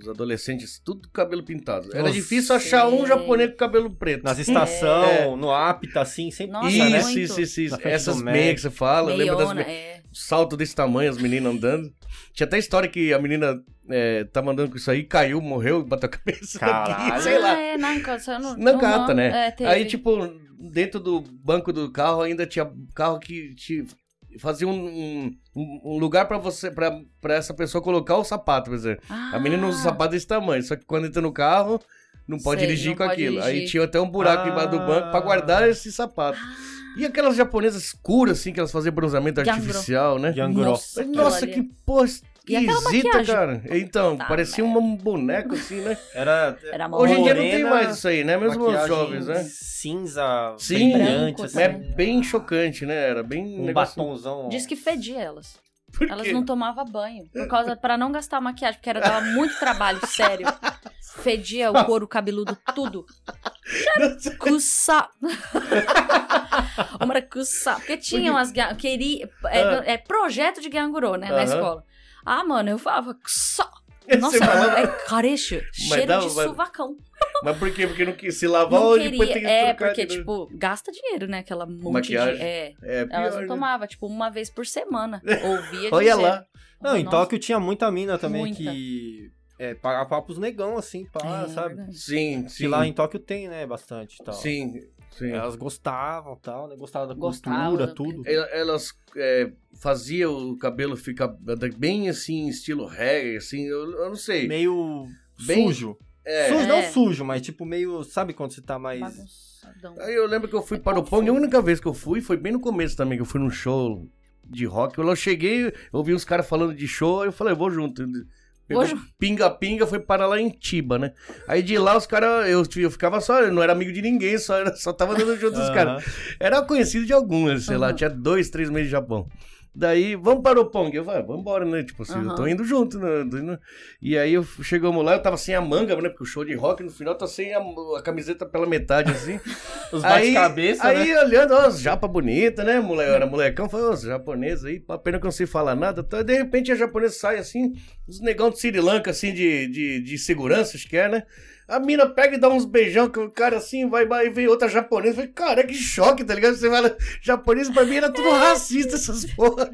Speaker 1: Os adolescentes, tudo com cabelo pintado. Era
Speaker 3: Nossa.
Speaker 1: difícil achar um
Speaker 2: Sim.
Speaker 1: japonês com cabelo preto.
Speaker 3: Nas estações, né?
Speaker 1: É.
Speaker 3: no apta, assim, sempre
Speaker 2: Nossa,
Speaker 1: isso,
Speaker 3: tinha, né?
Speaker 2: muito.
Speaker 1: isso, isso, isso.
Speaker 3: Na frente
Speaker 1: Essas
Speaker 3: do
Speaker 1: meias
Speaker 3: Mac.
Speaker 1: que você fala, lembra das
Speaker 2: Meiona,
Speaker 1: meias.
Speaker 2: é.
Speaker 1: Salto desse tamanho, as meninas andando. Tinha até história que a menina é, tá mandando com isso aí, caiu, morreu, bateu a cabeça.
Speaker 3: Caralho.
Speaker 1: Aqui, sei lá.
Speaker 2: Ah, é, Nanka, só não,
Speaker 1: Não
Speaker 2: não-
Speaker 1: cata, né?
Speaker 2: É, teve.
Speaker 1: Aí, tipo, dentro do banco do carro ainda tinha carro que te fazia um, um- um lugar pra você, pra, pra essa pessoa colocar o sapato, quer dizer. A menina
Speaker 2: Ah.
Speaker 1: usa o sapato desse tamanho, só que quando entra no carro, não pode
Speaker 2: Sei,
Speaker 1: dirigir
Speaker 2: não
Speaker 1: com
Speaker 2: pode
Speaker 1: aquilo. Aí
Speaker 2: dirigir. Ah.
Speaker 1: tinha até um buraco embaixo do banco pra guardar esse sapato. E aquelas japonesas escuras, assim, que elas faziam bronzeamento
Speaker 2: Yangro.
Speaker 1: artificial, né?
Speaker 3: Yanguró.
Speaker 2: Nossa, aquilo
Speaker 1: Nossa,
Speaker 2: ali.
Speaker 1: que porra
Speaker 2: E aquela
Speaker 1: esquisita,
Speaker 2: maquiagem?
Speaker 1: cara. Então,
Speaker 2: Tá,
Speaker 1: parecia
Speaker 2: merda.
Speaker 1: um boneco, assim, né?
Speaker 3: Era.
Speaker 2: Era
Speaker 1: Hoje em dia não tem
Speaker 3: Morena,
Speaker 1: mais isso aí, né? Mesmo os
Speaker 3: maquiagem
Speaker 1: jovens, né?
Speaker 3: Cinza,
Speaker 1: Sim.
Speaker 3: brilhante,
Speaker 2: Branco,
Speaker 1: Mas é
Speaker 3: assim.
Speaker 1: bem chocante, né? Era bem
Speaker 3: Um
Speaker 1: negócio- (laughs)
Speaker 3: batonzão.
Speaker 2: Diz que fedia elas.
Speaker 1: Por
Speaker 2: Elas
Speaker 1: quê?
Speaker 2: não tomavam banho. Por causa, pra não gastar maquiagem, porque era dava muito
Speaker 1: (laughs)
Speaker 2: trabalho, sério. Fedia o couro cabeludo, tudo. Cussa. Uma era cussa. Porque tinham as. ga- Queria, é, é projeto de Gangurô, né?
Speaker 1: Ah. Aham.
Speaker 2: Na escola. Ah, mano, eu falava. "Cussa".
Speaker 1: Você
Speaker 2: Nossa,
Speaker 1: falava-
Speaker 2: é carecho. Cheiro
Speaker 1: dava-
Speaker 2: de suvacão.
Speaker 1: Mas por quê? Porque não quis se lavar
Speaker 2: não
Speaker 1: ou depois tem que
Speaker 2: queria, é,
Speaker 1: trocar
Speaker 2: porque,
Speaker 1: de novo?
Speaker 2: tipo, gasta dinheiro, né? Aquela monte
Speaker 1: Maquiagem.
Speaker 2: de... É,
Speaker 1: É pior,
Speaker 2: elas não
Speaker 1: né?
Speaker 2: tomavam, tipo, uma vez
Speaker 1: (laughs)
Speaker 2: por semana. Ouvia
Speaker 1: Olha
Speaker 2: dizer.
Speaker 1: lá.
Speaker 3: Não, em
Speaker 2: Nossa,
Speaker 3: Tóquio tinha muita mina também
Speaker 2: Muita.
Speaker 3: que é, pagava papos negão, assim, pá,
Speaker 2: é
Speaker 3: sabe?
Speaker 2: verdade.
Speaker 1: Sim,
Speaker 3: Que
Speaker 1: sim.
Speaker 3: lá em Tóquio tem, né, bastante e tal.
Speaker 1: Sim, sim.
Speaker 3: Elas gostavam e tal, né? Gostavam da
Speaker 2: Gostavam
Speaker 3: cultura,
Speaker 2: da-
Speaker 3: tudo.
Speaker 1: Ela- Elas é, faziam o cabelo ficar bem assim, estilo reggae, assim, eu, eu não sei.
Speaker 3: Meio
Speaker 1: Bem-
Speaker 3: sujo.
Speaker 1: É.
Speaker 3: Sujo, não
Speaker 2: É.
Speaker 3: sujo, mas tipo meio, sabe quando você tá mais...
Speaker 2: Bagunçadão.
Speaker 1: Aí eu lembro que eu fui para o Pong, a única vez que eu fui foi bem no começo também, que eu fui num show de rock. Eu lá cheguei, eu ouvi os caras falando de show, eu falei, eu vou junto. (laughs) Pegou
Speaker 2: Hoje-
Speaker 1: pinga-pinga, foi parar lá em Tiba, né? Aí de lá os caras, eu, eu ficava só, eu não era amigo de ninguém, só, era- só tava dando junto
Speaker 3: Ah.
Speaker 1: dos caras. Era conhecido de algumas, sei lá,
Speaker 2: Aham.
Speaker 1: tinha dois, três meses de Japão. Daí, vamos para o Pong. Eu falei, vamos embora, né? Tipo assim, eu tô
Speaker 2: Aham.
Speaker 1: indo junto. Né? tô indo- E aí eu, chegamos lá, eu tava sem a manga, né? Porque o show de rock no final tá sem a, a camiseta pela metade, assim.
Speaker 3: Os bate-cabeça,
Speaker 1: aí
Speaker 3: né?
Speaker 1: olhando, ó, os japa bonita, né? Moleque, eu era molecão, falei, ó, os japoneses aí, pá, pena que eu não sei falar nada. Então, de repente, a japonesa sai assim, uns negão de Sri Lanka, assim, de, de, de segurança, acho que é, né? A mina pega e dá uns beijão que o cara assim, vai, vai, e vem outra japonesa. Eu Falei, cara, que choque, tá ligado? Você fala, japonesa pra mim era tudo racista, essas porra.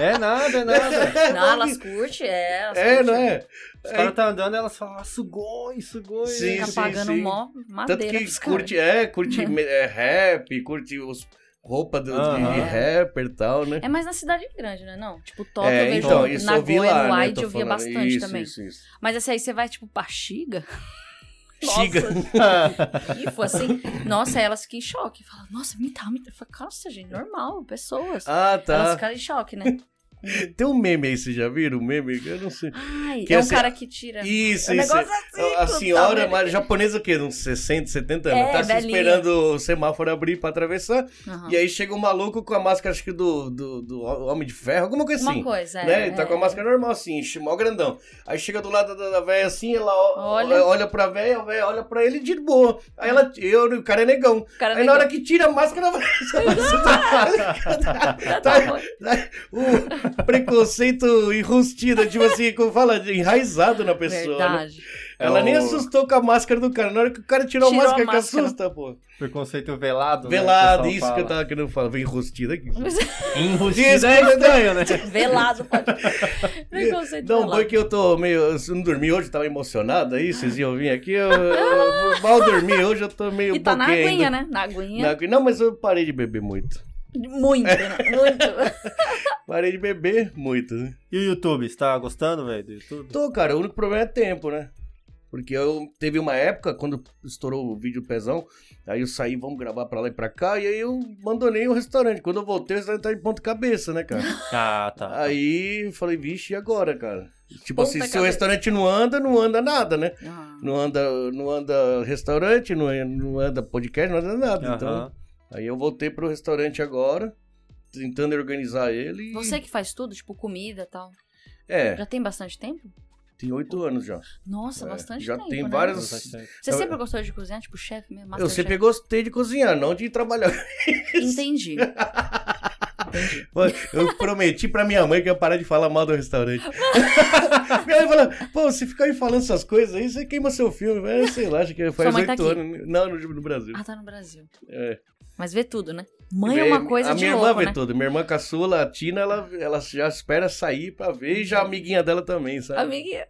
Speaker 3: É nada,
Speaker 1: (laughs)
Speaker 3: é nada.
Speaker 2: Não, elas curtem, é. Elas
Speaker 1: É,
Speaker 2: curtem.
Speaker 1: não é?
Speaker 3: Os caras tá andando e elas falam, ah, sugoi, sugoi.
Speaker 1: Sim,
Speaker 2: Fica
Speaker 1: sim,
Speaker 2: pagando
Speaker 1: sim.
Speaker 2: mó
Speaker 1: Tanto
Speaker 2: madeira
Speaker 1: que
Speaker 2: pros caras.
Speaker 1: curte, é, curte é, rap, curte os roupa do,
Speaker 3: Aham.
Speaker 1: de rapper e tal, né?
Speaker 2: É mais na cidade grande, né? Não, tipo, Tóquio
Speaker 1: É,
Speaker 2: eu vejo
Speaker 1: então,
Speaker 2: na
Speaker 1: isso
Speaker 2: Nagoya,
Speaker 1: eu vi lá,
Speaker 2: no
Speaker 1: né?
Speaker 2: Aide
Speaker 1: tô
Speaker 2: eu via
Speaker 1: falando.
Speaker 2: bastante
Speaker 1: Isso,
Speaker 2: também.
Speaker 1: Isso,
Speaker 2: (laughs)
Speaker 1: isso.
Speaker 2: Mas esse aí você vai, tipo, pra Xiga?
Speaker 1: (laughs) Xiga.
Speaker 2: Tipo assim, nossa, aí elas ficam em choque. Falam, nossa, me dá, me dá. Eu falo, Nossa, gente, normal, pessoas.
Speaker 1: Ah,
Speaker 2: Elas
Speaker 1: tá.
Speaker 2: ficaram em
Speaker 1: (laughs)
Speaker 2: choque, né?
Speaker 1: Tem um meme aí, vocês já viram? Um meme? Eu não sei.
Speaker 2: Ai,
Speaker 1: Que
Speaker 2: é
Speaker 1: assim,
Speaker 2: um cara que tira.
Speaker 1: Isso,
Speaker 2: É um
Speaker 1: isso.
Speaker 2: negócio assim,
Speaker 1: A
Speaker 2: total,
Speaker 1: senhora
Speaker 2: né?
Speaker 1: mas japonesa, o quê? Uns 60, 70 anos.
Speaker 2: É,
Speaker 1: tá se
Speaker 2: velhinha. Ah.
Speaker 1: esperando o semáforo abrir pra atravessar.
Speaker 2: Aham.
Speaker 1: E aí chega um maluco com a máscara, acho que do, do, do Homem de Ferro, alguma coisa
Speaker 2: Uma
Speaker 1: assim.
Speaker 2: coisa, é.
Speaker 1: né? Ele tá
Speaker 2: é.
Speaker 1: com a máscara normal, assim, enche- mó grandão. Aí chega do lado da, da véia assim, ela o- olha,
Speaker 2: Olha.
Speaker 1: pra véia, a véia olha pra ele de boa. Aí ela, eu, o cara é negão.
Speaker 2: O cara
Speaker 1: Aí na hora que tira a máscara, (laughs) vai.
Speaker 2: tá,
Speaker 1: tá- (laughs) o preconceito enrustido, tipo assim, como fala, enraizado na pessoa. né?
Speaker 2: Verdade.
Speaker 1: Ela
Speaker 3: É
Speaker 1: nem
Speaker 3: o
Speaker 1: assustou com a máscara do cara. Na hora que o cara tirou,
Speaker 2: Tirou
Speaker 1: a
Speaker 2: a
Speaker 1: máscara, que
Speaker 2: máscara.
Speaker 1: assusta, pô.
Speaker 3: Preconceito velado.
Speaker 1: Velado,
Speaker 3: né,
Speaker 1: isso
Speaker 3: pessoal
Speaker 1: que eu
Speaker 3: fala.
Speaker 1: tava querendo falar. Vem enrustida aqui.
Speaker 2: é
Speaker 3: Enrustido é estranho, né?
Speaker 1: (laughs)
Speaker 2: Velado, pode. Preconceito
Speaker 1: Não,
Speaker 2: velado.
Speaker 1: foi que eu tô meio. Eu não dormi hoje, tava emocionado aí, vocês iam vir aqui. Eu, eu mal dormi hoje, eu tô meio.
Speaker 2: Ah. E tá na
Speaker 1: boquinha
Speaker 2: aguinha,
Speaker 1: um ainda.
Speaker 2: né? Na
Speaker 1: Na
Speaker 2: aguinha.
Speaker 1: aguinha. Não, mas eu parei de beber muito. (laughs)
Speaker 2: Muito, né? Muito.
Speaker 1: Parei de beber muito, né?
Speaker 3: E o YouTube, você tá gostando, velho, do YouTube?
Speaker 1: Tô, cara, o único problema é tempo, né? Porque eu teve uma época, quando estourou o vídeo pesão, aí eu saí, vamos gravar pra lá e pra cá, e aí eu abandonei o restaurante. Quando eu voltei, o restaurante tá de ponta cabeça, né, cara?
Speaker 2: (laughs)
Speaker 3: Ah, tá.
Speaker 1: Aí eu falei, vixe, e agora, cara? Tipo
Speaker 2: Ponta
Speaker 1: assim, se o
Speaker 2: cabeça.
Speaker 1: restaurante não anda, não anda nada, né?
Speaker 2: Ah.
Speaker 1: Não anda, não anda restaurante, não, não anda podcast, não anda nada. Então,
Speaker 3: Aham.
Speaker 1: aí eu voltei pro restaurante agora, tentando organizar ele. e-
Speaker 2: Você que faz tudo, tipo comida e tal.
Speaker 1: É,
Speaker 2: Já tem bastante tempo?
Speaker 1: tem oito anos já.
Speaker 2: Nossa,
Speaker 1: É,
Speaker 2: bastante
Speaker 1: já
Speaker 2: tempo.
Speaker 1: tem
Speaker 2: né?
Speaker 1: várias-
Speaker 3: Então tá
Speaker 2: Você sempre gostou de cozinhar, tipo chefe mesmo?
Speaker 1: Eu
Speaker 2: master
Speaker 1: sempre
Speaker 2: chef?
Speaker 1: gostei de cozinhar, não de trabalhar. (laughs)
Speaker 2: Entendi.
Speaker 1: Mano, Eu prometi pra minha mãe que eu ia parar de falar mal do restaurante. (laughs) minha mãe falou, pô, se ficar me falando essas coisas aí, você queima seu filme. Mas, sei lá, acho que faz
Speaker 2: Sua mãe tá
Speaker 1: oito
Speaker 2: aqui?
Speaker 1: anos. Não, no, no Brasil.
Speaker 2: Ah, tá no Brasil.
Speaker 1: É.
Speaker 2: Mas vê tudo, né? Mãe é uma coisa
Speaker 1: a
Speaker 2: de
Speaker 1: minha
Speaker 2: louco,
Speaker 1: irmã vê
Speaker 2: né?
Speaker 1: tudo. Minha irmã caçula, a Tina, ela, ela já espera sair pra ver e já a amiguinha dela também, sabe?
Speaker 2: Amiguinha.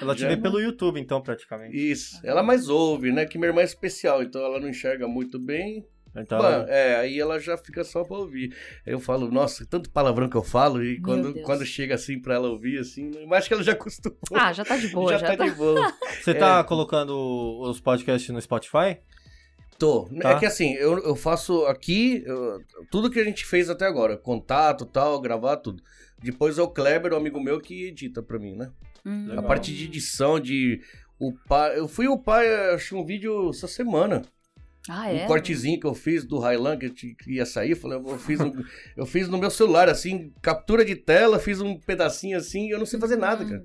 Speaker 3: Ela te
Speaker 1: Já- é
Speaker 3: vê pelo YouTube, então, praticamente.
Speaker 1: Isso. Ela mais ouve, né? Que minha irmã é especial, então ela não enxerga muito bem.
Speaker 3: Então,
Speaker 1: Mano, é, aí ela já fica só pra ouvir. Eu falo, nossa, tanto palavrão que eu falo, e
Speaker 2: Meu
Speaker 1: quando,
Speaker 2: Deus.
Speaker 1: quando chega assim pra ela ouvir, assim, eu acho que ela já acostumou. (laughs)
Speaker 2: Ah, já tá de boa, já,
Speaker 1: já, tá de
Speaker 2: (laughs)
Speaker 1: boa.
Speaker 3: você tá
Speaker 1: é.
Speaker 3: colocando os podcasts no Spotify?
Speaker 1: Tô. É
Speaker 3: Tá.
Speaker 1: que assim, eu, eu faço aqui eu- tudo que a gente fez até agora. Contato, tal, gravar, tudo. Depois é o Kleber, um amigo meu, que edita pra mim, né?
Speaker 2: Hum.
Speaker 1: A
Speaker 3: Legal.
Speaker 1: parte de edição, de upar. Eu fui upar, eu acho, um vídeo essa semana.
Speaker 2: Ah, é?
Speaker 1: Um cortezinho que eu fiz do Highland que eu ti- que ia sair. eu Falei, eu fiz, um- (laughs) eu fiz no meu celular, assim, captura de tela, fiz um pedacinho assim, eu não sei fazer
Speaker 2: Hum.
Speaker 1: nada, cara.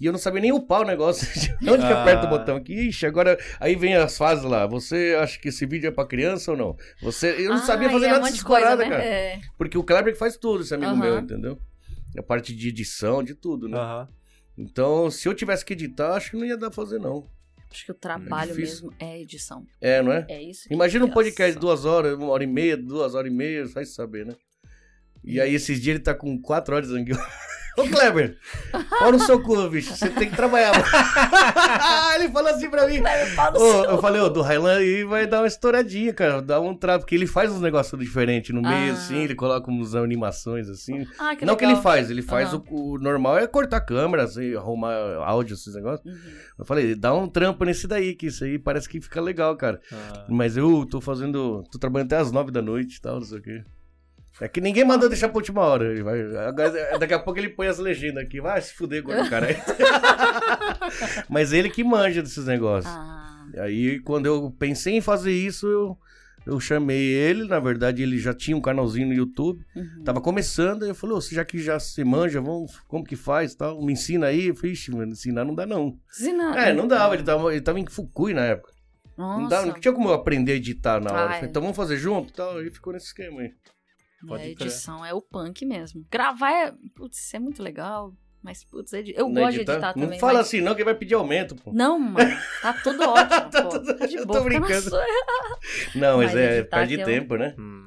Speaker 1: E eu não sabia nem upar o negócio. (laughs) De Onde que
Speaker 3: Ah.
Speaker 1: aperta o botão aqui? Ixi, agora. Aí vem as fases lá. Você acha que esse vídeo é pra criança ou não? Você... Eu não
Speaker 2: Ah,
Speaker 1: sabia fazer
Speaker 2: e é
Speaker 1: nada
Speaker 2: um monte
Speaker 1: dessas
Speaker 2: de coisa,
Speaker 1: paradas,
Speaker 2: né?
Speaker 1: cara.
Speaker 2: É.
Speaker 1: Porque o Kleber que faz tudo, esse amigo
Speaker 2: Aham.
Speaker 1: meu, entendeu? A parte de edição, de tudo, né?
Speaker 3: Aham.
Speaker 1: Então, se eu tivesse que editar, acho que não ia dar pra fazer, não.
Speaker 2: Acho que o trabalho
Speaker 1: difícil.
Speaker 2: mesmo é edição.
Speaker 1: É, não é?
Speaker 2: É isso. que-
Speaker 1: Imagina um podcast de
Speaker 2: Nossa.
Speaker 1: duas horas, uma hora e meia, duas horas e meia, vai saber, né? E aí, esses dias ele tá com quatro horas de zangueiro. (laughs) Ô, Kleber, olha o seu cu, bicho. Você tem que trabalhar. (laughs) ele falou assim pra mim.
Speaker 2: Vai,
Speaker 1: (laughs)
Speaker 2: fala
Speaker 1: Ô,
Speaker 2: o seu.
Speaker 1: eu falei, ô, do Highland aí vai dar uma estouradinha, cara. Dá um trapo, porque ele faz uns negócios diferentes no meio,
Speaker 2: Ah.
Speaker 1: assim, ele coloca umas animações, assim.
Speaker 2: Ah, que
Speaker 1: Não
Speaker 2: legal.
Speaker 1: que ele faz, ele faz
Speaker 2: Aham.
Speaker 1: o, o normal é cortar câmeras e arrumar áudio, esses negócios.
Speaker 2: Uhum.
Speaker 1: Eu falei, dá um trampo nesse daí, que isso aí parece que fica legal, cara.
Speaker 3: Ah.
Speaker 1: Mas eu tô fazendo. tô trabalhando até as nove da noite e tal, não sei o quê. É que ninguém mandou deixar pra última hora. Ele vai- agora, é, daqui a pouco ele põe as legendas aqui. Vai se fuder agora, cara. (laughs) Mas ele que manja desses negócios.
Speaker 2: Ah,
Speaker 1: Aí quando eu pensei em fazer isso, eu, eu chamei ele. Na verdade, ele já tinha um canalzinho no YouTube.
Speaker 2: uhum.
Speaker 1: Tava começando, aí eu falei, ô, você já que já se manja, vamos, como que faz e tal? Me ensina aí. Eu falei, ixi, mano, ensinar não dá não.
Speaker 2: Se não-
Speaker 1: É, não dava, ele tava, ele tava em Fukui na época. Não, dava, não
Speaker 2: Nossa,
Speaker 1: tinha como eu aprender a editar na hora. Eu
Speaker 2: Ah,
Speaker 1: falei,
Speaker 2: é.
Speaker 1: então vamos fazer junto e tal. E ficou nesse esquema aí.
Speaker 3: Pode
Speaker 2: a
Speaker 3: crer.
Speaker 2: edição é o punk mesmo. Gravar é, putz, isso é muito legal, mas putz, edi- eu
Speaker 1: Não
Speaker 2: gosto de editar
Speaker 1: Não
Speaker 2: também.
Speaker 1: fala
Speaker 2: mas-
Speaker 1: assim não, que vai pedir aumento, pô.
Speaker 2: Não, mano, tá
Speaker 1: (laughs)
Speaker 2: tudo ótimo,
Speaker 1: Tá
Speaker 2: pô.
Speaker 1: tudo-
Speaker 2: Tá de
Speaker 1: eu
Speaker 2: boa,
Speaker 1: tô
Speaker 2: fica na
Speaker 1: brincando.
Speaker 2: sua. (laughs)
Speaker 1: Não, mas
Speaker 2: Mas
Speaker 1: é,
Speaker 2: editar
Speaker 1: perde
Speaker 2: que é um-
Speaker 1: tempo, né?
Speaker 3: Hum.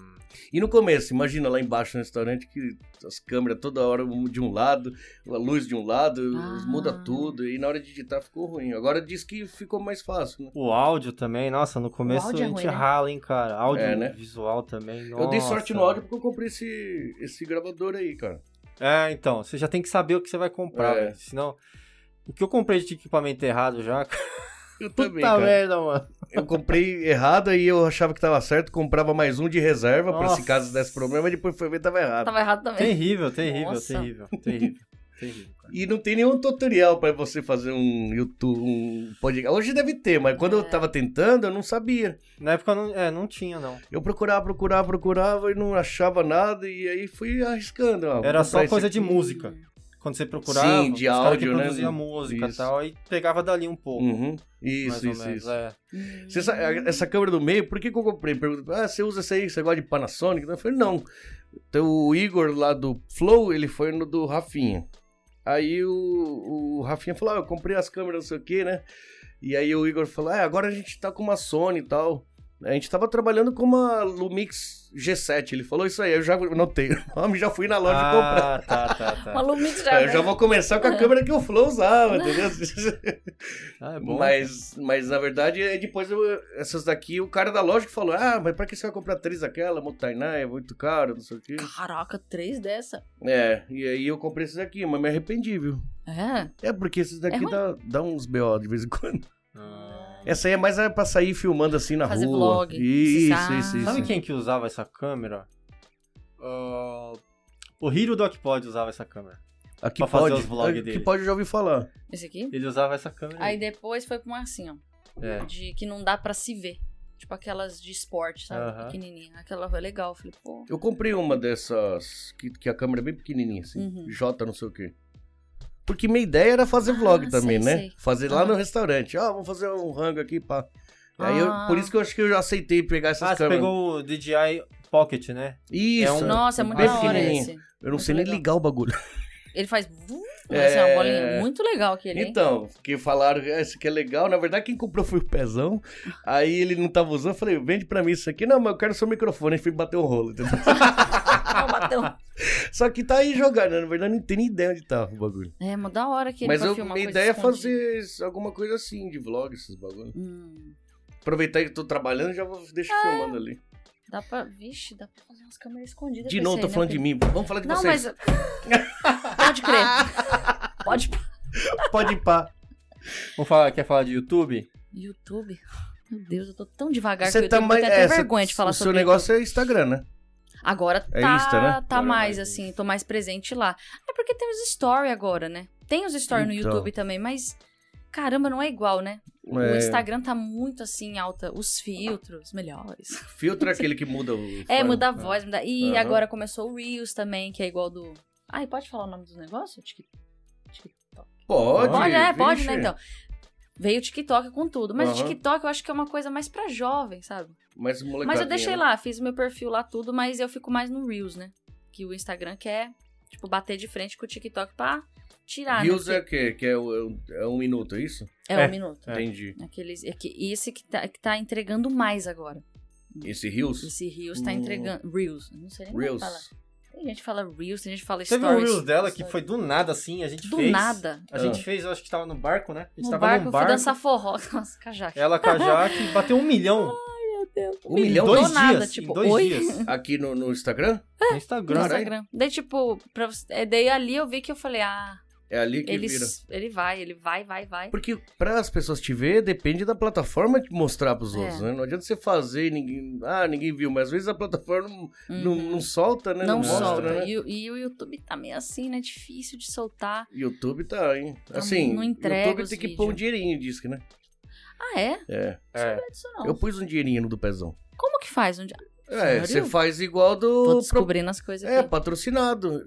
Speaker 1: E no começo, imagina lá embaixo no restaurante que as câmeras toda hora um de um lado, a luz de um lado,
Speaker 2: Ah.
Speaker 1: muda tudo. E na hora de editar ficou ruim. Agora diz que ficou mais fácil, né?
Speaker 3: O áudio também, nossa, no começo a
Speaker 2: áudio é
Speaker 3: gente
Speaker 2: ruim, né?
Speaker 3: rala, hein, cara. Áudio
Speaker 1: É, né?
Speaker 3: visual também.
Speaker 1: Eu dei sorte no
Speaker 3: nossa.
Speaker 1: áudio porque eu comprei esse, esse gravador aí, cara.
Speaker 3: É, então, você já tem que saber o que você vai comprar,
Speaker 1: É.
Speaker 3: velho. Senão. O que eu comprei de equipamento errado já.
Speaker 1: Eu
Speaker 3: Puta
Speaker 1: também, cara.
Speaker 3: merda, mano.
Speaker 1: Eu comprei errado aí eu achava que tava certo, comprava mais um de reserva pra se
Speaker 3: Nossa.
Speaker 1: caso desse problema, e depois foi ver tava errado.
Speaker 2: Tava errado também.
Speaker 3: Terrível, terrível,
Speaker 2: Nossa.
Speaker 3: terrível,
Speaker 2: (laughs)
Speaker 3: terrível. terrível. cara.
Speaker 1: E não tem nenhum tutorial pra você fazer um YouTube, um podcast. Hoje deve ter, mas quando eu
Speaker 2: É.
Speaker 1: tava tentando, eu não sabia.
Speaker 3: Na época não, é, não tinha, não.
Speaker 1: Eu procurava, procurava, procurava e não achava nada, e aí fui arriscando. ó, vou
Speaker 3: Era só
Speaker 1: comprar
Speaker 3: coisa
Speaker 1: esse
Speaker 3: de
Speaker 1: aqui.
Speaker 3: música. Quando você procurava,
Speaker 1: Sim, de
Speaker 3: os caras que
Speaker 1: áudio, né?
Speaker 3: produzia música e
Speaker 1: Isso.
Speaker 3: tal, aí pegava dali um pouco.
Speaker 1: Uhum.
Speaker 3: mais
Speaker 1: Isso,
Speaker 3: ou
Speaker 1: isso,
Speaker 3: menos,
Speaker 1: isso.
Speaker 3: é.
Speaker 2: Hum.
Speaker 1: Você sa- a- essa câmera do meio, por que, que eu comprei? Pergunta, ah, você usa essa aí, você gosta de Panasonic? Eu falei, não. Então, o Igor lá do Flow, ele foi no do Rafinha. Aí o, o Rafinha falou, ah, eu comprei as câmeras, não sei o quê, né? E aí o Igor falou, ah, agora a gente tá com uma Sony e tal. A gente tava trabalhando com uma Lumix G7. Ele falou isso aí, eu já notei. (laughs) O homem já fui na loja comprar.
Speaker 3: Ah, tá, tá,
Speaker 2: Uma
Speaker 3: tá.
Speaker 2: Lumix já, né?
Speaker 1: Eu já vou começar com a câmera que o Flow usava, entendeu?
Speaker 3: Ah, é bom.
Speaker 1: Mas, mas na verdade, é depois eu- essas daqui, o cara da loja que falou: Ah, mas pra que você vai comprar três daquela? Motainá é muito caro, não sei o quê.
Speaker 2: Caraca, três dessa.
Speaker 1: É, e aí eu comprei esses daqui, mas me arrependi, viu?
Speaker 2: É.
Speaker 1: É porque esses daqui
Speaker 2: ruim.
Speaker 1: dá, dá uns BO de vez em quando.
Speaker 3: Ah.
Speaker 1: Essa aí é mais pra sair filmando assim na
Speaker 2: Fazer
Speaker 1: rua.
Speaker 2: vlog,
Speaker 1: Isso,
Speaker 2: precisar.
Speaker 1: isso, isso.
Speaker 3: Sabe quem que usava essa câmera? Ah, o Hiro do Ocpod usava essa câmera.
Speaker 1: Aqui
Speaker 3: Pra fazer
Speaker 1: pode,
Speaker 3: os vlog
Speaker 1: aqui
Speaker 3: dele.
Speaker 1: pode eu já ouvi falar.
Speaker 2: Esse aqui?
Speaker 3: Ele usava essa câmera.
Speaker 2: Aí depois foi pra uma assim, ó.
Speaker 3: É.
Speaker 2: De que não dá pra se ver. Tipo aquelas de esporte, sabe?
Speaker 3: Aham.
Speaker 2: Pequenininha. Aquela foi legal. eu Falei, pô.
Speaker 1: Eu comprei uma dessas que, que a câmera é bem pequenininha, assim,
Speaker 2: Uhum.
Speaker 1: J não sei o quê. Porque minha ideia era fazer vlog
Speaker 2: Ah,
Speaker 1: também,
Speaker 2: sei,
Speaker 1: né?
Speaker 2: sei.
Speaker 1: Fazer lá
Speaker 2: Aham.
Speaker 1: no restaurante. Ah, vamos fazer um rango aqui, pá. Aí eu-
Speaker 2: Ah.
Speaker 1: por isso que eu acho que eu já aceitei pegar essas
Speaker 3: Ah, você
Speaker 1: câmeras.
Speaker 3: pegou o DJI Pocket, né?
Speaker 1: Isso.
Speaker 3: É um-
Speaker 2: Nossa, é muito
Speaker 1: bem
Speaker 2: da hora
Speaker 1: pequenininha.
Speaker 2: esse.
Speaker 1: Eu não sei
Speaker 2: muito
Speaker 1: nem ligar
Speaker 2: legal.
Speaker 1: o bagulho.
Speaker 2: Ele faz. vu,
Speaker 1: É.
Speaker 2: assim, uma bolinha. Muito legal aquele. hein?
Speaker 1: Então, porque falaram, "Ah, esse aqui é legal. Na verdade, quem comprou foi o Pezão. Aí ele não tava usando, eu falei, vende pra mim isso aqui. Não, mas eu quero seu microfone. Aí fui bater o rolo, entendeu? (laughs)
Speaker 2: Ah, bateu.
Speaker 1: Só que tá aí jogado, né? Na verdade, não tem nem ideia onde tá o bagulho.
Speaker 2: É, mas da hora que ele
Speaker 1: Mas
Speaker 2: pra
Speaker 1: eu,
Speaker 2: filmar
Speaker 1: minha
Speaker 2: coisa
Speaker 1: ideia é
Speaker 2: escondida.
Speaker 1: fazer isso- alguma coisa assim, de vlog, esses bagulho.
Speaker 2: Hum,
Speaker 1: Aproveitar que eu tô trabalhando, já vou
Speaker 2: É,
Speaker 1: deixar filmando ali.
Speaker 2: dá pra. Vixe, dá pra fazer umas câmeras escondidas.
Speaker 1: De
Speaker 2: com
Speaker 1: novo,
Speaker 2: esse
Speaker 1: tô
Speaker 2: aí, né,
Speaker 1: falando de mim. Vamos falar de
Speaker 2: Felipe? Não,
Speaker 1: vocês.
Speaker 2: mas. (laughs)
Speaker 1: (laughs)
Speaker 2: Pode crer. Pode.
Speaker 1: Pode ir pá.
Speaker 2: (laughs)
Speaker 3: Vamos falar, quer falar de YouTube?
Speaker 2: YouTube? (laughs) Meu Deus, eu tô tão devagar que
Speaker 1: Você
Speaker 2: eu tenho
Speaker 1: também.
Speaker 2: até
Speaker 1: é, você-
Speaker 2: vergonha de falar
Speaker 1: o
Speaker 2: sobre
Speaker 1: seu negócio é Instagram, né?
Speaker 2: Agora
Speaker 1: É
Speaker 2: tá,
Speaker 1: Insta, né?
Speaker 2: tá
Speaker 3: Agora
Speaker 2: mais,
Speaker 3: mais
Speaker 2: assim, tô mais presente lá. É porque tem os story agora, né? Tem os story no
Speaker 1: Então.
Speaker 2: YouTube também, mas caramba, não é igual, né? O
Speaker 1: É,
Speaker 2: Instagram tá muito assim em alta, os filtros melhores.
Speaker 1: Filtro é aquele que muda o.
Speaker 2: (laughs) É,
Speaker 1: fone.
Speaker 2: muda a voz, muda. E
Speaker 1: né? Aham.
Speaker 2: agora começou o Reels também, que é igual do. Ai, pode falar o nome do negócio? Tik- TikTok.
Speaker 1: Pode.
Speaker 2: Pode, é, pode, né?
Speaker 1: vixe.
Speaker 2: Então. Veio o TikTok com tudo. Mas
Speaker 1: Aham.
Speaker 2: o TikTok eu acho que é uma coisa mais pra jovem, sabe?
Speaker 1: Mas, molecadinha,
Speaker 2: Mas eu deixei
Speaker 1: né?
Speaker 2: lá, fiz o meu perfil lá tudo, mas eu fico mais no Reels, né? Que o Instagram quer, tipo, bater de frente com o TikTok pra tirar,
Speaker 1: Reels é
Speaker 2: né?
Speaker 1: o quê? Que é, o- é um- é um minuto, é isso?
Speaker 2: É, é
Speaker 3: É.
Speaker 2: um minuto.
Speaker 1: Entendi.
Speaker 2: Aqueles, é que- esse que tá, que tá entregando mais agora.
Speaker 1: Esse Reels?
Speaker 2: Esse Reels tá
Speaker 1: Hum.
Speaker 2: entregando. Reels. Não sei nem como
Speaker 1: Reels.
Speaker 2: falar. Tem gente que fala Reels, tem gente que fala
Speaker 3: Você
Speaker 2: Stories.
Speaker 3: viu o um Reels dela que
Speaker 2: stories.
Speaker 3: foi do nada assim, a gente
Speaker 2: Do
Speaker 3: fez.
Speaker 2: nada.
Speaker 3: A
Speaker 1: Ah.
Speaker 3: gente fez, eu acho que tava no barco, né? A gente
Speaker 2: No
Speaker 3: tava
Speaker 2: barco,
Speaker 3: num
Speaker 2: eu
Speaker 3: barco. É.
Speaker 2: fui dançar forró. (laughs) Nossa, cajaca.
Speaker 3: Ela com a Jaque
Speaker 2: (laughs)
Speaker 3: bateu um milhão.
Speaker 2: Meu Deus.
Speaker 1: Um milhão?
Speaker 3: Em dois
Speaker 2: Do nada,
Speaker 3: dias. em
Speaker 2: tipo,
Speaker 3: dois
Speaker 2: oi? (laughs)
Speaker 3: dias.
Speaker 1: Aqui no, no Instagram?
Speaker 3: No
Speaker 2: No
Speaker 3: Instagram. né?
Speaker 1: Caralho.
Speaker 2: é, Instagram. Daí, tipo, pra, você- é, daí ali eu vi que eu falei, ah,
Speaker 1: É ali que
Speaker 2: Ele,
Speaker 1: vira.
Speaker 2: ele vai, ele vai, vai, vai.
Speaker 1: Porque para as pessoas te ver, depende da plataforma de mostrar para os
Speaker 2: É.
Speaker 1: outros, né? Não adianta você fazer e ninguém... Ah, ninguém viu, mas às vezes a plataforma não, não-
Speaker 2: Uhum.
Speaker 1: não solta, né?
Speaker 2: Não,
Speaker 1: mostra,
Speaker 2: solta.
Speaker 1: né?
Speaker 2: E, o- e o YouTube tá meio assim, né? Difícil de soltar.
Speaker 1: YouTube tá, hein? Assim,
Speaker 2: não entrega
Speaker 1: YouTube
Speaker 2: os
Speaker 1: tem que
Speaker 2: vídeos.
Speaker 1: pôr um dinheirinho, diz que, né?
Speaker 2: Ah, é?
Speaker 1: É.
Speaker 3: É.
Speaker 2: Não é disso não.
Speaker 1: Eu pus um dinheirinho no do pezão.
Speaker 2: Como que faz? Um dia...
Speaker 1: É,
Speaker 2: Sério?
Speaker 1: você faz igual do.
Speaker 2: Tô descobrindo as coisas
Speaker 1: É,
Speaker 2: aqui.
Speaker 1: patrocinado.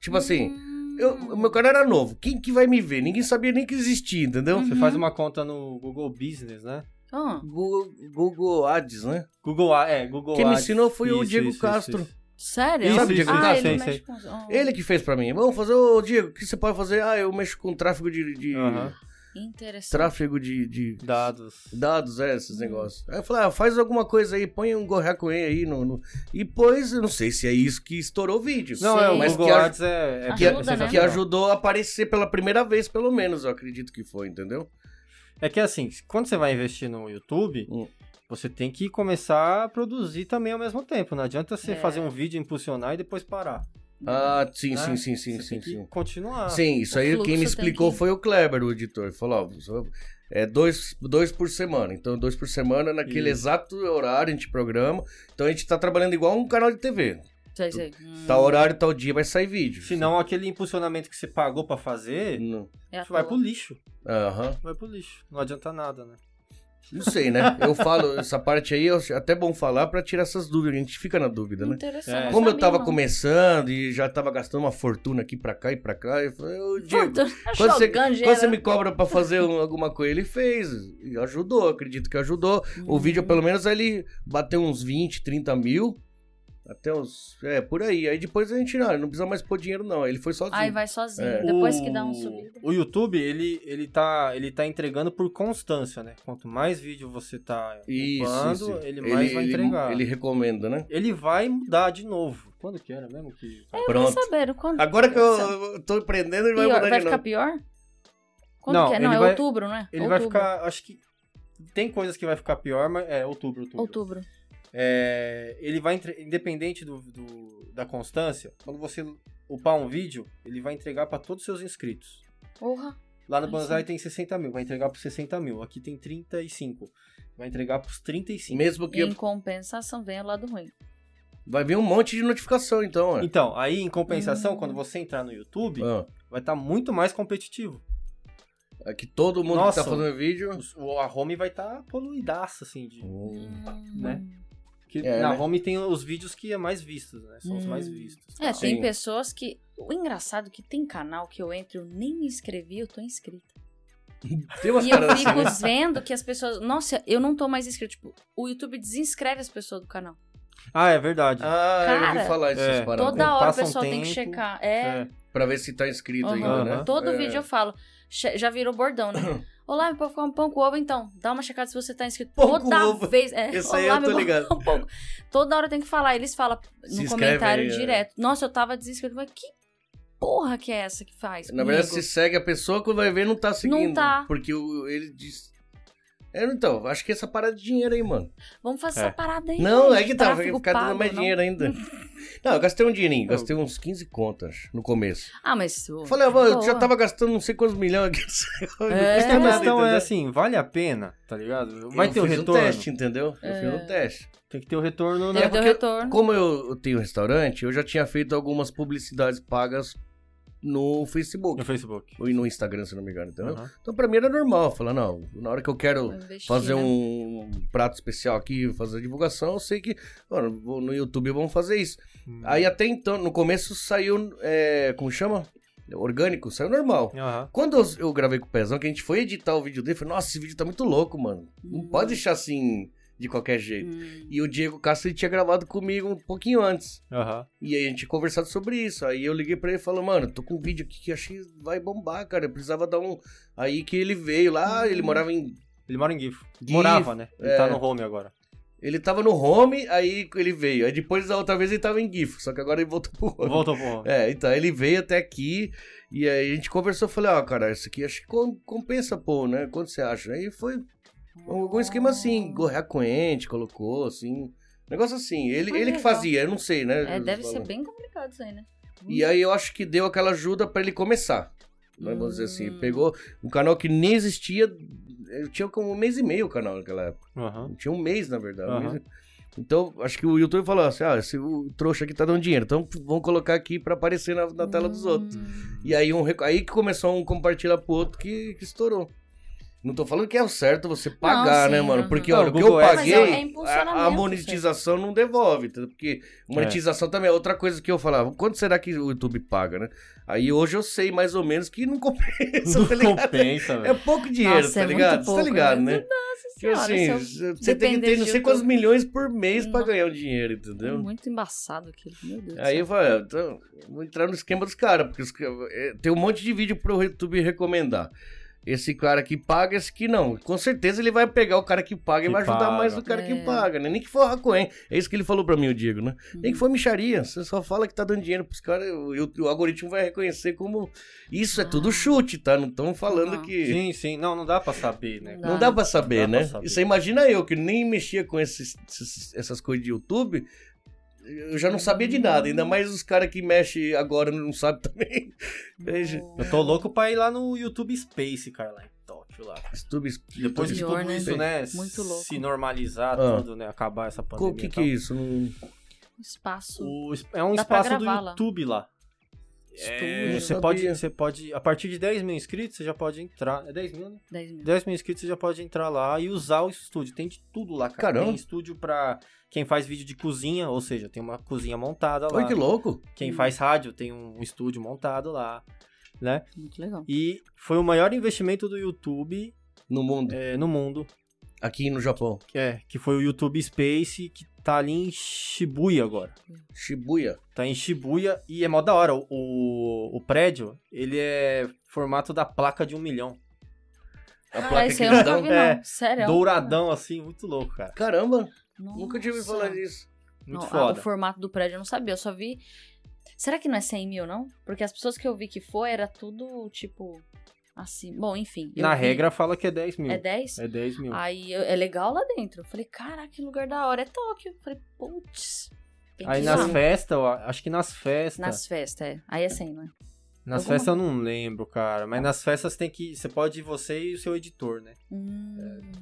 Speaker 1: Tipo assim,
Speaker 2: Hum.
Speaker 1: eu, o meu canal era novo. Quem que vai me ver? Ninguém sabia nem que existia, entendeu?
Speaker 2: Uhum.
Speaker 3: Você faz uma conta no Google Business, né?
Speaker 2: Ah,
Speaker 1: Google, Google Ads, né?
Speaker 3: Google A- é, Google
Speaker 1: Quem me
Speaker 3: Ads.
Speaker 1: ensinou foi o Diego Castro.
Speaker 3: isso.
Speaker 2: sério?
Speaker 3: Isso,
Speaker 1: Sabe, Diego?
Speaker 2: ah,
Speaker 1: Ah,
Speaker 2: ele
Speaker 3: sei,
Speaker 2: mexe
Speaker 3: sei.
Speaker 2: com... os- ah,
Speaker 1: Ele que fez pra mim. Vamos fazer, ô Diego, o que você pode fazer? Ah, eu mexo com tráfego de. de
Speaker 3: Aham.
Speaker 2: Interessante.
Speaker 1: Tráfego de. de
Speaker 3: Dados.
Speaker 1: Dados, é, esses
Speaker 2: Hum.
Speaker 1: negócios. Aí eu falei, ah, faz alguma coisa aí, põe um gorracoen aí no, no. E pôs, eu não sei se é isso que estourou o vídeo.
Speaker 3: Não, é, o
Speaker 1: Mas
Speaker 3: Google
Speaker 1: que a-
Speaker 3: Ads é, é,
Speaker 2: Ajuda,
Speaker 1: que,
Speaker 3: é
Speaker 2: né?
Speaker 3: sensacional.
Speaker 1: que ajudou a aparecer pela primeira vez, pelo menos, eu acredito que foi, entendeu?
Speaker 3: É que assim, quando você vai investir no YouTube,
Speaker 1: Hum.
Speaker 3: você tem que começar a produzir também ao mesmo tempo. Não adianta você
Speaker 2: É.
Speaker 3: fazer um vídeo, impulsionar e depois parar.
Speaker 1: Ah, sim,
Speaker 3: né?
Speaker 1: sim, sim, sim,
Speaker 3: Você
Speaker 1: sim,
Speaker 3: tem que
Speaker 1: sim.
Speaker 3: Continuar.
Speaker 1: Sim, isso
Speaker 2: o
Speaker 1: aí
Speaker 2: fluxo
Speaker 1: quem me
Speaker 2: tem
Speaker 1: explicou
Speaker 2: que-
Speaker 1: foi o Kleber, o editor. Ele Falou, ó, só- é dois, dois por semana. Então, dois por semana, naquele
Speaker 3: Isso.
Speaker 1: exato horário, a gente programa. Então, a gente tá trabalhando igual um canal de TV.
Speaker 2: Sei, sei. Hum,
Speaker 1: Tal horário, tal dia, vai sair vídeo.
Speaker 3: Senão aquele impulsionamento que você pagou pra fazer,
Speaker 1: Não.
Speaker 2: é à
Speaker 3: vai
Speaker 2: toa.
Speaker 3: pro lixo.
Speaker 1: Aham.
Speaker 3: Vai pro lixo. Não adianta nada, né?
Speaker 1: Não sei, né? Eu falo, essa parte aí eu acho até bom falar pra tirar essas dúvidas. A gente fica na dúvida, né?
Speaker 2: Interessante.
Speaker 3: É.
Speaker 2: não
Speaker 1: Como eu
Speaker 2: sabia,
Speaker 1: tava
Speaker 2: não.
Speaker 1: começando e já tava gastando uma fortuna aqui pra cá e pra cá, eu falei, ô, Diego,
Speaker 2: (laughs) Puta,
Speaker 1: quando você,
Speaker 2: jogando
Speaker 1: quando você me cobra pra fazer um- alguma coisa, ele fez. E ajudou, acredito que ajudou. O vídeo, é pelo menos, ele bateu uns 20, 30 mil. Até uns. É, por aí. Aí depois a gente não, não precisa mais pôr dinheiro, não. Ele foi sozinho.
Speaker 2: Aí vai sozinho.
Speaker 1: assim, É. Uh,
Speaker 2: Depois
Speaker 3: O-
Speaker 2: que dá um subida.
Speaker 3: O YouTube, ele, ele, tá, ele tá entregando por constância, né? Quanto mais vídeo você tá upando, ele mais vai entregar.
Speaker 1: Ele
Speaker 3: Ele...
Speaker 1: recomenda, né?
Speaker 3: vai mudar de novo. É, Quando que era mesmo que...
Speaker 2: Quer
Speaker 1: Pronto.
Speaker 2: saber o quanto?
Speaker 1: Agora que eu, eu tô empreendendo, ele vai
Speaker 2: Pior-
Speaker 1: mudar
Speaker 2: vai
Speaker 1: de
Speaker 2: ficar
Speaker 1: novo.
Speaker 2: pior? Quando
Speaker 3: Não,
Speaker 2: que é?
Speaker 3: ele
Speaker 2: Não, é
Speaker 3: vai-
Speaker 2: outubro, não é?
Speaker 3: Ele
Speaker 2: outubro.
Speaker 3: vai ficar, acho que... Tem coisas que vai ficar pior, mas é outubro, outubro.
Speaker 2: Outubro.
Speaker 3: É, ele vai, entre- independente do, do- da constância, quando você upar um vídeo, ele vai entregar para todos os seus inscritos.
Speaker 2: Porra.
Speaker 3: Lá no
Speaker 2: Ah,
Speaker 3: Banzai
Speaker 2: sim.
Speaker 3: tem 60 mil, vai entregar para 60 mil. Aqui tem 35, vai entregar para os 35.
Speaker 1: Mesmo que
Speaker 2: Em compensação, vem o lado ruim.
Speaker 1: vai vir um monte de notificação, então. ó.
Speaker 3: Então, aí em compensação,
Speaker 2: Hum.
Speaker 3: quando você entrar no YouTube,
Speaker 1: Ah,
Speaker 3: vai estar muito mais competitivo.
Speaker 1: é que todo mundo
Speaker 3: Nossa.
Speaker 1: que tá fazendo vídeo.
Speaker 3: Os- O, a home vai estar poluidaça, assim.
Speaker 1: Hum.
Speaker 3: De, Né?
Speaker 2: Hum.
Speaker 3: que
Speaker 1: É,
Speaker 3: na
Speaker 1: né?
Speaker 3: home tem os vídeos que é mais vistos, né? São os
Speaker 2: Hum.
Speaker 3: mais vistos.
Speaker 2: É,
Speaker 3: tal.
Speaker 2: tem
Speaker 1: Sim.
Speaker 2: pessoas que. O engraçado é que tem canal que eu entro, eu nem me inscrevi, eu tô inscrita.
Speaker 1: Tem umas
Speaker 2: E eu
Speaker 1: caras assim,
Speaker 2: fico
Speaker 1: né?
Speaker 2: vendo que as pessoas. Nossa, eu não tô mais inscrito. Tipo, o YouTube desinscreve as pessoas do canal.
Speaker 3: Ah, é verdade.
Speaker 1: Ah, eu ouvi
Speaker 2: Cara,
Speaker 1: falar essas
Speaker 3: é,
Speaker 1: paradas.
Speaker 2: Toda hora o
Speaker 3: Passa um
Speaker 2: pessoal tem que
Speaker 3: tempo,
Speaker 2: checar. É.
Speaker 3: é.
Speaker 1: Pra ver se tá inscrito
Speaker 2: Aham.
Speaker 1: ainda, né?
Speaker 3: Aham.
Speaker 2: Todo
Speaker 1: É.
Speaker 2: vídeo eu falo. Che- Já virou bordão,
Speaker 1: (coughs)
Speaker 2: né? Olá, meu povo, come pão com ovo, então. Dá uma checada se você tá inscrito.
Speaker 1: Pão com
Speaker 2: Toda
Speaker 1: ovo.
Speaker 2: vez. É,
Speaker 1: Esse
Speaker 2: olá,
Speaker 1: aí eu tô
Speaker 2: meu povo, (laughs)
Speaker 1: ligado.
Speaker 2: come pão com- um Toda hora tem que falar. Eles falam
Speaker 1: Se
Speaker 2: no
Speaker 1: inscreve
Speaker 2: comentário
Speaker 1: aí, é.
Speaker 2: direto. Nossa, eu tava desinscrito. Mas que porra que é essa que faz?
Speaker 1: Na verdade, se
Speaker 2: comigo?
Speaker 1: segue a pessoa, quando vai ver, não tá seguindo.
Speaker 2: tá.
Speaker 1: Porque o, ele diz. É, então, acho que essa parada de dinheiro aí, mano.
Speaker 2: Vamos fazer
Speaker 3: É.
Speaker 2: essa parada aí.
Speaker 1: não,
Speaker 2: gente.
Speaker 1: é que tá, vai
Speaker 2: Tráfego
Speaker 1: ficar dando
Speaker 2: pago,
Speaker 1: mais
Speaker 2: não.
Speaker 1: dinheiro
Speaker 2: (laughs)
Speaker 1: ainda. não, eu gastei um dinheirinho,
Speaker 3: Não.
Speaker 1: gastei uns 15 contas no começo.
Speaker 2: Ah, mas. ô,
Speaker 1: Falei, ah, mano, eu
Speaker 2: boa.
Speaker 1: já tava gastando não sei quantos milhões aqui. (laughs)
Speaker 2: É.
Speaker 3: Mas a questão é
Speaker 1: entendeu?
Speaker 3: assim, vale a pena, tá ligado?
Speaker 1: Eu
Speaker 3: Vai ter o
Speaker 1: fiz
Speaker 3: retorno.
Speaker 1: um teste, entendeu? Eu
Speaker 2: É.
Speaker 1: fiz um teste.
Speaker 3: Tem que ter o retorno,
Speaker 2: Deve
Speaker 3: né?
Speaker 1: É
Speaker 2: ter o
Speaker 1: porque-
Speaker 2: retorno.
Speaker 1: Como eu eu tenho restaurante, eu já tinha feito algumas publicidades pagas no Facebook.
Speaker 3: (laughs) No Facebook.
Speaker 1: Ou no Instagram, se não me engano, entendeu?
Speaker 3: Aham.
Speaker 1: Então pra mim era normal, falar, não, na hora que eu quero
Speaker 2: Investir,
Speaker 1: fazer
Speaker 2: né?
Speaker 1: um prato especial aqui, fazer divulgação, eu sei que mano, vou- no YouTube vamos fazer isso. Aí até então, no começo saiu, é, como chama? Orgânico, saiu normal.
Speaker 3: Aham.
Speaker 1: Quando eu, eu gravei com o Pezão, que a gente foi editar o vídeo dele, eu falei, nossa, esse vídeo tá muito louco, mano. Não
Speaker 2: Hum.
Speaker 1: pode deixar assim, de qualquer jeito.
Speaker 2: Hum.
Speaker 1: E o Diego Castro ele tinha gravado comigo um pouquinho antes.
Speaker 3: Aham.
Speaker 1: E aí a gente conversado sobre isso. Aí eu liguei pra ele e falei, mano, tô com um vídeo aqui que achei vai bombar, cara. Eu precisava dar um. Aí que ele veio lá, ele morava em.
Speaker 3: Ele mora em Gif.
Speaker 1: Gif,
Speaker 3: Morava, né? Ele tá
Speaker 1: é.
Speaker 3: no home agora.
Speaker 1: Ele tava no home, aí ele veio. Aí depois da outra vez ele tava em GIF, só que agora ele voltou pro home.
Speaker 3: Voltou pro home.
Speaker 1: É, então ele veio até aqui e aí a gente conversou. eu Falei, ó, cara, isso aqui acho que com- compensa, pô, né? Quanto você acha? Aí foi algum esquema assim, gorrear coente, colocou, assim. Negócio assim, ele,
Speaker 2: Ah,
Speaker 1: ele que
Speaker 2: legal.
Speaker 1: fazia, eu não sei, né?
Speaker 2: É, deve ser
Speaker 1: Falando.
Speaker 2: bem complicado isso aí, né?
Speaker 1: E aí eu acho que deu aquela ajuda pra ele começar. Vamos dizer assim,
Speaker 2: Hum.
Speaker 1: pegou um canal que nem existia. Eu tinha como um mês e meio o canal naquela época.
Speaker 3: Aham.
Speaker 1: Tinha um mês, na verdade. um
Speaker 3: Aham.
Speaker 1: mês e- Então, acho que o YouTube falou assim: ah, esse o trouxa aqui tá dando dinheiro, então vamos colocar aqui pra aparecer na,
Speaker 2: Hum.
Speaker 1: na tela dos outros. E aí, um, rec- aí que começou um compartilhar pro outro que, que estourou. Não tô falando que é o certo você pagar,
Speaker 2: sim,
Speaker 1: né, mano?
Speaker 2: aham.
Speaker 1: Porque,
Speaker 3: Não,
Speaker 1: olha,
Speaker 3: o
Speaker 1: o que eu
Speaker 3: Google Ads-
Speaker 1: paguei,
Speaker 2: Mas é- é
Speaker 1: a, a
Speaker 2: impulsionamento,
Speaker 1: monetização não devolve, entendeu? porque monetização também é outra coisa que eu falava. Quanto será que o YouTube paga, né? Aí hoje eu sei mais ou menos que não (laughs) compensa, tá
Speaker 3: Hum. (laughs) Não
Speaker 1: ligado?
Speaker 3: compensa,
Speaker 1: É
Speaker 3: velho.
Speaker 1: pouco dinheiro,
Speaker 2: Nossa,
Speaker 1: tá
Speaker 2: é muito
Speaker 1: ligado? Você
Speaker 2: pouco,
Speaker 1: tá ligado,
Speaker 2: né?
Speaker 1: né? Tipo
Speaker 2: Senhora, é um
Speaker 1: assim,
Speaker 2: se
Speaker 1: você tem que
Speaker 2: depender
Speaker 1: ter
Speaker 2: de
Speaker 1: não sei quantos
Speaker 2: YouTube.
Speaker 1: milhões por mês pra
Speaker 2: Nossa.
Speaker 1: ganhar o dinheiro, entendeu?
Speaker 2: Muito embaçado aquilo, meu Deus do
Speaker 1: Aí
Speaker 2: céu.
Speaker 1: eu falei, ah, então, vou entrar no esquema dos caras, porque os ca- é, tem um monte de vídeo pro YouTube recomendar. Esse cara que paga, esse que não. Com certeza ele vai pegar o cara que paga e
Speaker 3: Que
Speaker 1: vai ajudar
Speaker 3: paga.
Speaker 1: mais o cara que
Speaker 2: É.
Speaker 1: paga, né? Nem que for Racoen. É isso que ele falou pra mim, o Diego, né? Nem que for micharia. Você só fala que tá dando dinheiro pros caras, o, o- o algoritmo vai reconhecer como. Isso é tudo
Speaker 2: Ah.
Speaker 1: chute, tá? Não estamos falando
Speaker 2: Ah.
Speaker 1: que.
Speaker 3: Sim, sim. Não, não dá pra saber, né?
Speaker 1: Não
Speaker 2: Não
Speaker 1: dá
Speaker 2: dá,
Speaker 1: pra saber,
Speaker 3: não dá
Speaker 1: né?
Speaker 3: pra saber.
Speaker 1: Isso aí, imagina eu, que nem mexia com esses- esses- essas coisas de YouTube, eu já não sabia de nada.
Speaker 3: Hum.
Speaker 1: Ainda mais os caras que mexem agora não sabem (laughs) também.
Speaker 2: Hum,
Speaker 1: Veja.
Speaker 3: Eu tô louco pra ir lá no YouTube Space, cara, lá em Tóquio, lá.
Speaker 1: YouTube,
Speaker 3: Depois de
Speaker 1: YouTube-
Speaker 2: Pior,
Speaker 3: tudo
Speaker 2: né?
Speaker 3: isso, né?
Speaker 2: Muito louco.
Speaker 3: Se normalizar
Speaker 1: tá Ah.
Speaker 3: tudo, né? Acabar essa pandemia.
Speaker 1: Co- O
Speaker 3: tá
Speaker 1: que
Speaker 3: e
Speaker 1: que
Speaker 3: tal.
Speaker 1: é isso? Não-
Speaker 2: Um espaço.
Speaker 3: O es- é um
Speaker 2: Dá pra
Speaker 3: espaço do
Speaker 2: gravar lá.
Speaker 3: YouTube lá. É,
Speaker 2: Estúdio.
Speaker 3: você,
Speaker 1: Sabia.
Speaker 3: pode, você pode. A partir de 10 mil inscritos, você já pode entrar. É 10 mil, né?
Speaker 2: 10 mil.
Speaker 3: 10 mil inscritos, você já pode entrar lá e usar o estúdio. Tem de tudo lá, cara.
Speaker 1: Caramba.
Speaker 3: Tem estúdio pra quem faz vídeo de cozinha, ou seja, tem uma cozinha montada Tá lá.
Speaker 1: Olha que louco.
Speaker 3: Quem faz rádio tem um estúdio montado lá. Né?
Speaker 2: Muito legal.
Speaker 3: E foi o maior investimento do YouTube
Speaker 1: No mundo,
Speaker 3: eh, no mundo.
Speaker 1: aqui no Japão.
Speaker 3: Que, é, que foi o YouTube Space, que tá ali em Shibuya agora.
Speaker 1: Shibuya.
Speaker 3: Tá em Shibuya e é mó da hora. O, o, o prédio, ele é formato da placa de um milhão.
Speaker 1: A
Speaker 2: Ah,
Speaker 1: placa
Speaker 2: esse
Speaker 1: que
Speaker 2: eu
Speaker 1: eles
Speaker 2: nunca
Speaker 1: dão.
Speaker 2: vi, não.
Speaker 3: É,
Speaker 2: Sério. um
Speaker 3: Douradão, assim, muito louco, cara.
Speaker 1: Caramba,
Speaker 2: Nossa.
Speaker 1: nunca tive falar disso.
Speaker 3: Muito
Speaker 2: Não, ah, o
Speaker 3: foda.
Speaker 2: formato do prédio eu não sabia, eu só vi. Será que não é 100 mil, não? Porque as pessoas que eu vi que foi era tudo tipo. Assim. Bom, enfim. eu
Speaker 3: Na
Speaker 2: vi-
Speaker 3: regra fala que é 10 mil.
Speaker 2: É 10?
Speaker 3: É 10 mil.
Speaker 2: Aí eu- é legal lá dentro. Eu falei, caraca, que lugar da hora. É Tóquio. Eu falei, putz. tem que
Speaker 3: Aí
Speaker 2: ir
Speaker 3: nas
Speaker 2: lá.
Speaker 3: festas, eu a- acho que nas festas.
Speaker 2: Nas festas, é. Aí é 100, não é?
Speaker 3: Nas
Speaker 2: alguma-
Speaker 3: festas eu não lembro, cara. Mas nas festas tem que. Você pode ir você e o seu editor, né?
Speaker 2: Hum,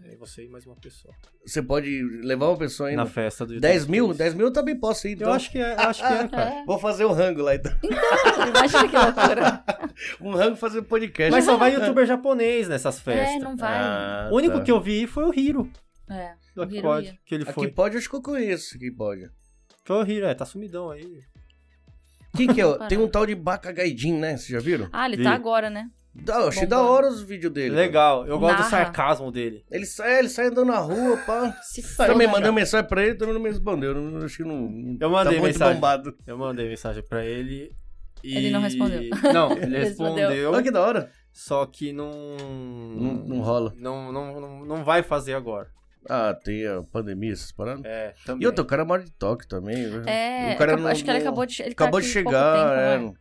Speaker 3: Aí você e mais uma pessoa.
Speaker 1: Você pode levar uma pessoa
Speaker 3: Na
Speaker 1: ainda.
Speaker 3: festa do
Speaker 1: 10
Speaker 3: YouTube
Speaker 1: mil?
Speaker 3: Space.
Speaker 1: 10 mil eu também posso ir, então.
Speaker 3: Eu acho que é, eu acho que
Speaker 2: (laughs)
Speaker 3: é, cara.
Speaker 2: é.
Speaker 1: Vou fazer um rango lá, então.
Speaker 2: (laughs)
Speaker 1: (laughs)
Speaker 2: Imagina que loucura.
Speaker 1: Um rango fazer podcast.
Speaker 3: Mas só vai youtuber japonês nessas
Speaker 2: é,
Speaker 3: festas.
Speaker 2: não vai.
Speaker 1: Ah,
Speaker 3: o único
Speaker 1: tá.
Speaker 3: que eu vi foi o Hiro.
Speaker 2: É.
Speaker 3: do
Speaker 2: O
Speaker 3: Aqui
Speaker 2: Hiro
Speaker 3: Pode,
Speaker 2: ia.
Speaker 3: que ele
Speaker 1: Aqui
Speaker 3: foi.
Speaker 1: pode, eu acho que eu conheço aqui pode.
Speaker 3: (laughs) Foi o Hiro, é, tá sumidão aí.
Speaker 1: Quem que é? o- Tem um tal de Baca Gaidin, né? Vocês já viram?
Speaker 2: Ah, ele
Speaker 3: Vi.
Speaker 2: tá agora, né?
Speaker 1: Da, eu achei
Speaker 2: Bombando.
Speaker 1: da hora os vídeos dele.
Speaker 3: Legal, eu gosto do
Speaker 2: Narra.
Speaker 3: sarcasmo dele.
Speaker 1: Ele sai, ele sai andando na rua,
Speaker 2: (laughs)
Speaker 1: pá.
Speaker 2: Se
Speaker 1: Eu também
Speaker 2: foda.
Speaker 1: mandei um uma mensagem pra ele, também não me respondeu. Eu não- acho que não.
Speaker 3: Eu mandei
Speaker 1: tá muito
Speaker 3: mensagem.
Speaker 1: bombado.
Speaker 3: Eu mandei mensagem pra ele e...
Speaker 2: Ele não respondeu. (laughs)
Speaker 3: Não, ele
Speaker 2: Ele
Speaker 3: respondeu,
Speaker 1: Olha Ah, que da hora.
Speaker 3: só que não...
Speaker 1: Não, não rola.
Speaker 3: Não, não, não, não vai fazer agora.
Speaker 1: Ah, tem a pandemia, essas paradas.
Speaker 3: É, também.
Speaker 1: E outro, o cara mora de toque também. né?
Speaker 2: É,
Speaker 1: O cara
Speaker 2: acabou-
Speaker 1: não-
Speaker 2: acho que ele
Speaker 1: não-
Speaker 2: acabou de, ele tá
Speaker 1: Acabou de
Speaker 2: aqui pouco
Speaker 1: chegar,
Speaker 2: tempo,
Speaker 1: é,
Speaker 2: né?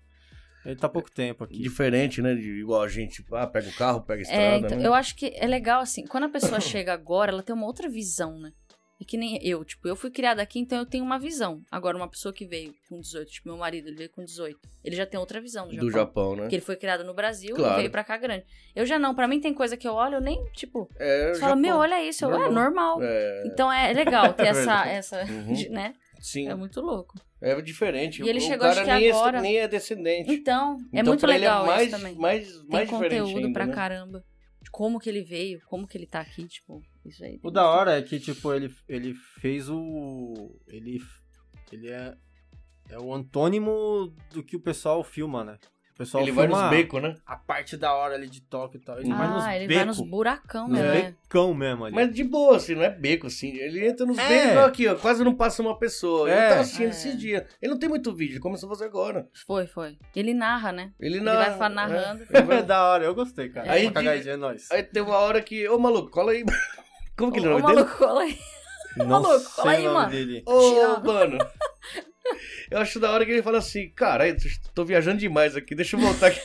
Speaker 3: Ele tá há pouco tempo aqui.
Speaker 1: diferente, né? De, igual a gente, tipo, ah, pega o carro, pega a estrada.
Speaker 2: É, então,
Speaker 1: né?
Speaker 2: eu acho que é legal, assim, quando a pessoa (laughs) chega agora, ela tem uma outra visão, né? É que nem eu, tipo, eu fui criada aqui, então eu tenho uma visão. Agora, uma pessoa que veio com 18, tipo, meu marido, ele veio com 18, ele já tem outra visão do Japão.
Speaker 1: Do Japão, né?
Speaker 2: Porque ele foi criado no Brasil
Speaker 1: Claro.
Speaker 2: e veio pra cá grande. Eu já não, pra mim tem coisa que eu olho, eu nem, tipo,
Speaker 1: É, o
Speaker 2: fala, meu, olha isso, eu, é
Speaker 1: Normal.
Speaker 2: normal. (laughs)
Speaker 1: É,
Speaker 2: Então é legal
Speaker 1: (laughs)
Speaker 2: ter
Speaker 3: É
Speaker 2: essa,
Speaker 3: verdade.
Speaker 2: essa
Speaker 1: Uhum.
Speaker 2: de- (laughs) né?
Speaker 1: sim.
Speaker 2: É muito louco.
Speaker 1: É diferente.
Speaker 2: E ele
Speaker 1: o
Speaker 2: chegou,
Speaker 1: cara
Speaker 2: acho que
Speaker 1: nem É,
Speaker 2: agora.
Speaker 1: nem é descendente.
Speaker 2: Então, é
Speaker 1: Então,
Speaker 2: muito
Speaker 1: pra ele
Speaker 2: legal
Speaker 1: é mais,
Speaker 2: isso também.
Speaker 1: Mais, mais
Speaker 2: tem
Speaker 1: diferente
Speaker 2: conteúdo
Speaker 1: ainda,
Speaker 2: pra
Speaker 1: né?
Speaker 2: caramba. De como que ele veio, como que ele tá aqui, tipo, isso aí.
Speaker 3: O da hora é que, tipo, ele, ele fez o... Ele, ele é, é o antônimo do que o pessoal filma, né? O pessoal
Speaker 1: Ele vai
Speaker 3: filma
Speaker 1: nos becos, né?
Speaker 3: a parte da hora ali de toque e tal. Ele
Speaker 1: Ah,
Speaker 3: vai nos
Speaker 2: Ah, ele vai
Speaker 3: becos.
Speaker 2: nos buracão,
Speaker 3: Nos
Speaker 2: né?
Speaker 3: becão mesmo ali.
Speaker 1: Mas de boa, assim, não é beco, assim. Ele entra nos
Speaker 3: É.
Speaker 1: becos igual aqui, ó. Quase não passa uma pessoa.
Speaker 3: É.
Speaker 1: Eu tava assistindo
Speaker 2: É.
Speaker 1: esses dias. Ele não tem muito vídeo, ele começou a fazer agora.
Speaker 2: Foi, foi. Ele narra, né?
Speaker 1: Ele,
Speaker 2: Ele
Speaker 1: na...
Speaker 2: vai ficar
Speaker 1: é.
Speaker 2: narrando.
Speaker 1: Ele
Speaker 3: (laughs) É
Speaker 1: vai-
Speaker 3: da hora, eu gostei, cara.
Speaker 1: Aí
Speaker 3: Aí,
Speaker 1: de-
Speaker 3: é nóis.
Speaker 1: Aí tem uma hora que. Ô, maluco, cola aí. (laughs) Como que ele é
Speaker 2: Ô,
Speaker 1: o
Speaker 2: ô,
Speaker 1: nome dele?
Speaker 2: maluco, olha aí.
Speaker 3: Não
Speaker 2: maluco,
Speaker 3: sei
Speaker 2: fala aí,
Speaker 3: o nome
Speaker 2: mano.
Speaker 3: dele.
Speaker 1: Ô,
Speaker 2: Thiago.
Speaker 1: mano. Eu acho da hora que ele fala assim, cara, eu tô viajando demais aqui, deixa eu voltar aqui.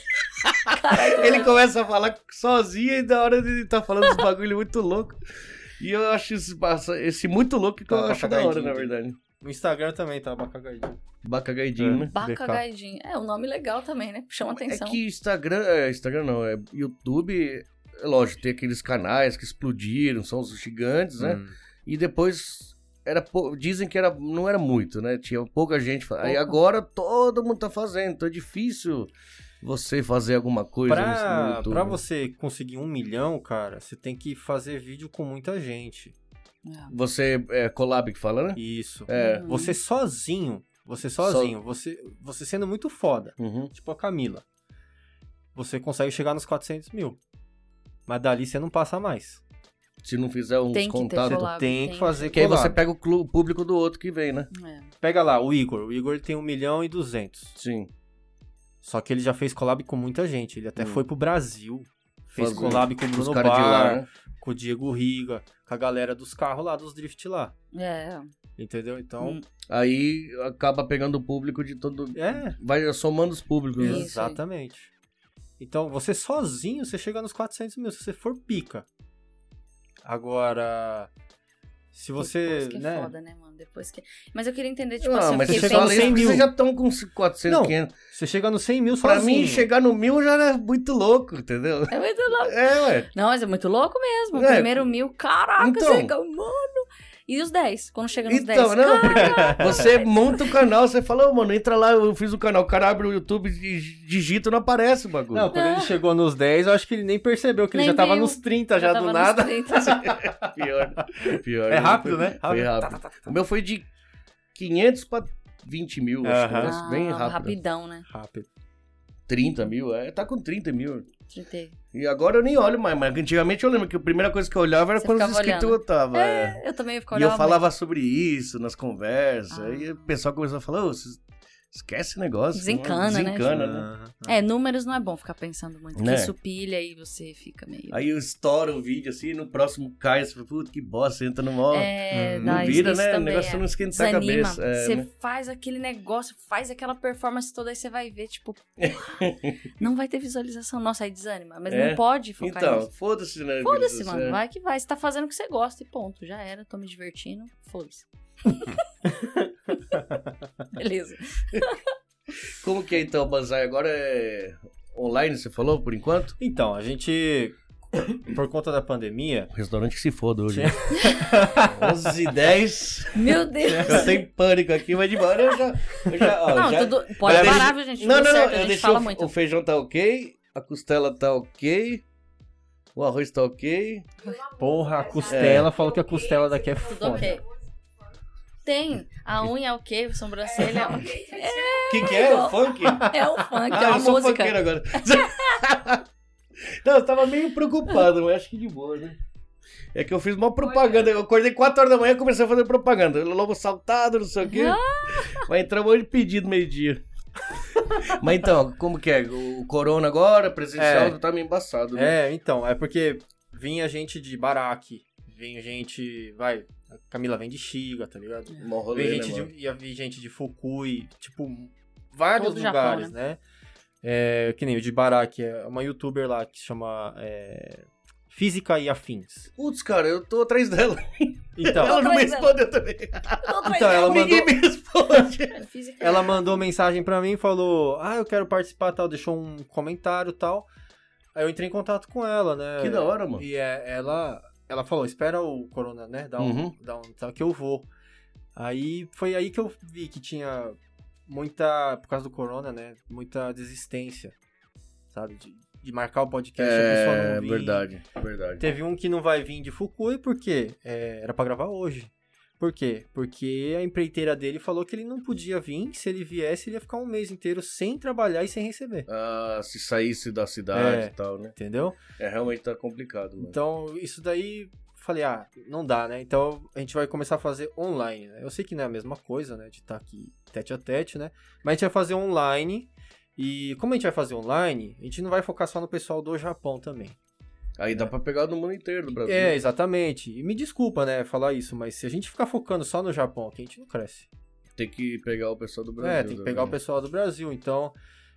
Speaker 1: (laughs) ele começa a falar sozinho e da hora ele tá falando uns bagulho muito louco. E eu acho esse, esse muito louco que
Speaker 3: Tá,
Speaker 1: eu
Speaker 3: tá
Speaker 1: acho da hora,
Speaker 3: cagadinho,
Speaker 1: na
Speaker 3: entendi.
Speaker 1: verdade.
Speaker 3: No Instagram também tá É. Bacagaidinho. Hum,
Speaker 1: Bacagaidinho, né?
Speaker 2: Baca Gaidin. É um nome legal também, né? Chama atenção.
Speaker 1: É que Instagram, é, Instagram não, é YouTube, é lógico, tem aqueles canais que explodiram, são os gigantes, né?
Speaker 3: Hum.
Speaker 1: E depois era pou- dizem que era não era muito, né? Tinha pouca gente. fa- Aí
Speaker 2: Pouco.
Speaker 1: agora todo mundo tá fazendo, então é difícil você fazer alguma
Speaker 3: é,
Speaker 1: coisa no- no
Speaker 3: Pra,
Speaker 1: YouTube.
Speaker 3: pra
Speaker 1: né?
Speaker 3: você conseguir um milhão, cara, você tem que fazer vídeo com muita gente.
Speaker 2: É.
Speaker 1: Você é collab que fala, né?
Speaker 3: Isso.
Speaker 1: É.
Speaker 2: Hum.
Speaker 3: Você sozinho, você sozinho, você, você sendo muito foda,
Speaker 1: Uhum.
Speaker 3: tipo a Camila, você consegue chegar nos 400 mil. Mas dali você não passa mais.
Speaker 1: Se não fizer uns
Speaker 2: Tem que ter
Speaker 1: contatos.
Speaker 2: collab. Claro,
Speaker 3: tem
Speaker 2: tem.
Speaker 3: que fazer
Speaker 1: Porque aí
Speaker 3: collab.
Speaker 1: você pega o clu- público do outro que vem, né?
Speaker 2: É.
Speaker 3: Pega lá o Igor. O Igor tem 1 milhão e 200.
Speaker 1: Sim.
Speaker 3: Só que ele já fez collab com muita gente. Ele até
Speaker 1: Hum.
Speaker 3: foi pro Brasil. Fez
Speaker 1: Fazer
Speaker 3: collab com o
Speaker 1: Os
Speaker 3: Bruno Bar,
Speaker 1: caras de lá, né?
Speaker 3: com o Diego Riga, com a galera dos carros lá, dos drift lá.
Speaker 2: É.
Speaker 3: Entendeu? Então,
Speaker 2: Hum.
Speaker 1: Aí acaba pegando o público de todo.
Speaker 3: é,
Speaker 1: Vai somando os públicos. né?
Speaker 2: Isso.
Speaker 3: exatamente. Então, você sozinho, você chega nos 400 mil, se você for pica. Agora, se você,
Speaker 2: Depois que
Speaker 3: né,
Speaker 2: é foda, né, mano? Depois que... Mas eu queria entender, tipo
Speaker 1: ah,
Speaker 2: assim, eu
Speaker 1: mas
Speaker 2: fiquei
Speaker 1: você
Speaker 3: chega
Speaker 1: fala
Speaker 2: pensando-
Speaker 3: bem-
Speaker 1: isso porque
Speaker 3: 100
Speaker 1: vocês
Speaker 3: mil.
Speaker 1: já estão com 400,
Speaker 3: Não, assim.
Speaker 1: 500.
Speaker 3: você chega nos 100 mil
Speaker 1: Pra
Speaker 3: sozinho.
Speaker 1: mim, chegar no mil já era muito louco, entendeu?
Speaker 2: É muito louco.
Speaker 1: É, ué.
Speaker 2: Não, mas é muito louco mesmo.
Speaker 1: É.
Speaker 2: Primeiro mil, caraca,
Speaker 1: Então.
Speaker 2: você ganhou, mano. E os 10? Quando chega nos 10?
Speaker 1: Então, não.
Speaker 2: Caraca,
Speaker 1: Você monta o canal, você fala, ô, mano, entra lá, eu fiz o canal. O cara abre o YouTube, dig- digita, não aparece o bagulho.
Speaker 3: Não, quando ele chegou nos 10, eu acho que ele nem percebeu que ele
Speaker 2: Ah. Nem
Speaker 3: já tava
Speaker 2: viu.
Speaker 3: nos 30
Speaker 2: eu
Speaker 3: já
Speaker 2: tava
Speaker 3: do
Speaker 2: nos
Speaker 3: nada.
Speaker 1: (laughs)
Speaker 2: 30.
Speaker 1: pior. pior
Speaker 3: É rápido, né?
Speaker 1: Foi
Speaker 3: Rápido.
Speaker 1: rápido. O meu foi de 500 pra 20 mil, acho que um
Speaker 3: Aham.
Speaker 1: negócio bem
Speaker 2: Ah,
Speaker 1: rápido.
Speaker 2: Rapidão, né?
Speaker 3: Rápido.
Speaker 1: 30 mil, é, tá com 30 mil.
Speaker 2: 30.
Speaker 1: E agora eu nem olho mais, mas antigamente eu lembro que a primeira coisa que eu olhava era
Speaker 2: Você
Speaker 1: quando os
Speaker 2: ficava
Speaker 1: inscritos
Speaker 2: olhando.
Speaker 1: tava. é.
Speaker 2: É, eu também fico
Speaker 1: E eu
Speaker 2: olhando.
Speaker 1: falava sobre isso nas conversas,
Speaker 2: Ah.
Speaker 1: e o pessoal começou a falar, ô, vocês- esquece esse negócio.
Speaker 2: Desencana, né?
Speaker 1: Desencana, né?
Speaker 3: Aham.
Speaker 2: É, números não é bom ficar pensando muito.
Speaker 1: Né?
Speaker 2: Que isso pilha e você fica meio...
Speaker 1: Aí eu estouro o vídeo assim, no próximo cai, você fala, puta que bosta, você entra no mó.
Speaker 2: É,
Speaker 3: Hum.
Speaker 2: dá
Speaker 1: não
Speaker 2: isso-
Speaker 1: vira,
Speaker 2: isso
Speaker 1: né? O
Speaker 2: também
Speaker 1: negócio
Speaker 2: é.
Speaker 1: não esquenta a
Speaker 2: Desanima.
Speaker 1: cabeça. É,
Speaker 2: você
Speaker 1: né?
Speaker 2: faz aquele negócio, faz aquela performance toda, aí você vai
Speaker 1: (laughs)
Speaker 2: ver, tipo, porra, não vai ter visualização. Nossa, aí desanima. Mas
Speaker 1: É.
Speaker 2: não pode focar nisso.
Speaker 1: Então, foda-se, né?
Speaker 2: Foda-se,
Speaker 1: Guilherme?
Speaker 2: mano.
Speaker 1: É.
Speaker 2: Vai que vai. Você tá fazendo o que você gosta e ponto. Já era, tô me divertindo.
Speaker 1: (laughs)
Speaker 2: Foda-se. Beleza.
Speaker 1: Como que é então o Banzai? Agora é online, você falou, por enquanto?
Speaker 3: Então, a gente, por conta da pandemia,
Speaker 1: Restaurante que se foda hoje.
Speaker 3: Sim.
Speaker 1: (laughs) 11 e 10
Speaker 2: Meu Deus.
Speaker 1: Eu tenho pânico aqui, mas de hora eu já. Eu já, ó,
Speaker 2: Não,
Speaker 1: já...
Speaker 2: tudo. Pode
Speaker 1: Peraí,
Speaker 2: parar, viu, gente?
Speaker 1: não,
Speaker 2: tudo
Speaker 1: não,
Speaker 2: certo,
Speaker 1: não.
Speaker 2: a
Speaker 1: Eu
Speaker 2: gente
Speaker 1: deixei
Speaker 2: fala
Speaker 1: o,
Speaker 2: muito.
Speaker 1: o feijão tá ok, a costela tá ok, o arroz tá ok.
Speaker 3: porra, a costela, falou que a costela daqui é
Speaker 2: É. Tudo
Speaker 3: foda.
Speaker 2: ok. Tem. A unha é o quê? O sobrancelha é o quê?
Speaker 1: O que, que é? O funk?
Speaker 2: É o (laughs) funk, é
Speaker 1: ah,
Speaker 2: a
Speaker 1: eu sou
Speaker 2: música.
Speaker 1: funkeiro
Speaker 2: (laughs)
Speaker 1: agora. não, eu tava meio preocupado, mas acho que de boa, né? É que eu fiz uma propaganda. Eu acordei 4 horas da manhã e comecei a fazer propaganda. Lobo saltado, não sei o quê. Vai entrar um monte de pedido meio-dia. (laughs) Mas então, como que é? O corona agora, presencial,
Speaker 3: É.
Speaker 1: tá meio embaçado, né?
Speaker 3: É, então, é porque vinha gente de Baraque, vinha gente, vai, a Camila vem de Shiga, tá ligado?
Speaker 1: Mó rolê,
Speaker 3: Vem
Speaker 1: né,
Speaker 3: gente
Speaker 1: mano?
Speaker 3: de, ia vir gente de Fukui, tipo, vários
Speaker 2: Todo o Japão,
Speaker 3: lugares, né? É, que nem o de Baraque, é uma youtuber lá que chama é, Física e Afins.
Speaker 1: Putz, cara, eu tô atrás dela.
Speaker 2: (laughs)
Speaker 3: Então,
Speaker 1: Ela não me
Speaker 2: atrás dela.
Speaker 1: respondeu também.
Speaker 2: Ah,
Speaker 3: então ela mandou...
Speaker 1: Ninguém me responde.
Speaker 2: é um Física.
Speaker 3: Ela mandou mensagem pra mim e falou: Ah, eu quero participar tal, deixou um comentário tal. Aí eu entrei em contato com ela, né?
Speaker 1: Que da hora, mano.
Speaker 3: E é, ela, ela falou: Espera o Corona, né? Dá um,
Speaker 1: Uhum.
Speaker 3: dá um tal que eu vou. Aí foi aí que eu vi que tinha muita, por causa do Corona, né? Muita desistência, sabe? De, de marcar o podcast. a pessoa
Speaker 1: É,
Speaker 3: não vir.
Speaker 1: verdade, verdade.
Speaker 3: Teve um que não vai vir de Fukui, por quê? É, era pra gravar hoje. Por quê? Porque a empreiteira dele falou que ele não podia vir, que se ele viesse, ele ia ficar um mês inteiro sem trabalhar e sem receber.
Speaker 1: Ah, se saísse da cidade
Speaker 3: É.
Speaker 1: e tal, né?
Speaker 3: Entendeu?
Speaker 1: É, realmente tá complicado, mano.
Speaker 3: Então, isso daí, falei, ah, não dá, né? Então, a gente vai começar a fazer online. né? Eu sei que não é a mesma coisa, né? De estar aqui tete a tete, né? Mas a gente vai fazer online. E como a gente vai fazer online, a gente não vai focar só no pessoal do Japão também.
Speaker 1: Aí dá pra pegar do mundo inteiro do Brasil.
Speaker 3: É, exatamente. E me desculpa, né, falar isso, mas se a gente ficar focando só no Japão aqui, a gente não cresce.
Speaker 1: Tem que pegar o pessoal do Brasil. tá
Speaker 3: é, tem que pegar o
Speaker 1: também.
Speaker 3: pessoal do Brasil. Então,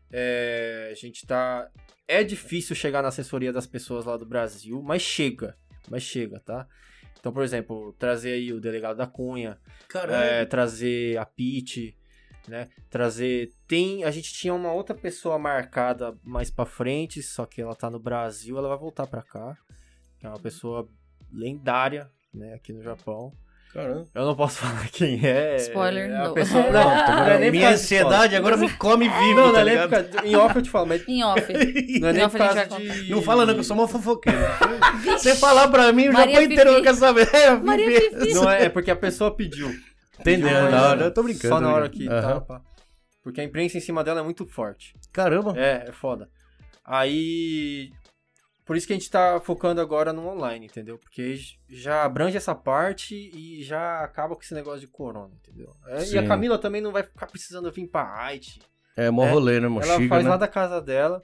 Speaker 3: é, a gente tá. É difícil chegar na assessoria das pessoas lá do Brasil, mas chega. Mas chega, tá? Então, por exemplo, trazer aí o delegado da Cunha, é,
Speaker 4: Caralho.
Speaker 3: trazer a Pete, né? Trazer. Tem. A gente tinha uma outra pessoa marcada mais pra frente, só que ela tá no Brasil, ela vai voltar pra cá. É uma pessoa lendária, né, aqui no Japão.
Speaker 1: Caramba.
Speaker 3: Eu não posso (laughs) falar quem é.
Speaker 2: Spoiler,
Speaker 3: é a
Speaker 2: não.
Speaker 3: (laughs) pessoa- não.
Speaker 1: Ah,
Speaker 2: Não,
Speaker 3: não é nem por
Speaker 1: Minha
Speaker 3: causa de
Speaker 1: ansiedade
Speaker 3: é
Speaker 1: agora me come
Speaker 3: spoiler.
Speaker 1: vivo,
Speaker 3: Não, não
Speaker 1: tá
Speaker 3: é nem por
Speaker 1: ligado?
Speaker 3: causa de- Em off eu te (laughs) falo,
Speaker 2: (laughs)
Speaker 3: mas.
Speaker 2: Em off.
Speaker 3: Não é nem
Speaker 2: Não,
Speaker 3: por
Speaker 2: a gente
Speaker 3: causa
Speaker 2: vai
Speaker 1: (laughs)
Speaker 3: de.
Speaker 1: Não fala não, que eu sou mó (laughs) fofoqueiro. Você
Speaker 2: Vixe.
Speaker 1: falar pra mim, o
Speaker 2: Maria
Speaker 1: Japão inteiro
Speaker 2: Fifi.
Speaker 1: não quer saber. (laughs) É,
Speaker 2: Maria
Speaker 1: Fifi.
Speaker 2: Fifi.
Speaker 1: (laughs)
Speaker 3: Não é, é porque a pessoa pediu.
Speaker 1: Entendeu?
Speaker 3: Pediu, mas-
Speaker 1: Na hora, eu tô brincando.
Speaker 3: Só na
Speaker 1: tô
Speaker 3: hora que
Speaker 1: brincando.
Speaker 3: tá,
Speaker 1: Aham.
Speaker 3: pá. Porque a imprensa em cima dela é muito forte.
Speaker 1: Caramba.
Speaker 3: É, é foda. Aí. Por isso que a gente tá focando agora no online, entendeu? Porque j- já abrange essa parte e já acaba com esse negócio de corona, entendeu? É, e a
Speaker 1: Sim.
Speaker 3: Camila também não vai ficar precisando vir pra Haiti.
Speaker 1: É, mó
Speaker 3: É.
Speaker 1: rolê, né, mochiga,
Speaker 3: Ela faz
Speaker 1: né?
Speaker 3: lá da casa dela.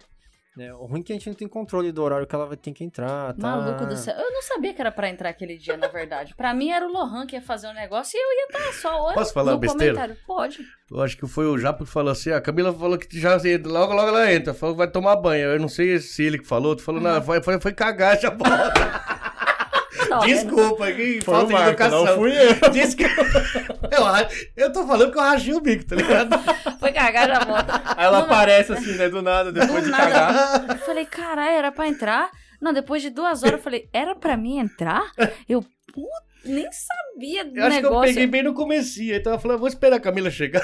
Speaker 3: né? O ruim é que a gente não tem controle do horário que ela vai ter que entrar. Tá?
Speaker 2: Maluco do céu. Eu não sabia que era pra entrar aquele dia, na verdade. Pra mim era o Lohan que ia fazer um negócio e eu ia estar só olhando
Speaker 1: Posso falar
Speaker 2: no
Speaker 1: besteira?
Speaker 2: comentário. Pode.
Speaker 1: Eu acho que foi o Japo que falou assim, ah, a Camila falou que já assim, logo, logo ela entra, falou que vai tomar banho. Eu não sei se ele que falou, tu falou, não, foi, foi, foi cagar, (laughs) já volta.
Speaker 2: Tá,
Speaker 1: Desculpa, que falta de educação.
Speaker 3: eu.
Speaker 1: Desculpa. (laughs) Eu, ra- eu tô falando que eu rachei o bico, tá ligado?
Speaker 2: vendo? Foi cagar já
Speaker 1: (laughs)
Speaker 2: volta.
Speaker 3: Aí ela aparece assim, né? Do nada, depois
Speaker 2: (laughs)
Speaker 3: de
Speaker 2: nada.
Speaker 3: cagar.
Speaker 2: Eu falei, caralho, era pra entrar? Não, depois de duas horas eu falei, era pra mim entrar? Eu, puta, nem sabia do
Speaker 1: Eu acho que eu
Speaker 2: um negócio. é-
Speaker 1: peguei bem no comecinho, então eu falei, vou esperar a Camila chegar.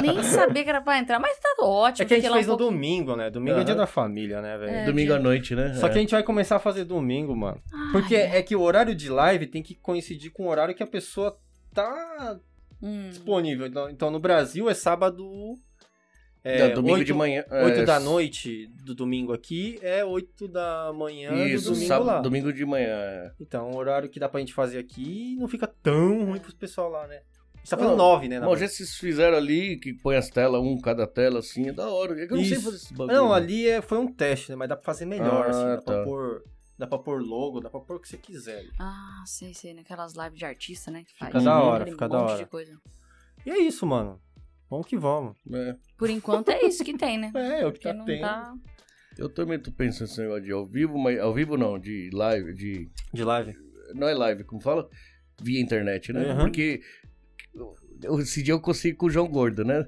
Speaker 2: Nem sabia que era pra entrar, mas tá
Speaker 3: É
Speaker 2: ótimo.
Speaker 3: que a gente
Speaker 2: fiquei lá um
Speaker 3: fez no
Speaker 2: pouquinho.
Speaker 3: domingo, né? Domingo é dia
Speaker 1: Aham.
Speaker 3: da família, né, velho?
Speaker 1: Domingo à noite, né?
Speaker 3: Só que a
Speaker 1: É.
Speaker 3: gente vai começar a fazer domingo, mano.
Speaker 2: Ai,
Speaker 3: Porque é que o horário de live tem que coincidir com o horário que a pessoa tá
Speaker 2: hum.
Speaker 3: disponível. Então- Então no Brasil é sábado.
Speaker 1: É, domingo de manhã.
Speaker 3: 8
Speaker 1: é,
Speaker 3: da noite do domingo aqui é 8 da manhã
Speaker 1: Isso,
Speaker 3: né, do domingo
Speaker 1: sábado,
Speaker 3: lá.
Speaker 1: domingo de manhã. é.
Speaker 3: Então, o horário que dá pra gente fazer aqui não fica tão ruim pros pessoal lá, né? A gente tá falando
Speaker 1: Não,
Speaker 3: 9, né? na
Speaker 1: Bom, já se fizeram ali, que põe as telas, um cada tela, assim, é da hora. É que eu não sei
Speaker 3: Isso.
Speaker 1: fazer esse bagulho.
Speaker 3: Não, ali é, foi um teste, né? Mas dá pra fazer melhor,
Speaker 1: Ah,
Speaker 3: assim. Dá, pra
Speaker 1: tá.
Speaker 3: pôr, dá pra pôr logo, dá pra pôr o que você quiser.
Speaker 2: Ah, sei, sei. Naquelas lives de artista, né? que faz
Speaker 3: Fica da
Speaker 2: um
Speaker 3: hora, fica da
Speaker 2: monte
Speaker 3: hora.
Speaker 2: de coisa.
Speaker 3: E é isso, mano. Vamos que vamos.
Speaker 1: É.
Speaker 2: Por enquanto é isso que
Speaker 3: (laughs)
Speaker 2: tem, né?
Speaker 3: É, é o que
Speaker 2: Porque
Speaker 3: tá
Speaker 2: não
Speaker 3: tendo.
Speaker 2: tá...
Speaker 1: É, Eu também tô pensando nesse negócio de ao vivo, mas ao vivo não, de live, de.
Speaker 3: De live.
Speaker 1: Não é live, como fala? Via internet, né?
Speaker 3: Aham.
Speaker 1: Porque eu- esse dia eu consegui com o João Gordo, né?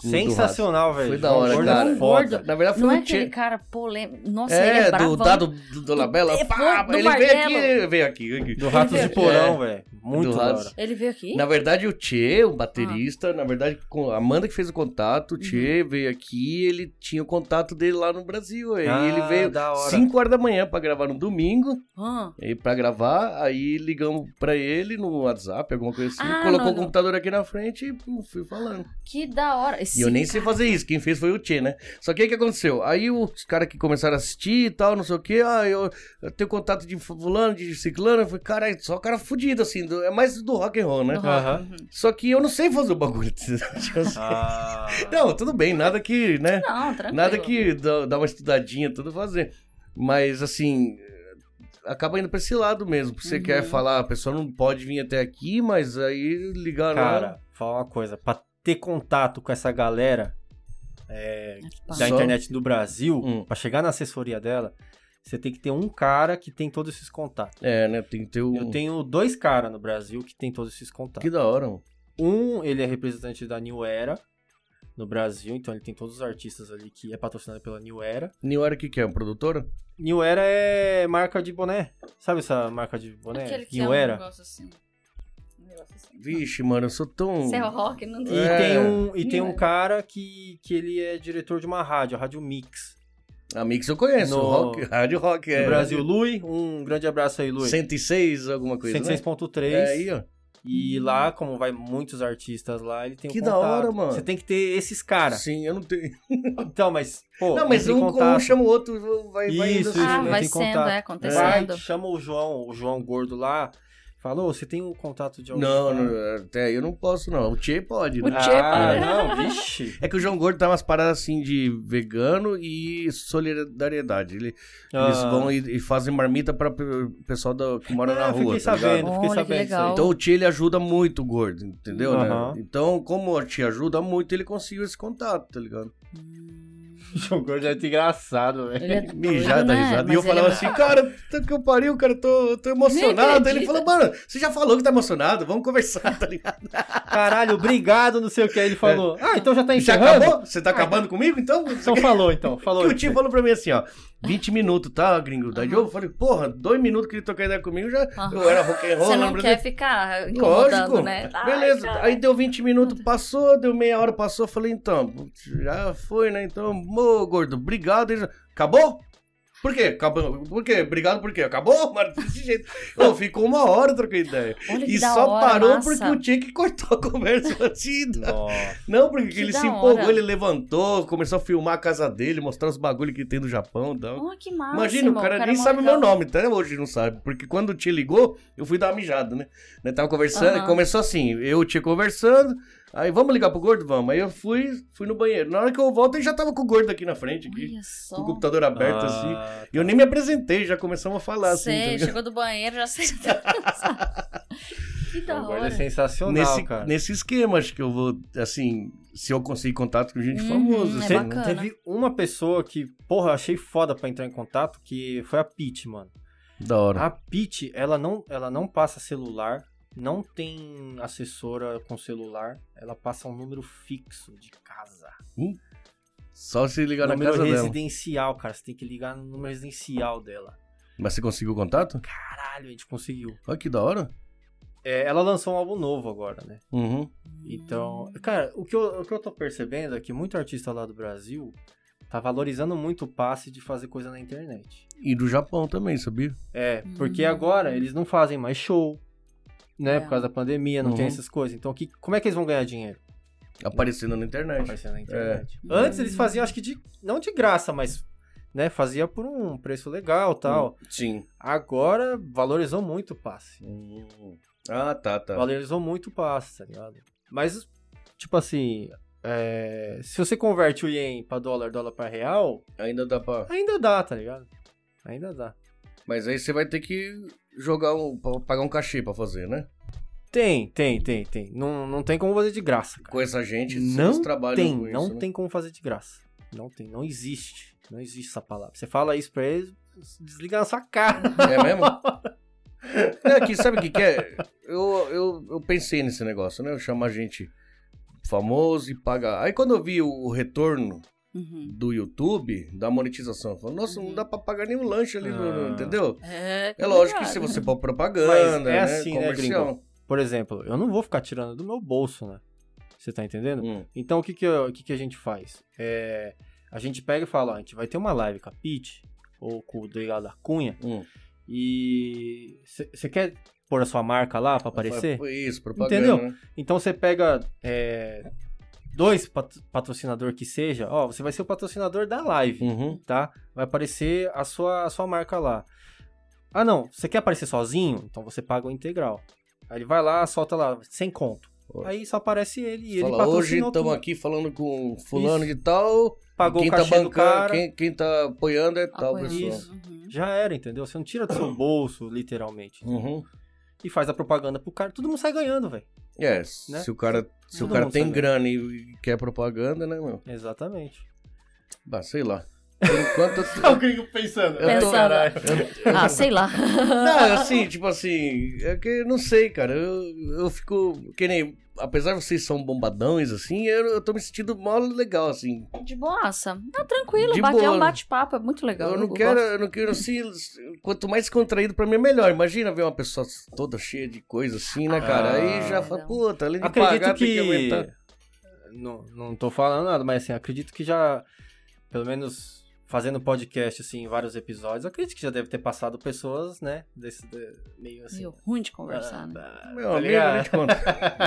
Speaker 1: Com o do
Speaker 3: Sensacional,
Speaker 1: Foi
Speaker 3: velho.
Speaker 1: da hora,
Speaker 3: Gordo é
Speaker 1: cara.
Speaker 3: Foda.
Speaker 1: rádio. Na verdade foi
Speaker 2: Não é
Speaker 1: um tchê-
Speaker 2: aquele cara polêmico. Nossa, ele é
Speaker 1: É,
Speaker 2: bravo.
Speaker 1: do dado do, do Labela.
Speaker 2: É, foi
Speaker 1: pá,
Speaker 2: do
Speaker 1: ele veio aqui,
Speaker 2: Bardello.
Speaker 1: ele veio aqui. aqui.
Speaker 3: Do Ratos de Porão, velho. Muito
Speaker 1: Do
Speaker 3: da
Speaker 1: Ratos.
Speaker 3: hora.
Speaker 2: Ele veio aqui?
Speaker 1: Na verdade, o Tchê,
Speaker 2: Ah.
Speaker 1: o baterista, na verdade, com a Amanda que fez o contato, o
Speaker 2: Uhum.
Speaker 1: Tchê veio aqui, ele tinha o contato dele lá no Brasil. Aí
Speaker 3: Ah,
Speaker 1: ele veio
Speaker 3: da hora.
Speaker 1: 5 horas da manhã pra gravar no domingo.
Speaker 2: Hã?
Speaker 1: E pra gravar, aí ligamos pra ele no WhatsApp, alguma coisa assim.
Speaker 2: Ah,
Speaker 1: colocou
Speaker 2: não,
Speaker 1: o
Speaker 2: não.
Speaker 1: computador aqui na frente e pum, fui falando.
Speaker 2: que da hora.
Speaker 1: E eu nem sei fazer isso, quem fez foi o Tchê, né? Só que aí o que aconteceu? Aí os caras que começaram a assistir e tal, não sei o quê, ah, eu, eu tenho contato de fulano, de ciclano, eu falei, caralho, só cara fudido, assim, do- é mais do rock and roll, né?
Speaker 2: Uhum.
Speaker 3: Aham.
Speaker 2: Uhum.
Speaker 1: Só que eu não sei fazer o bagulho. (laughs)
Speaker 3: Ah.
Speaker 1: não, tudo bem, nada que, né?
Speaker 2: Não, tranquilo.
Speaker 1: Nada que dá, dá uma estudadinha, tudo fazer. Mas, assim, acaba indo pra esse lado mesmo. Você
Speaker 2: Uhum.
Speaker 1: quer falar, "Ah, a pessoa não pode vir até aqui, mas aí ligar lá.
Speaker 3: Cara, fala uma coisa. Pra ter contato com essa galera
Speaker 2: Pá.
Speaker 3: da
Speaker 1: Tá Só-
Speaker 3: internet do Brasil,
Speaker 1: Hum.
Speaker 3: pra chegar na assessoria dela, você tem que ter um cara que tem todos esses contatos.
Speaker 1: É, né? Tem que ter o.
Speaker 3: Eu tenho dois caras no Brasil que tem todos esses contatos.
Speaker 1: Que da hora, mano.
Speaker 3: Um, ele é representante da New Era no Brasil, então ele tem todos os artistas ali que é patrocinado pela New Era.
Speaker 1: New Era, o que, que é? Produtora?
Speaker 3: New Era é marca de boné. Sabe essa marca de boné?
Speaker 2: Aquele que é
Speaker 3: New
Speaker 2: um
Speaker 3: né? Era.
Speaker 2: negócio assim. Um negócio assim.
Speaker 1: Vixe, mano, eu sou tão.
Speaker 2: Céu é rock, não
Speaker 3: E
Speaker 2: tem.
Speaker 1: É.
Speaker 3: tem um, e tem um
Speaker 2: Era.
Speaker 3: cara que, que ele é diretor de uma rádio, a Rádio Mix.
Speaker 1: A Mix eu conheço.
Speaker 3: No-
Speaker 1: Rock, (laughs) rádio Rock. É,
Speaker 3: no Brasil, Lui, um grande abraço aí, Lui.
Speaker 1: 106, alguma coisa. né?
Speaker 3: 106.3.
Speaker 1: É aí, ó.
Speaker 3: E lá, como vai muitos artistas lá, ele tem um
Speaker 1: Que da
Speaker 3: contato.
Speaker 1: hora, mano.
Speaker 3: Você tem que ter esses caras.
Speaker 1: Sim, eu não tenho.
Speaker 3: Então, mas, pô,
Speaker 1: não, mas
Speaker 3: entre em
Speaker 1: um, um
Speaker 3: contato.
Speaker 1: chama o outro, vai, vai indo
Speaker 3: Isso,
Speaker 1: assim,
Speaker 2: Ah,
Speaker 1: né?
Speaker 3: né?
Speaker 2: vai
Speaker 3: Tem
Speaker 2: sendo,
Speaker 3: contato.
Speaker 2: é,
Speaker 3: Vai,
Speaker 2: acontecendo.
Speaker 3: chama o João, o João Gordo lá. Falou, você tem o contato de alguém?
Speaker 1: Não,
Speaker 3: lá?"
Speaker 1: não, até aí eu não posso, não. O Tchê pode,
Speaker 2: O
Speaker 1: né?
Speaker 2: Tchê
Speaker 3: Ah,
Speaker 2: para.
Speaker 3: não, vixe.
Speaker 1: É que o João Gordo tá umas paradas assim de vegano e solidariedade. Ele- Eles
Speaker 3: Ah,
Speaker 1: vão e, e fazem marmita pra pe- pessoal da- que mora
Speaker 3: ah,
Speaker 1: na rua.
Speaker 3: Fiquei
Speaker 1: tá ligado?
Speaker 3: sabendo, fiquei
Speaker 2: Olha, que
Speaker 3: sabendo. isso aí.
Speaker 1: (laughs)
Speaker 2: legal.
Speaker 1: Então o tio ele ajuda muito o gordo, entendeu? né?
Speaker 3: Aham.
Speaker 1: Então, como o tio ajuda muito, ele conseguiu esse contato, tá ligado?
Speaker 2: Hum.
Speaker 3: João Gordo é muito engraçado, velho.
Speaker 2: Ele é doido,
Speaker 1: Mijada,
Speaker 2: né?
Speaker 1: risada. E
Speaker 2: Mas
Speaker 1: eu
Speaker 2: ele
Speaker 1: falava
Speaker 2: é-
Speaker 1: assim, cara, puta que eu pariu, cara, eu tô, eu tô emocionado. Ele
Speaker 2: acredita.
Speaker 1: falou, mano, você já falou que tá emocionado, vamos conversar, tá ligado?
Speaker 3: Caralho, obrigado, não sei o que. Aí ele falou. Ah, então já tá
Speaker 1: É. Já
Speaker 3: encerrando?
Speaker 1: acabou? Você tá acabando
Speaker 2: Ah.
Speaker 1: comigo,
Speaker 2: (laughs)
Speaker 1: então?
Speaker 3: Então falou, então. Falou.
Speaker 1: Que o tio falou pra mim assim, ó, 20 minutos, tá, gringo? Daí eu falei, porra, dois minutos que ele tocar ideia comigo, já
Speaker 2: Aham.
Speaker 1: eu era rock and roll lá
Speaker 2: Você não
Speaker 1: no
Speaker 2: quer
Speaker 1: Brasil.
Speaker 2: ficar incomodando,
Speaker 1: Lógico,
Speaker 2: né? Ai,
Speaker 1: beleza.
Speaker 2: cara.
Speaker 1: Aí deu 20 minutos, passou, deu meia hora, passou. eu Falei, então, putz, já foi, né? Então, ô, gordo, obrigado. Ele já- Acabou? Por quê? Acabou. Por quê? Obrigado por quê? Acabou? (laughs) Mas desse jeito. Ô, ficou uma hora trocando ideia.
Speaker 2: Olha que
Speaker 1: E
Speaker 2: da
Speaker 1: só
Speaker 2: hora,
Speaker 1: parou
Speaker 2: massa.
Speaker 1: porque o Tchek cortou a conversa (laughs) antes.
Speaker 3: Nossa.
Speaker 1: Não, porque
Speaker 2: Que
Speaker 1: ele
Speaker 2: da
Speaker 1: se empolgou,
Speaker 2: hora.
Speaker 1: ele levantou, começou a filmar a casa dele, mostrar os bagulho que tem do Japão então, e tal.
Speaker 2: Oh, que massa,
Speaker 1: Imagina,
Speaker 2: irmão,
Speaker 1: o cara,
Speaker 2: é
Speaker 1: nem
Speaker 2: mó
Speaker 1: sabe o
Speaker 2: legal.
Speaker 1: meu nome, até hoje não sabe. Porque quando o Tia ligou, eu fui dar uma mijada, né? Né, Tava conversando,
Speaker 2: Aham.
Speaker 1: e começou assim, eu e o Tia conversando, aí vamos ligar pro gordo? Vamos. Aí eu fui, fui no banheiro. Na hora que eu volto, ele já tava com o gordo aqui na frente, aqui,
Speaker 2: Olha
Speaker 1: com o
Speaker 2: só.
Speaker 1: computador aberto assim.
Speaker 2: Tá,
Speaker 3: Ah,
Speaker 1: E eu nem me apresentei, já começamos a falar assim. tá
Speaker 2: Sei,
Speaker 1: ligado?
Speaker 2: chegou do banheiro, já (laughs) sei. que da
Speaker 3: João Gordo é
Speaker 2: hora.
Speaker 3: sensacional,
Speaker 1: Nesse,
Speaker 3: cara.
Speaker 1: nesse esquema, acho que eu vou, assim, se eu conseguir contato com gente
Speaker 2: Uhum,
Speaker 1: famosa.
Speaker 2: é
Speaker 1: assim,
Speaker 3: Te-
Speaker 1: né?
Speaker 2: bacana.
Speaker 3: Teve uma pessoa que, porra, achei foda pra entrar em contato, que foi a Pete, mano.
Speaker 1: Da hora.
Speaker 3: A Pete, ela não, ela não passa celular, não tem assessora com celular, ela passa um número fixo de casa.
Speaker 1: Só se ligar na
Speaker 3: número
Speaker 1: casa dela.
Speaker 3: residencial, cara. Você tem que ligar no número residencial dela.
Speaker 1: Mas você conseguiu o contato?
Speaker 3: Caralho, a gente conseguiu.
Speaker 1: Olha que da hora.
Speaker 3: É, ela lançou um álbum novo agora, né?
Speaker 1: Uhum.
Speaker 3: Então, cara, o que, eu, o que eu tô percebendo é que muito artista lá do Brasil tá valorizando muito o passe de fazer coisa na internet.
Speaker 1: E do Japão também, sabia?
Speaker 3: É, porque
Speaker 2: Hum.
Speaker 3: agora eles não fazem mais show, né?
Speaker 2: É.
Speaker 3: Por causa da pandemia, não
Speaker 1: Uhum.
Speaker 3: tem essas coisas. Então, que, como é que eles vão ganhar dinheiro?
Speaker 1: Aparecendo na internet.
Speaker 3: Aparecendo na
Speaker 2: É.
Speaker 3: internet. Antes eles faziam, acho que de, não de graça, mas, né? Fazia por um preço legal tal.
Speaker 1: Sim.
Speaker 3: Agora valorizou muito o passe.
Speaker 1: Ah, tá, tá.
Speaker 3: Valorizou muito o passe, tá ligado? Mas, tipo assim, é, se você converte o ien pra dólar, dólar pra real,
Speaker 1: Ainda dá pra.
Speaker 3: ainda dá, tá ligado? Ainda dá.
Speaker 1: Mas aí você vai ter que jogar um. pra- pagar um cachê pra fazer, né?
Speaker 3: Tem, tem, tem, tem. Não, não tem como fazer de graça, cara.
Speaker 1: Com essa gente,
Speaker 3: Não
Speaker 1: vocês trabalham
Speaker 3: tem,
Speaker 1: com isso.
Speaker 3: não
Speaker 1: né?
Speaker 3: tem como fazer de graça. Não tem, não existe. Não existe essa palavra. Você fala isso pra eles, desliga na sua cara.
Speaker 1: É mesmo? é que sabe o que, que é? Eu, eu, eu pensei nesse negócio, né? Eu chamar gente famosa e pagar. Aí quando eu vi o- o retorno
Speaker 2: Uhum.
Speaker 1: do YouTube, da monetização. Falou, nossa, não dá pra pagar nenhum lanche ali, no- no-
Speaker 3: Ah.
Speaker 1: entendeu?
Speaker 2: É,
Speaker 1: É lógico que
Speaker 2: complicado.
Speaker 1: se você pôr propaganda,
Speaker 3: Mas é
Speaker 1: né,
Speaker 3: assim, né,
Speaker 1: comercial.
Speaker 3: Por exemplo, eu não vou ficar tirando do meu bolso, né? Você tá entendendo?
Speaker 1: Hum,
Speaker 3: Então o que que, eu- o que que a gente faz? É, a gente pega e fala, ó, a gente vai ter uma live com a Pete ou com o Delgado da Cunha
Speaker 1: hum.
Speaker 3: e você quer pôr a sua marca lá pra aparecer?
Speaker 1: Foi Isso, propaganda.
Speaker 3: Entendeu?
Speaker 1: né?
Speaker 3: Então você pega é, dois pat patrocinador que seja, ó, você vai ser o patrocinador da live,
Speaker 1: Uhum.
Speaker 3: tá? Vai aparecer a sua, a sua marca lá. Ah não, você quer aparecer sozinho? Então você paga o integral. Aí ele vai lá, solta lá, sem conto.
Speaker 1: Ó.
Speaker 3: Aí só aparece ele e ele
Speaker 1: Fala, hoje
Speaker 3: patrocinou
Speaker 1: estamos
Speaker 3: tudo.
Speaker 1: aqui falando com fulano de tal.
Speaker 3: Pagou
Speaker 1: quem
Speaker 3: o cachê
Speaker 1: tá
Speaker 3: do cara.
Speaker 1: bancando, quem, quem tá apoiando é tal
Speaker 2: Apoiando.
Speaker 1: pessoa.
Speaker 3: Isso.
Speaker 2: Ah, Uhum.
Speaker 3: Já era, entendeu? Você não tira do seu bolso, literalmente.
Speaker 1: Uhum.
Speaker 3: E faz a propaganda pro cara. Todo mundo sai ganhando, velho.
Speaker 1: É,
Speaker 3: Né?
Speaker 1: se o cara, se o
Speaker 3: Todo
Speaker 1: cara
Speaker 3: mundo
Speaker 1: tem
Speaker 3: sabe.
Speaker 1: grana e quer propaganda, né, meu? (laughs)
Speaker 3: Exatamente.
Speaker 1: Bah, sei lá. (laughs) Por enquanto. eu tô-
Speaker 3: o gringo pensando.
Speaker 1: Eu
Speaker 2: tô- Caralho. Ah, sei lá.
Speaker 1: Não, assim, tipo assim, é que eu não sei, cara. Eu, eu fico. Que nem. Apesar de vocês são bombadões, assim, eu, eu tô me sentindo mó legal, assim.
Speaker 2: De boaça. Ah, tranquilo,
Speaker 1: De
Speaker 2: bate, é
Speaker 1: boa.
Speaker 2: um bate-papo, é muito legal.
Speaker 1: eu não
Speaker 2: gosto.
Speaker 1: quero, eu não quero assim. Quanto mais contraído pra mim é melhor. Imagina ver uma pessoa toda cheia de coisa assim, né, cara? Aí já fala,
Speaker 2: não.
Speaker 1: puta, além de
Speaker 3: Acredito
Speaker 1: pagar, tem que
Speaker 3: que.
Speaker 1: aguentar.
Speaker 3: não, não tô falando nada, mas assim, acredito que já. Pelo menos fazendo podcast, assim, em vários episódios, acredito que já deve ter passado pessoas, né? Desse de- meio assim.
Speaker 2: Meio ruim de conversar, né?
Speaker 3: Ah,
Speaker 1: Meu
Speaker 3: tá
Speaker 1: amigo,
Speaker 3: ligado?
Speaker 1: eu te conto.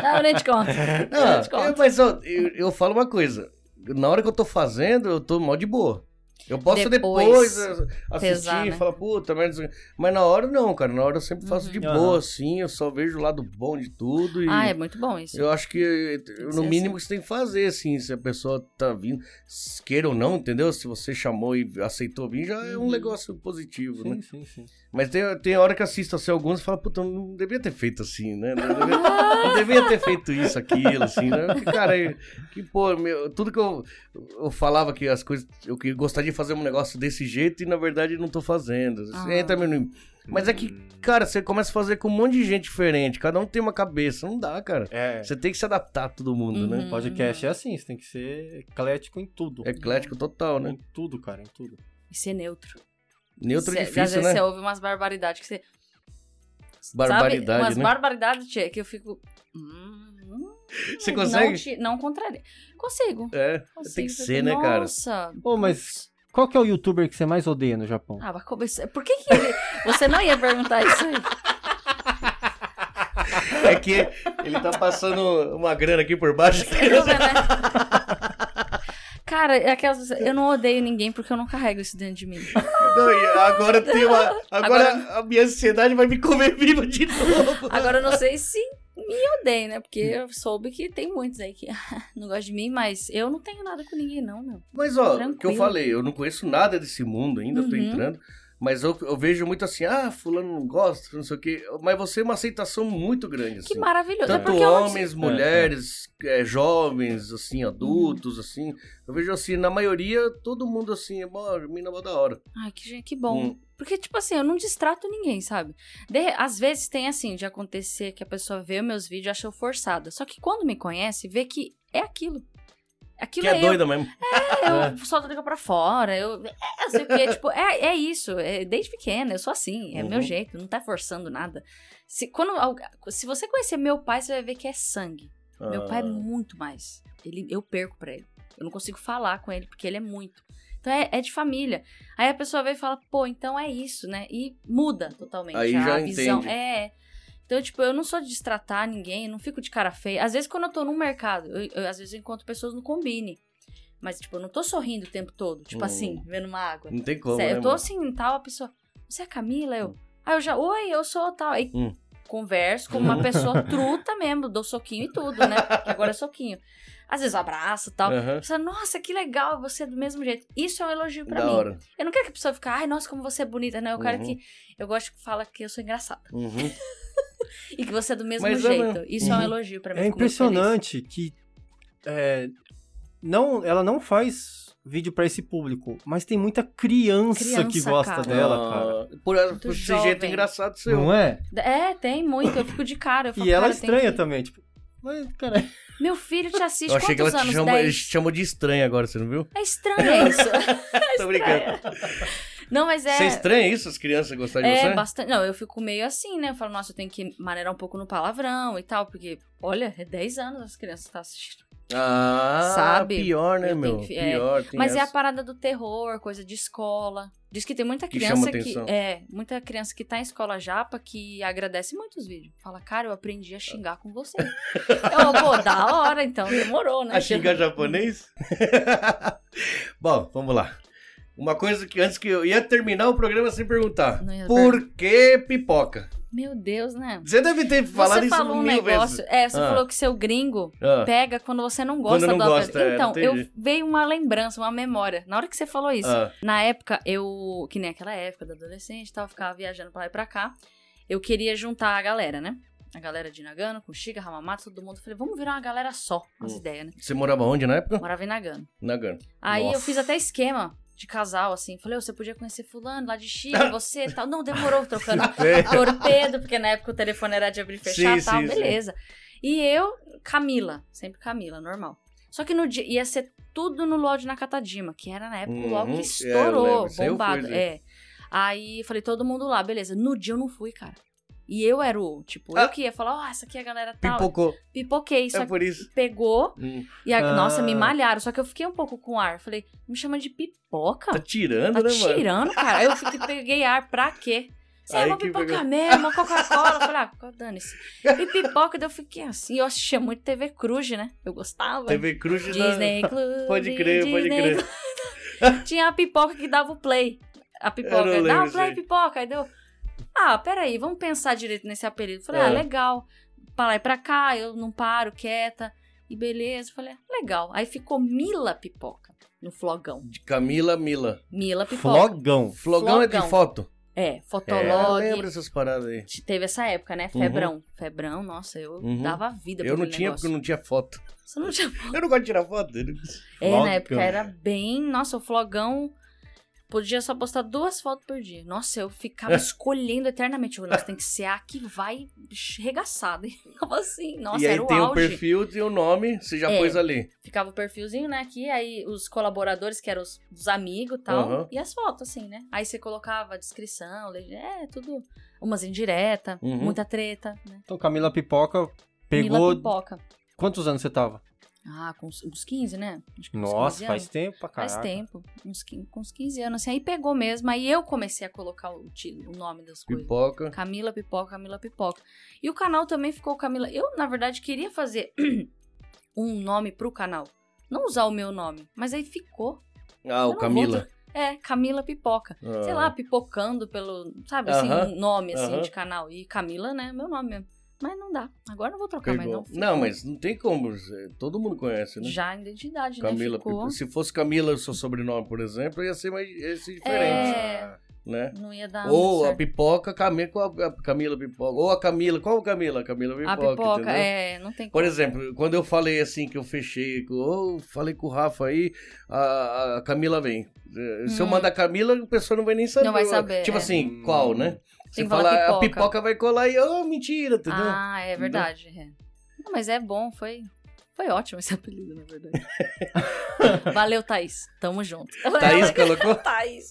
Speaker 2: Não, eu nem
Speaker 1: (laughs)
Speaker 2: te conto. Eu
Speaker 1: tá. Ah,
Speaker 2: nem te conto.
Speaker 1: eu- mas ó, eu, eu falo uma coisa. Na hora que eu tô fazendo, eu tô mó de boa. Eu posso depois, é,
Speaker 2: Depois,
Speaker 1: assistir
Speaker 2: pesar,
Speaker 1: e
Speaker 2: né?
Speaker 1: falar, puta, mas... mas na hora não, cara. Na hora eu sempre faço de
Speaker 3: Uhum.
Speaker 1: boa, assim. Eu só vejo o lado bom de tudo. E
Speaker 2: Ah, é muito bom isso.
Speaker 1: Eu acho que
Speaker 2: que ser
Speaker 1: no
Speaker 2: assim.
Speaker 1: mínimo que você tem que fazer, assim, se a pessoa tá vindo, se queira ou não, entendeu? Se você chamou e aceitou vir, já é um
Speaker 2: Uhum.
Speaker 1: negócio positivo, né?
Speaker 3: Sim, sim, sim.
Speaker 1: Mas tem, tem hora que assisto assim, alguns e falo, puta, eu não devia ter feito assim, né? Não
Speaker 2: (laughs)
Speaker 1: devia, não devia ter feito isso, aquilo, assim, né? Porque, cara, eu- que, pô, meu, tudo que eu, eu falava que as coisas. Eu que gostaria de fazer um negócio desse jeito e, na verdade, não tô fazendo. Você
Speaker 2: Ah. Uhum.
Speaker 1: entra meio no- Mas é que, cara, você começa a fazer com um monte de gente diferente, cada um tem uma cabeça, não dá, cara.
Speaker 3: É.
Speaker 1: Você tem que se adaptar a todo mundo, né?
Speaker 2: Uhum.
Speaker 3: Podcast é assim, você tem que ser eclético em tudo.
Speaker 1: Eclético total, né?
Speaker 3: Em tudo, cara, em tudo.
Speaker 2: E ser neutro.
Speaker 1: Neutro
Speaker 2: Cê-
Speaker 1: é
Speaker 2: Às
Speaker 1: difícil,
Speaker 2: vezes
Speaker 1: né?
Speaker 2: você ouve umas barbaridades que você. sabe?
Speaker 1: Barbaridade,
Speaker 2: umas
Speaker 1: né?
Speaker 2: barbaridades, Tchê, que eu fico. "Hum, hum,
Speaker 1: Você
Speaker 2: não
Speaker 1: consegue?
Speaker 2: te- Não, contraria. Consigo.
Speaker 1: É,
Speaker 2: consigo.
Speaker 1: tem que
Speaker 2: Fico,
Speaker 1: ser, né, cara?
Speaker 2: Nossa.
Speaker 3: Ô, mas qual que é o youtuber que você mais odeia no Japão?
Speaker 2: Ah, mas como... isso- por que, que ele... você não ia perguntar
Speaker 1: (laughs)
Speaker 2: isso aí?
Speaker 1: É que ele tá passando uma grana aqui por
Speaker 2: (laughs)
Speaker 1: baixo.
Speaker 2: né? Cara, é aquelas... pessoas- eu não odeio ninguém porque eu não carrego isso dentro de mim.
Speaker 1: Não, e agora tem uma. Agora, a minha ansiedade vai me comer viva
Speaker 2: (laughs)
Speaker 1: de novo.
Speaker 2: Agora eu não sei se me odeio, né? Porque eu soube que tem muitos aí que (laughs) não gostam de mim, mas eu não tenho nada com ninguém, não, meu.
Speaker 1: Mas, ó,
Speaker 2: Tranquilo.
Speaker 1: o que eu falei, eu não conheço nada desse mundo ainda, tô
Speaker 2: Uhum.
Speaker 1: entrando. Mas eu, eu vejo muito assim, ah, fulano não gosta, não sei o quê. Mas você é uma aceitação muito grande, assim.
Speaker 2: Que maravilhoso. é
Speaker 1: Tanto
Speaker 2: porque eu não- Uhum.
Speaker 1: homens, mulheres, eh, jovens, assim, adultos, assim. Eu vejo assim, na maioria, todo mundo assim, é bom, mina mó da hora.
Speaker 2: Ai, que, gen- que bom.
Speaker 1: Hum.
Speaker 2: Porque, tipo assim, eu não distrato ninguém, sabe? De- às vezes tem assim, de acontecer que a pessoa vê meus vídeos e acha eu forçada. Só que quando me conhece, vê que é aquilo. Aquilo
Speaker 1: que é
Speaker 2: eu.
Speaker 1: doida mesmo.
Speaker 2: eu
Speaker 3: É.
Speaker 2: solto liga pra fora, eu. É, eu sei o quê. tipo, é, é isso. é, desde pequena, eu sou assim. É
Speaker 1: Uhum.
Speaker 2: meu jeito, não tá forçando nada. Se, quando, al- se você conhecer meu pai, você vai ver que é sangue. Meu
Speaker 1: Ah,
Speaker 2: pai é muito mais. Ele, eu perco pra ele. Eu não consigo falar com ele, porque ele é muito. Então é, é de família. Aí a pessoa vem e fala, pô, então é isso, né? E muda totalmente
Speaker 1: Aí
Speaker 2: a
Speaker 1: já
Speaker 2: visão.
Speaker 1: entende.
Speaker 2: É. Então, tipo, eu não sou de destratar ninguém, eu não fico de cara feia. Às vezes, quando eu tô num mercado, eu- eu- às vezes eu encontro pessoas no combine. Mas, tipo, eu não tô sorrindo o tempo todo, tipo
Speaker 1: Hum.
Speaker 2: assim, vendo uma água.
Speaker 1: Não tem como,
Speaker 2: Sério,
Speaker 1: né,
Speaker 2: eu tô
Speaker 1: mano?
Speaker 2: assim, tal, a pessoa. Você é a Camila? Eu. Aí eu já, oi, eu sou tal. Aí
Speaker 1: Hum.
Speaker 2: converso com uma pessoa
Speaker 1: (laughs)
Speaker 2: truta mesmo, dou soquinho e tudo, né? Porque agora é soquinho. Às vezes eu abraço e tal.
Speaker 1: Aham.
Speaker 2: A pessoa, nossa, que legal, você é do mesmo jeito. Isso é um elogio pra
Speaker 1: Da
Speaker 2: mim.
Speaker 1: hora.
Speaker 2: Eu não quero que a pessoa fique, ai, nossa, como você é bonita. Não, eu quero
Speaker 1: Uhum.
Speaker 2: que. Eu gosto que fala que eu sou engraçada.
Speaker 1: Uhum.
Speaker 2: E que você é do mesmo
Speaker 1: Mas é
Speaker 2: jeito.
Speaker 1: mesmo.
Speaker 2: Isso é um
Speaker 3: Uhum.
Speaker 2: elogio pra mim.
Speaker 3: É
Speaker 2: fico muito feliz.
Speaker 3: impressionante que é, não, ela não faz vídeo pra esse público, mas tem muita criança,
Speaker 2: Criança,
Speaker 3: que gosta
Speaker 2: cara.
Speaker 3: dela, cara.
Speaker 1: Ah, Por, por esse
Speaker 2: jovem.
Speaker 1: jeito engraçado seu.
Speaker 3: Não é?
Speaker 2: É, tem muito. Eu fico de
Speaker 1: (laughs)
Speaker 2: cara. Eu falo,
Speaker 3: E
Speaker 1: é
Speaker 3: ela
Speaker 2: cara, eu tenho
Speaker 3: estranha
Speaker 2: que-
Speaker 3: também, tipo, mas cara,
Speaker 2: Meu filho te assiste
Speaker 1: Eu achei que ela
Speaker 2: quantos
Speaker 1: te
Speaker 2: anos?
Speaker 1: chama, ele te
Speaker 2: 10?
Speaker 1: chamou de estranha agora, você não viu?
Speaker 2: É estranho
Speaker 1: (laughs)
Speaker 2: isso.
Speaker 1: Tô
Speaker 2: É.
Speaker 1: brincando.
Speaker 2: Não, mas é.
Speaker 1: Você é estranha isso, as crianças gostarem de
Speaker 2: É,
Speaker 1: você?
Speaker 2: bastante. Não, eu fico meio assim, né? Eu falo, nossa, eu tenho que maneirar um pouco no palavrão e tal, porque, olha, é 10 anos as crianças estão assistindo.
Speaker 1: Ah,
Speaker 2: Sabe?
Speaker 1: pior, né,
Speaker 2: Eu
Speaker 1: meu?
Speaker 2: tenho que- é.
Speaker 1: Pior, tem
Speaker 2: Mas é a
Speaker 1: essa.
Speaker 2: parada do terror, coisa de escola. Diz que tem muita
Speaker 1: Que
Speaker 2: criança
Speaker 1: chama
Speaker 2: que.
Speaker 1: atenção.
Speaker 2: É, muita criança que tá em escola japa que agradece muito os vídeos. Fala, cara, eu aprendi a xingar
Speaker 1: (laughs)
Speaker 2: com você. eu, pô, da hora, então, demorou, né?
Speaker 1: A xingar japonês? (laughs) Bom, vamos lá. Uma coisa que antes que eu ia terminar o programa sem perguntar.
Speaker 2: Não ia
Speaker 1: Por que pipoca?
Speaker 2: Meu Deus, né?
Speaker 1: Você deve ter falado
Speaker 2: Você
Speaker 1: isso
Speaker 2: falou um
Speaker 1: mil
Speaker 2: negócio.
Speaker 1: vezes.
Speaker 2: É, você
Speaker 1: Ah.
Speaker 2: falou que seu gringo
Speaker 1: Ah,
Speaker 2: pega quando você não gosta
Speaker 1: Quando não
Speaker 2: do apelido.
Speaker 1: gosta, é, não
Speaker 2: Então,
Speaker 1: tem
Speaker 2: eu
Speaker 1: jeito.
Speaker 2: veio uma lembrança, uma memória. Na hora que você falou isso,
Speaker 1: ah,
Speaker 2: na época, eu. Que nem aquela época da adolescente e tal, eu ficava viajando pra lá e pra cá. Eu queria juntar a galera, né? A galera de Nagano, com Shiga, Hamamatsu, todo mundo. Eu Falei, vamos virar uma galera só. As
Speaker 1: Hum.
Speaker 2: ideias, né?
Speaker 1: Você morava onde na época?
Speaker 2: Morava em Nagano.
Speaker 1: Na Gana.
Speaker 2: Aí
Speaker 1: Nossa.
Speaker 2: eu fiz até esquema de casal, assim. Falei, "Ô, você podia conhecer fulano lá
Speaker 1: (laughs)
Speaker 2: de Chica, você e tal. Não, demorou, trocando torpedo, porque na época o telefone era de abrir e fechar
Speaker 1: Sim,
Speaker 2: tal,
Speaker 1: sim, sim.
Speaker 2: beleza. E eu, Camila, sempre Camila, normal. Só que no dia ia ser tudo no Lodge na Catadima, que era na época o
Speaker 1: Uhum,
Speaker 2: LOL
Speaker 1: é, eu
Speaker 2: que estourou,
Speaker 1: lembro, isso aí eu
Speaker 2: bombado.
Speaker 1: fui, né?
Speaker 2: é. Aí eu falei, todo mundo lá, beleza. No dia eu não fui, cara. E eu era o, tipo,
Speaker 1: Ah.
Speaker 2: eu que ia falar, ó, essa aqui é a galera tal.
Speaker 1: Pipocou.
Speaker 2: Pipoquei, só
Speaker 1: É por isso.
Speaker 2: que pegou.
Speaker 1: Hum,
Speaker 2: E a-
Speaker 3: Ah.
Speaker 2: nossa, me malharam. Só que eu fiquei um pouco com ar. Falei, me chama de pipoca?
Speaker 1: Tá tirando,
Speaker 2: Tá
Speaker 1: né, mano?
Speaker 2: tirando, cara. Aí eu fiquei, peguei ar pra quê? Você é
Speaker 1: Aí
Speaker 2: uma
Speaker 1: que
Speaker 2: pipoca
Speaker 1: pegou.
Speaker 2: mesmo, uma Coca-Cola. Eu Falei, ah, dane-se. E pipoca, daí eu fiquei assim. Eu assistia muito TV Cruz, né? Eu gostava.
Speaker 1: TV Cruz na-
Speaker 2: Disney Club.
Speaker 1: Pode crer, pode
Speaker 2: Disney
Speaker 1: crer.
Speaker 2: Club.
Speaker 1: (laughs)
Speaker 2: Tinha a pipoca que dava o play.
Speaker 1: Eu
Speaker 2: A
Speaker 1: não
Speaker 2: pipoca,
Speaker 1: lembro
Speaker 2: dá o
Speaker 1: isso
Speaker 2: play,
Speaker 1: aí.
Speaker 2: pipoca. Aí deu. Ah, peraí, vamos pensar direito nesse apelido. Falei,
Speaker 1: É.
Speaker 2: ah, legal. Pra lá e pra cá, eu não paro, quieta. E beleza. Falei, ah, legal. Aí ficou Mila Pipoca no flogão.
Speaker 1: De Camila Mila.
Speaker 2: Mila Pipoca.
Speaker 3: Flogão.
Speaker 1: Flogão, é de
Speaker 2: Flogão.
Speaker 1: foto.
Speaker 2: É,
Speaker 1: É, eu
Speaker 2: fotolog.
Speaker 1: lembro essas paradas aí.
Speaker 2: Te- Teve essa época, né? Febrão. Febrão, nossa, eu
Speaker 1: Uhum.
Speaker 2: dava vida
Speaker 1: Eu
Speaker 2: pro
Speaker 1: não tinha porque
Speaker 2: negócio.
Speaker 1: eu não tinha foto.
Speaker 2: Você não tinha
Speaker 1: Eu não gosto de tirar foto. eu não-
Speaker 2: É,
Speaker 1: Flogão.
Speaker 2: na época era bem. Nossa, o flogão podia só postar duas fotos por dia. Nossa,
Speaker 1: (laughs)
Speaker 2: eu ficava escolhendo eternamente. Eu, Nossa, tem que ser a que vai regaçada. (laughs) E ficava assim, nossa,
Speaker 1: e aí
Speaker 2: era o
Speaker 1: tem o
Speaker 2: auge.
Speaker 1: perfil e o nome, você já
Speaker 2: É.
Speaker 1: pôs ali.
Speaker 2: Ficava o perfilzinho, né, aqui, aí os colaboradores, que eram os, os amigos e tal,
Speaker 1: Aham.
Speaker 2: e as fotos, assim, né? Aí você colocava a descrição, legenda, é, tudo. Umas indireta,
Speaker 1: Uhum.
Speaker 2: muita treta, né?
Speaker 3: Então, Camila Pipoca
Speaker 2: Mila
Speaker 3: pegou.
Speaker 2: pipoca.
Speaker 3: Quantos anos você tava?
Speaker 2: Ah, com uns- uns 15, né? Acho que uns 15
Speaker 3: Nossa,
Speaker 2: anos.
Speaker 3: faz tempo pra caralho.
Speaker 2: Faz tempo, uns, quin- com uns 15 anos, assim, aí pegou mesmo, aí eu comecei a colocar o, ti- o nome das coisas.
Speaker 1: Pipoca.
Speaker 2: Camila Pipoca, Camila Pipoca. E o canal também ficou Camila. Eu, na verdade, queria fazer (clears throat) um nome pro canal. Não usar o meu nome, mas aí ficou.
Speaker 1: Ah,
Speaker 2: Eu
Speaker 1: o
Speaker 2: não
Speaker 1: Camila.
Speaker 2: É, Camila Pipoca. Sei
Speaker 1: Ah.
Speaker 2: lá, pipocando pelo, sabe, assim,
Speaker 1: Aham,
Speaker 2: um nome assim
Speaker 1: aham.
Speaker 2: de canal. E Camila, né, meu nome mesmo. Mas não dá. Agora não vou trocar mais
Speaker 1: Pegou.
Speaker 2: não.
Speaker 1: não,
Speaker 2: Ficou
Speaker 1: mas não tem como. é, Todo mundo conhece, né?
Speaker 2: Já a identidade,
Speaker 1: Camila.
Speaker 2: né? Ficou.
Speaker 1: Pipo- Se fosse Camila, o seu sobrenome, por exemplo, ia ser mais ia ser diferente,
Speaker 2: É,
Speaker 1: né?
Speaker 2: não ia dar muito
Speaker 1: Ou a
Speaker 2: certo.
Speaker 1: pipoca, Camila, a Camila Pipoca. Ou a Camila. Qual a Camila? A Camila Pipoca.
Speaker 2: A pipoca,
Speaker 1: entendeu?
Speaker 2: é, não tem
Speaker 1: Por
Speaker 2: como.
Speaker 1: exemplo, quando eu falei assim que eu fechei, que eu falei com o Rafa aí, a, a Camila vem. Eh, Se eu
Speaker 2: Hum.
Speaker 1: mandar a Camila, a pessoa não vai nem saber.
Speaker 2: Não vai saber,
Speaker 1: Tipo
Speaker 2: é.
Speaker 1: assim,
Speaker 3: Hum.
Speaker 1: qual, né? Você
Speaker 2: Tem que
Speaker 1: fala,
Speaker 2: falar
Speaker 1: a
Speaker 2: pipoca.
Speaker 1: pipoca vai colar e, oh, mentira, entendeu?
Speaker 2: Ah, é verdade. é. Não, mas é bom, foi, foi ótimo esse (laughs) apelido, na
Speaker 1: (laughs)
Speaker 2: verdade. Valeu, Thaís. Tamo junto.
Speaker 1: Thaís colocou?
Speaker 2: Thaís.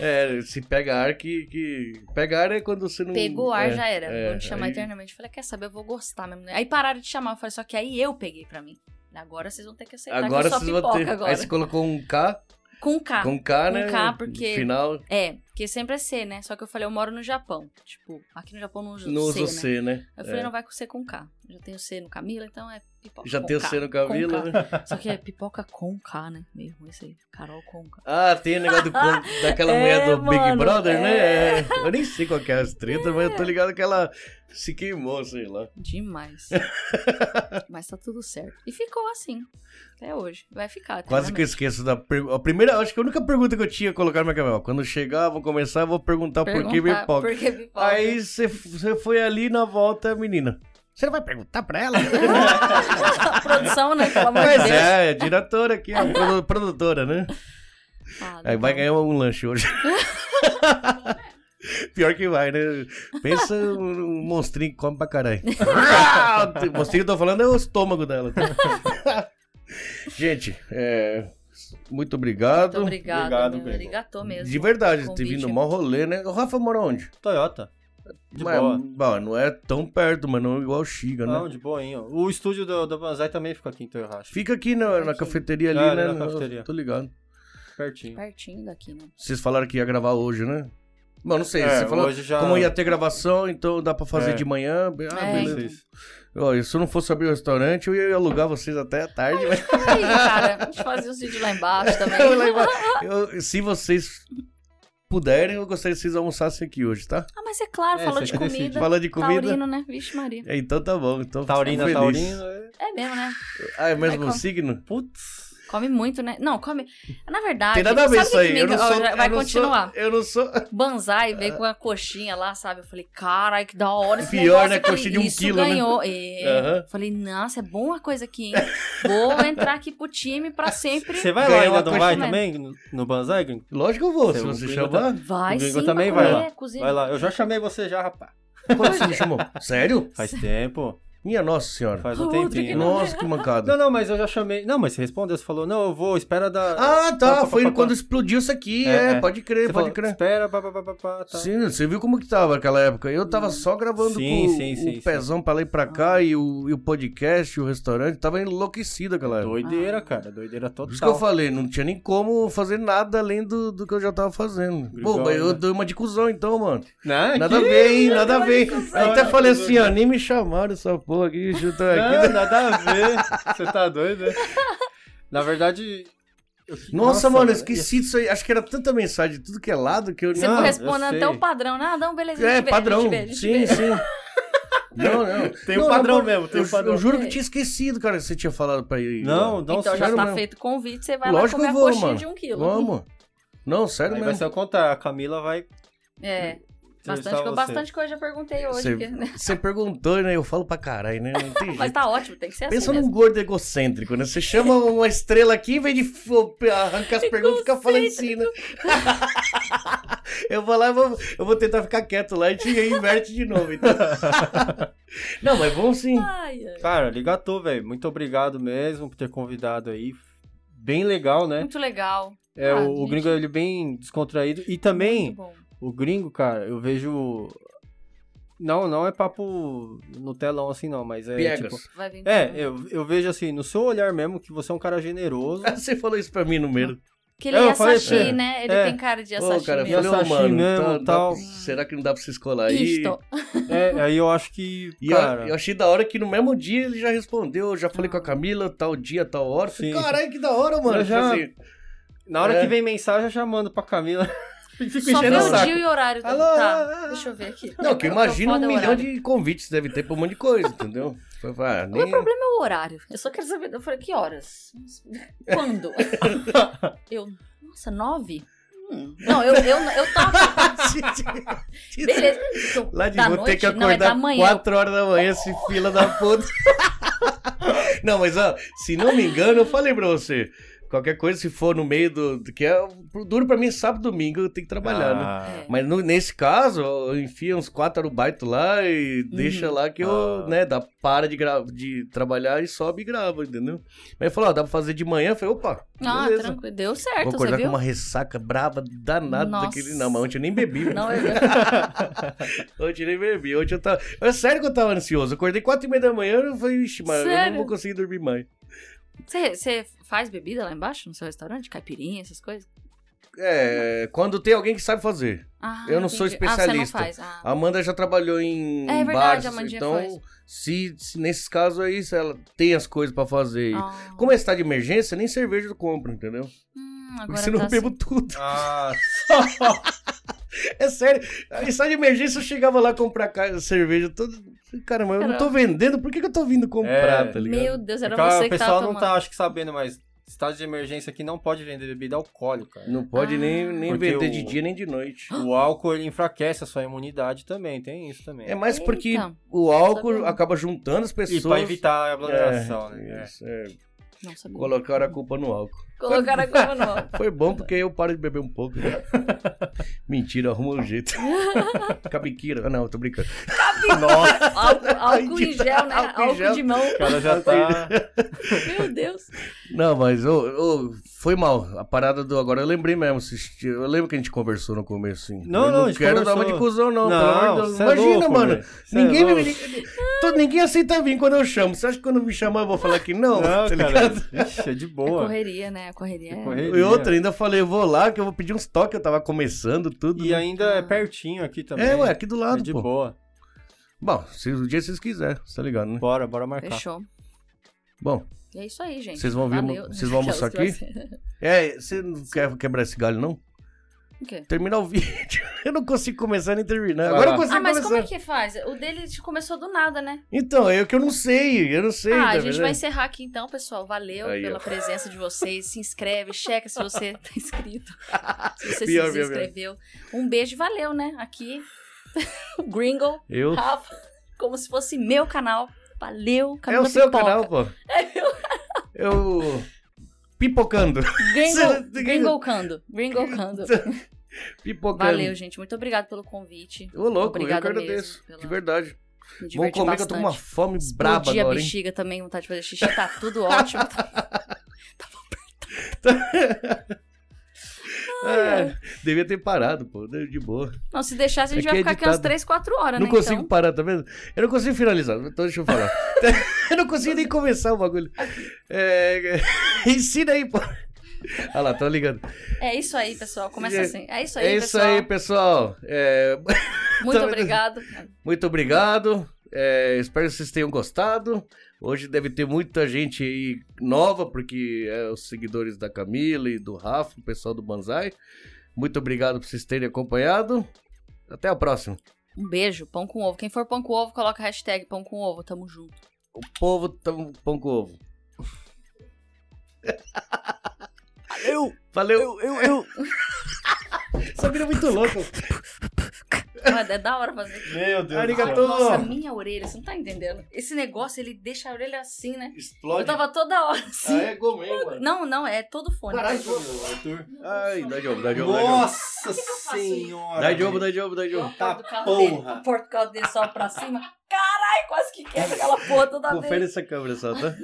Speaker 1: É, se pega ar que, que. Pega ar é quando você não.
Speaker 2: Pegou ar,
Speaker 1: é,
Speaker 2: já era.
Speaker 1: é,
Speaker 2: vão te chamar
Speaker 1: aí-
Speaker 2: eternamente. Eu Falei, quer saber, eu vou gostar mesmo. né? Aí pararam de chamar. Eu falei, só que aí eu peguei pra mim. Agora vocês vão ter que aceitar
Speaker 1: Agora
Speaker 2: que eu sou
Speaker 1: vocês vão
Speaker 2: tá pipoca
Speaker 1: ter.
Speaker 2: agora.
Speaker 1: Aí você colocou um K,
Speaker 2: Com K.
Speaker 1: com K,
Speaker 2: com
Speaker 1: né?
Speaker 2: K, porque-
Speaker 1: Final
Speaker 2: É, porque sempre é C, né? Só que eu falei, eu moro no Japão. Tipo, aqui no Japão não usa
Speaker 1: não usa o
Speaker 2: C, né?
Speaker 1: C, né?
Speaker 2: Eu falei, não vai com C com K. Já tenho C no Camila, então é pipoca
Speaker 1: Já
Speaker 2: com
Speaker 1: tem o
Speaker 2: K.
Speaker 1: C no
Speaker 2: Com K.
Speaker 1: Camila, né?
Speaker 2: Só que é pipoca com K, né? Meio ruim isso aí. Carol com K.
Speaker 1: Ah, tem o negócio do,
Speaker 2: (laughs)
Speaker 1: con- daquela
Speaker 2: É,
Speaker 1: mulher do Big
Speaker 2: mano,
Speaker 1: Brother, né?
Speaker 2: é.
Speaker 1: É, (laughs) Eu nem sei qual que é as tretas, mas eu tô ligado que ela se queimou, sei lá. (laughs)
Speaker 2: Demais. Mas tá tudo certo. E ficou assim. Até hoje. Vai ficar.
Speaker 1: Quase que eu
Speaker 2: eternamente.
Speaker 1: esqueço da per... a primeira, acho que a única pergunta que eu tinha colocado na minha cabeça, ó, quando chegar, vou começar, eu vou perguntar por que
Speaker 2: Perguntar
Speaker 1: pipoca.
Speaker 2: Por que pipoca? (laughs)
Speaker 1: Aí você você foi ali na volta, menina. Você não vai perguntar pra
Speaker 2: (laughs)
Speaker 1: ela?
Speaker 2: A produção, né? Pelo amor de
Speaker 1: Mas
Speaker 2: Deus.
Speaker 1: é, é diretora aqui, ó, produ- produtora, né?
Speaker 2: Ah,
Speaker 1: Aí vai
Speaker 2: não.
Speaker 1: ganhar um lanche
Speaker 2: (laughs)
Speaker 1: hoje. Pior que vai, né? Pensa um um monstrinho que come pra
Speaker 2: (laughs)
Speaker 1: caralho. monstrinho que eu tô falando é o estômago dela. tá? Gente, é, muito
Speaker 2: Muito
Speaker 1: obrigado.
Speaker 2: obrigado.
Speaker 3: Obrigado
Speaker 2: Obrigado, meu.
Speaker 3: mesmo.
Speaker 2: Obrigado mesmo.
Speaker 1: De verdade,
Speaker 2: Convite.
Speaker 1: ter vindo mó rolê, né? O Rafa mora onde?
Speaker 3: Toyota. De
Speaker 1: Mas,
Speaker 3: boa.
Speaker 1: bom, não é tão perto, mas não igual o Xiga, né?
Speaker 3: Não, de boinha. O estúdio do, do Banzai também fica aqui em Toyohashi.
Speaker 1: Fica aqui na, na
Speaker 2: Aqui.
Speaker 1: cafeteria ali,
Speaker 3: Ah, ali
Speaker 1: né?
Speaker 3: na cafeteria.
Speaker 1: Tô ligado.
Speaker 3: Pertinho.
Speaker 2: Pertinho daqui, né? (laughs)
Speaker 1: Vocês falaram que ia gravar hoje, né? Bom, não sei.
Speaker 3: É,
Speaker 1: você falou
Speaker 3: hoje já-
Speaker 1: como ia ter gravação, então dá pra fazer
Speaker 3: É.
Speaker 1: de manhã. Ah,
Speaker 2: É,
Speaker 1: beleza.
Speaker 3: Isso, isso.
Speaker 1: Ó, e se eu não fosse abrir o restaurante, eu ia alugar vocês até a tarde.
Speaker 2: (laughs)
Speaker 1: mas-
Speaker 2: Aí, cara, a gente fazia uns vídeos lá
Speaker 1: (laughs)
Speaker 2: embaixo também.
Speaker 1: Eu lembro- eu- se vocês puderem, eu gostaria que vocês almoçassem aqui hoje, tá?
Speaker 2: Ah, mas é claro,
Speaker 3: É,
Speaker 2: falou
Speaker 3: você
Speaker 2: de
Speaker 3: que decide.
Speaker 2: comida.
Speaker 1: Fala de comida.
Speaker 2: Taurino, né? Vixe Maria.
Speaker 1: É, Então tá bom. Então fico
Speaker 3: Taurina,
Speaker 1: feliz.
Speaker 3: Taurina.
Speaker 2: É mesmo, né?
Speaker 1: Ah, é o
Speaker 2: Vai
Speaker 1: mesmo
Speaker 2: com-
Speaker 1: signo?
Speaker 3: Putz.
Speaker 2: Come muito, né? Não, come... Na verdade...
Speaker 1: Tem nada a ver
Speaker 2: sabe o
Speaker 1: isso
Speaker 2: Ah, que que
Speaker 1: aí.
Speaker 2: me
Speaker 1: Eu não
Speaker 2: engan-
Speaker 1: sou.
Speaker 2: Ó, Vai
Speaker 1: eu não sou-
Speaker 2: continuar.
Speaker 1: eu não sou.
Speaker 2: Banzai veio com a coxinha lá, sabe? Eu falei, carai, que da hora esse
Speaker 1: Pior,
Speaker 2: negócio
Speaker 1: né?
Speaker 2: aqui.
Speaker 1: Coxinha de um
Speaker 2: Isso
Speaker 1: quilo, né?
Speaker 2: ganhou. É.
Speaker 1: Aham.
Speaker 2: Falei, nossa, é boa a coisa aqui, hein?
Speaker 1: (laughs)
Speaker 2: Vou entrar aqui pro time pra sempre.
Speaker 3: Você vai lá
Speaker 1: Ganhou
Speaker 3: ainda,
Speaker 1: uma
Speaker 3: não vai
Speaker 2: coxinha.
Speaker 3: também? No, no Banzai, Gringo?
Speaker 1: Lógico que eu vou, se
Speaker 3: Seu
Speaker 1: você
Speaker 3: Gringo
Speaker 1: chamar.
Speaker 2: Vai
Speaker 3: O
Speaker 2: sim,
Speaker 3: Gringo também vai lá.
Speaker 2: Cozinha.
Speaker 3: Vai lá. Eu já chamei você já, rapá.
Speaker 1: Quando você me chamou? Sério?
Speaker 3: Faz tempo.
Speaker 1: Minha nossa senhora.
Speaker 3: Faz um
Speaker 2: Outro que
Speaker 3: tempinho.
Speaker 2: não-
Speaker 1: Nossa, que mancada.
Speaker 3: Não, não, mas eu já chamei. Não, mas você respondeu, você falou, não, eu vou, espera da.
Speaker 1: Ah, tá.
Speaker 3: Pá, pá,
Speaker 1: foi
Speaker 3: pá, pá,
Speaker 1: quando
Speaker 3: pá.
Speaker 1: explodiu isso aqui.
Speaker 3: É,
Speaker 1: É,
Speaker 3: é.
Speaker 1: pode crer,
Speaker 3: Você
Speaker 1: pode
Speaker 3: falou,
Speaker 1: crer.
Speaker 3: espera, pá, pá, pá, pá, pá, tá.
Speaker 1: Sim, você viu como que tava naquela época. Eu tava só gravando
Speaker 3: Sim,
Speaker 1: com
Speaker 3: sim,
Speaker 1: o
Speaker 3: sim,
Speaker 1: pezão pra lá e pra cá e, o, e o podcast, o restaurante. Tava enlouquecido aquela época.
Speaker 2: Ah.
Speaker 3: Doideira, cara, doideira
Speaker 1: Por
Speaker 3: total.
Speaker 1: isso que eu falei, não tinha nem como fazer nada além do, do que eu já tava fazendo. Pô,
Speaker 3: Obrigado,
Speaker 1: mas eu
Speaker 3: né?
Speaker 1: dei uma de cuzão então, (laughs) mano.
Speaker 3: Não,
Speaker 1: Nada a
Speaker 3: que-
Speaker 1: ver, hein? Nada a ver.
Speaker 3: cuzão,
Speaker 1: Eu até
Speaker 3: né?
Speaker 1: falei assim, ó, nem me chamaram essa porra aqui, chuta aqui. (laughs)
Speaker 3: Não, nada a ver. Você tá doido, né? Na verdade, Eu-
Speaker 1: Nossa, mano, eu
Speaker 3: e-
Speaker 1: esqueci disso aí. Acho que era tanta mensagem de tudo que é lado que eu
Speaker 2: Você
Speaker 1: não.
Speaker 2: não,
Speaker 3: corre-
Speaker 2: responde
Speaker 3: eu
Speaker 2: até
Speaker 3: sei.
Speaker 2: o padrão. Ah, não, beleza. a
Speaker 1: É,
Speaker 2: gente vê, a gente
Speaker 1: padrão.
Speaker 2: vê, a gente
Speaker 1: Sim,
Speaker 2: vê.
Speaker 1: sim.
Speaker 2: (laughs)
Speaker 1: Não, não.
Speaker 3: Tem o
Speaker 1: Não,
Speaker 3: padrão
Speaker 1: não,
Speaker 3: mesmo, tem o
Speaker 1: eu,
Speaker 3: padrão.
Speaker 1: Eu juro que eu tinha esquecido, cara, que você tinha falado pra ir.
Speaker 3: Não, um não,
Speaker 2: então já
Speaker 1: sério
Speaker 2: tá
Speaker 1: um mesmo.
Speaker 2: feito o convite, você vai
Speaker 1: Lógico
Speaker 2: lá
Speaker 1: que eu
Speaker 2: comer
Speaker 1: vou,
Speaker 2: a coxinha
Speaker 1: mano.
Speaker 2: de um quilo.
Speaker 1: Vamos. Não, sério
Speaker 3: Aí vai
Speaker 2: né?
Speaker 1: mesmo.
Speaker 3: ser o contrário, a Camila vai
Speaker 2: É.
Speaker 3: entrevistar
Speaker 2: Bastante, co-
Speaker 3: você.
Speaker 2: bastante coisa eu já perguntei hoje.
Speaker 1: Você-
Speaker 2: porque, né?
Speaker 1: Você perguntou, né? Eu falo pra caralho, né? Não tem
Speaker 2: (laughs) Mas
Speaker 1: jeito.
Speaker 2: tá ótimo, tem que ser
Speaker 1: Pensa
Speaker 2: assim.
Speaker 1: num
Speaker 2: mesmo.
Speaker 1: gordo egocêntrico, né? Você chama uma estrela aqui, em vez de fo- arrancar as perguntas, fica falando assim, né? (laughs) Eu vou lá, eu vou, eu vou tentar ficar quieto lá e te inverte de novo, então. (laughs) Não, mas vamos sim.
Speaker 2: Ai, ai.
Speaker 3: Cara, ligatou, velho. Muito obrigado mesmo por ter convidado aí. Bem legal, né?
Speaker 2: Muito legal.
Speaker 3: É,
Speaker 2: Ah,
Speaker 3: o, o
Speaker 2: gente.
Speaker 3: gringo, ele bem descontraído. E também,
Speaker 2: Muito bom.
Speaker 3: o gringo, cara, eu vejo... Não, não é papo no telão assim, não, mas é
Speaker 1: Piegas. (laughs)
Speaker 3: tipo...
Speaker 2: Vai vir.
Speaker 3: É, eu, eu vejo assim, no seu olhar mesmo, que você é um
Speaker 1: (laughs)
Speaker 3: cara generoso.
Speaker 1: Você falou isso pra mim no meio.
Speaker 2: Que ele
Speaker 3: eu
Speaker 2: é
Speaker 3: falei
Speaker 2: açaí,
Speaker 3: pra você.
Speaker 2: né? Ele
Speaker 3: É.
Speaker 2: tem cara de
Speaker 1: Ô,
Speaker 2: açaí
Speaker 1: cara, eu
Speaker 2: mesmo.
Speaker 1: falei, ô,
Speaker 3: Açaí
Speaker 1: mano,
Speaker 3: mesmo,
Speaker 1: tá- dá-
Speaker 3: tal.
Speaker 1: será que não dá pra se escolar aí?
Speaker 2: Isto.
Speaker 3: É, aí eu acho que,
Speaker 1: E eu,
Speaker 3: cara... Ah.
Speaker 1: eu achei da hora que no mesmo dia ele já respondeu. Eu já falei com a Camila, tal dia, tal hora. Falei,
Speaker 3: Sim.
Speaker 1: Caralho, que da hora, mano.
Speaker 3: Eu já-
Speaker 1: Tipo assim,
Speaker 3: Na hora
Speaker 1: É.
Speaker 3: que vem mensagem, eu já mando pra Camila. (laughs) E Fico
Speaker 2: Só vê
Speaker 3: enchendo o
Speaker 2: o
Speaker 3: saco.
Speaker 2: dia e o horário. do-
Speaker 3: Alô, Ah,
Speaker 2: Tá, deixa eu ver aqui.
Speaker 1: Não, que eu imagino um
Speaker 2: Foda o
Speaker 1: milhão
Speaker 2: horário.
Speaker 1: de convites deve ter pra um monte de coisa, entendeu? Foi, ah,
Speaker 2: O meu
Speaker 1: nem...
Speaker 2: problema é o horário. Eu só quero saber. Eu falei, que horas?
Speaker 3: (laughs)
Speaker 2: Quando? eu, nossa, nove? Hum. Não, eu, eu, eu topo.
Speaker 1: (laughs)
Speaker 2: Beleza. Então,
Speaker 1: (laughs) Lá de
Speaker 2: da
Speaker 1: vou
Speaker 2: noite?
Speaker 1: ter que
Speaker 2: não, é da
Speaker 1: acordar
Speaker 2: manhã.
Speaker 1: 4 horas da manhã, esse fila da puta. (laughs) não, mas ó, se não me engano, eu falei pra você. Qualquer coisa, se for no meio do. do- Que é duro pra mim, sábado domingo, eu tenho que trabalhar, né?
Speaker 3: Ah,
Speaker 2: É.
Speaker 1: Mas no- nesse caso, eu enfia uns quatro arubaitos lá e
Speaker 2: Uhum.
Speaker 1: deixa lá que eu,
Speaker 3: Ah.
Speaker 1: né, dá, para de, gra- de trabalhar e sobe e grava, entendeu? Mas ele falou, ó, dá pra fazer de manhã? Eu falei, opa,
Speaker 2: Ah,
Speaker 1: beleza.
Speaker 2: tranquilo. Deu certo,
Speaker 1: Vou
Speaker 2: você
Speaker 1: acordar com
Speaker 2: viu?
Speaker 1: uma ressaca braba danada
Speaker 2: Nossa.
Speaker 1: daquele... Não, mas ontem eu nem bebi. mano. (laughs)
Speaker 2: (laughs) Não, eu...
Speaker 1: Ontem eu nem bebi, ontem eu tava... É sério que eu tava ansioso, eu acordei quatro e meia da manhã eu falei, ixi, mas eu não
Speaker 2: Sério?
Speaker 1: vou conseguir dormir mais.
Speaker 2: você, você faz bebida lá embaixo no seu restaurante? Caipirinha, essas coisas?
Speaker 1: É, quando tem alguém que sabe fazer.
Speaker 2: Ah,
Speaker 1: Eu não sou
Speaker 2: entendi.
Speaker 1: especialista.
Speaker 2: Ah, você não faz. Ah.
Speaker 1: A Amanda já trabalhou em
Speaker 2: É verdade,
Speaker 1: bares,
Speaker 2: a Amandinha
Speaker 1: então
Speaker 2: faz.
Speaker 1: se, se nesses casos aí se ela tem as coisas pra fazer.
Speaker 2: Ah.
Speaker 1: Como é estado de emergência, nem cerveja eu compro, entendeu? Porque
Speaker 2: Hum, agora
Speaker 1: senão
Speaker 2: tá
Speaker 1: eu bebo
Speaker 2: assim.
Speaker 1: tudo. (laughs)
Speaker 3: ah,
Speaker 1: É sério. Em estado de emergência eu chegava lá comprar ca- cerveja todo. Cara, mas eu não tô vendendo, por que, que eu tô vindo comprar,
Speaker 3: É.
Speaker 1: tá ligado?
Speaker 2: Meu Deus, era
Speaker 3: Cara,
Speaker 2: você
Speaker 3: o
Speaker 2: que
Speaker 3: pessoal
Speaker 2: tava
Speaker 3: não
Speaker 2: tomando.
Speaker 3: tá, acho que, sabendo, mas estado de emergência aqui não pode vender
Speaker 1: (gasps)
Speaker 3: bebida alcoólica.
Speaker 1: Não pode
Speaker 2: Ah.
Speaker 1: nem, nem
Speaker 3: Porque
Speaker 1: vender
Speaker 3: o-
Speaker 1: de dia nem de noite.
Speaker 3: O álcool, ele enfraquece a sua imunidade também, tem isso também.
Speaker 1: É mais
Speaker 2: Então.
Speaker 1: porque
Speaker 2: Eita.
Speaker 1: o álcool
Speaker 2: Sabia.
Speaker 1: acaba juntando as
Speaker 3: e
Speaker 1: pessoas.
Speaker 3: pra evitar a aglomeração, né?
Speaker 1: É, isso, é,
Speaker 2: Não sabia.
Speaker 1: colocaram a culpa no álcool. (laughs)
Speaker 2: Colocaram a coisa no
Speaker 1: Foi
Speaker 2: (laughs)
Speaker 1: bom porque eu paro de beber um pouco. né? Mentira, arruma um
Speaker 2: (laughs)
Speaker 1: jeito. Cabiquira. Ah, não, eu tô brincando.
Speaker 3: É. (laughs) Nossa,
Speaker 2: Álcool, álcool em
Speaker 1: Entendi.
Speaker 2: gel, né?
Speaker 1: Álcool
Speaker 2: Álcool,
Speaker 1: em gel.
Speaker 2: de mão.
Speaker 3: o cara já tá...
Speaker 2: Meu Deus. É
Speaker 1: Não, mas ô, ô, foi mal. A parada do. Agora eu lembrei mesmo. se- Eu lembro que a gente conversou no começo, assim. eu
Speaker 3: Não, não,
Speaker 1: não
Speaker 3: a gente
Speaker 1: quero dar uma de
Speaker 3: conversou.
Speaker 1: cuzão,
Speaker 3: (laughs)
Speaker 1: não. pelo amor de Deus.
Speaker 3: cê é
Speaker 1: Imagina,
Speaker 3: louco,
Speaker 1: mano.
Speaker 3: velho. Cê é
Speaker 1: Ninguém, me,
Speaker 3: louco.
Speaker 1: todo, ninguém aceita vir quando eu chamo. Você acha que quando me chamar eu vou falar que não?
Speaker 3: (laughs) Não,
Speaker 1: Tá
Speaker 3: cara,
Speaker 1: ligado?
Speaker 3: Ixi, é de
Speaker 2: É
Speaker 3: boa.
Speaker 2: correria, né? A correria é...
Speaker 3: Correria.
Speaker 1: E outra, ainda falei, eu vou lá que eu vou pedir uns toques. Eu tava começando tudo.
Speaker 3: E
Speaker 1: né?
Speaker 3: ainda é pertinho aqui também.
Speaker 1: é, ué, aqui do
Speaker 3: É
Speaker 1: lado,
Speaker 3: de
Speaker 1: pô.
Speaker 3: boa.
Speaker 1: Bom, se, o dia vocês quiserem, tá ligado, né?
Speaker 3: Bora, bora marcar.
Speaker 2: É, Fechou.
Speaker 1: Bom,
Speaker 2: E é isso aí, gente.
Speaker 1: Vocês vão vir
Speaker 2: Valeu.
Speaker 1: mo-
Speaker 2: (laughs)
Speaker 1: vocês vão almoçar aqui? é, você não quer quebrar esse galho, não?
Speaker 2: O quê?
Speaker 1: Terminar o (laughs) vídeo. Eu não consigo começar nem terminar.
Speaker 3: Vai
Speaker 1: Agora eu
Speaker 3: lá.
Speaker 1: consigo
Speaker 2: Ah, mas
Speaker 1: começar.
Speaker 2: como é que faz? O dele começou do nada, né?
Speaker 1: Então, é o que eu não sei, eu não sei.
Speaker 2: ah,
Speaker 1: tá
Speaker 2: a gente
Speaker 1: vendo?
Speaker 2: vai encerrar aqui então, pessoal. Valeu
Speaker 1: Aí,
Speaker 2: pela
Speaker 1: ó.
Speaker 2: presença de vocês. Se inscreve, checa se você tá
Speaker 1: (laughs)
Speaker 2: inscrito. Se você
Speaker 1: Pior, pior,
Speaker 2: se
Speaker 1: pior.
Speaker 2: inscreveu. Um beijo, e valeu, né? Aqui, (laughs) o Gringo,
Speaker 1: Eu...
Speaker 2: Rafa, como se fosse meu canal. Valeu,
Speaker 1: É
Speaker 2: Camila
Speaker 1: o seu
Speaker 2: Pipoca.
Speaker 1: canal,
Speaker 2: (laughs)
Speaker 1: pô. Eu... Pipocando.
Speaker 2: Gringo,
Speaker 1: Você-
Speaker 2: Gringocando. Gringocando.
Speaker 1: Pipocando.
Speaker 2: Valeu, gente. Muito obrigado pelo convite.
Speaker 1: Ô, louco,
Speaker 2: Obrigado
Speaker 1: eu que
Speaker 2: mesmo
Speaker 1: agradeço.
Speaker 2: pela-
Speaker 1: De verdade.
Speaker 2: Me
Speaker 1: Vamos
Speaker 2: diverti
Speaker 1: comer que eu tô com
Speaker 2: bastante.
Speaker 1: uma fome
Speaker 2: Explodir
Speaker 1: braba
Speaker 2: a
Speaker 1: agora, hein?
Speaker 2: bexiga também, vontade de fazer xixi. Tá tudo
Speaker 1: (laughs)
Speaker 2: ótimo. Tá-
Speaker 1: É, devia ter parado, pô. deu De boa.
Speaker 2: Não, se deixasse, a gente
Speaker 1: É que
Speaker 2: vai
Speaker 1: é
Speaker 2: ficar aqui umas
Speaker 1: ditado.
Speaker 2: 3, 4 horas,
Speaker 1: Não
Speaker 2: né?
Speaker 1: consigo
Speaker 2: Então,
Speaker 1: parar, tá vendo? Eu não consigo finalizar, então deixa eu
Speaker 2: (laughs)
Speaker 1: falar. (laughs) eu não consigo nem começar o bagulho. É, (laughs) ensina aí, pô. Olha lá, tô ligando.
Speaker 2: é isso aí, pessoal. Começa
Speaker 1: É-
Speaker 2: assim. É isso aí,
Speaker 1: é isso
Speaker 2: pessoal.
Speaker 1: aí, pessoal. É,
Speaker 2: Muito
Speaker 1: Tá-
Speaker 2: obrigado.
Speaker 1: muito obrigado. É, espero que vocês tenham gostado. Hoje deve ter muita gente aí nova, porque é os seguidores da Camila e do Rafa, o pessoal do Banzai. Muito obrigado por vocês terem acompanhado. Até a próxima.
Speaker 2: Um beijo, pão com ovo. Quem for pão com ovo, coloca a hashtag pão com ovo. Tamo junto.
Speaker 1: O povo tamo pão com ovo.
Speaker 3: (laughs) Eu,
Speaker 1: Valeu!
Speaker 3: eu, eu, eu.
Speaker 1: Essa mina é muito louca.
Speaker 2: Mano, é da hora fazer isso.
Speaker 3: Meu Deus
Speaker 1: Arigato.
Speaker 2: Nossa, minha orelha, você não tá entendendo? Esse negócio, ele deixa a orelha assim, né? Eu
Speaker 1: Explode.
Speaker 2: tava toda hora assim.
Speaker 1: é gourmet, mano.
Speaker 2: Não, não, é todo fone.
Speaker 3: Caralho, Arthur.
Speaker 1: Ai, dá de ovo, dá de ovo, dá de ovo.
Speaker 3: Nossa
Speaker 2: que que eu faço isso?
Speaker 3: senhora.
Speaker 1: Dá de ovo, dá de ovo, dá de ovo.
Speaker 2: Tá
Speaker 3: Tá
Speaker 2: do carro dele,
Speaker 3: porra.
Speaker 2: eu porto o carro dele só pra cima. Caralho, quase que quebra aquela porra
Speaker 3: Tá
Speaker 2: toda
Speaker 1: Confere
Speaker 2: vez.
Speaker 1: essa câmera só, tá?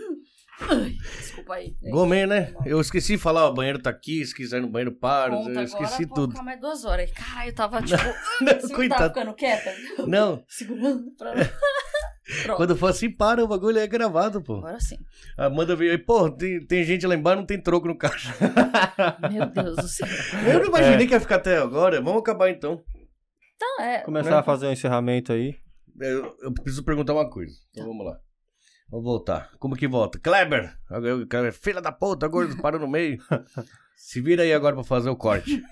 Speaker 2: Desculpa aí.
Speaker 1: Gourmet, né? Eu esqueci de falar, ó, o banheiro tá aqui, se quiser ir no banheiro, para.
Speaker 2: Conta
Speaker 1: eu esqueci
Speaker 2: agora,
Speaker 1: tudo.
Speaker 2: Vou ficar mais duas horas. Caralho, eu tava tipo. assim,
Speaker 1: (laughs) Coitado.
Speaker 2: Tava ficando quieta?
Speaker 1: Não,
Speaker 2: Segurando pra. Pronto.
Speaker 1: quando for assim, para, o bagulho é gravado, pô.
Speaker 2: Agora sim.
Speaker 1: A Amanda veio aí, pô, tem, tem gente lá embaixo, não tem troco no caixa. É.
Speaker 2: Meu Deus do céu.
Speaker 1: (laughs) Eu não imaginei que ia ficar até agora. Vamos acabar então.
Speaker 2: Então, é.
Speaker 3: Começar a fazer um encerramento aí.
Speaker 1: Eu, eu preciso perguntar uma coisa. Então vamos lá. Vamos voltar. Como que volta? Kleber! Agora o Kleber, Filha da puta, gordo, parou no (laughs) meio. Se vira aí agora pra fazer o corte.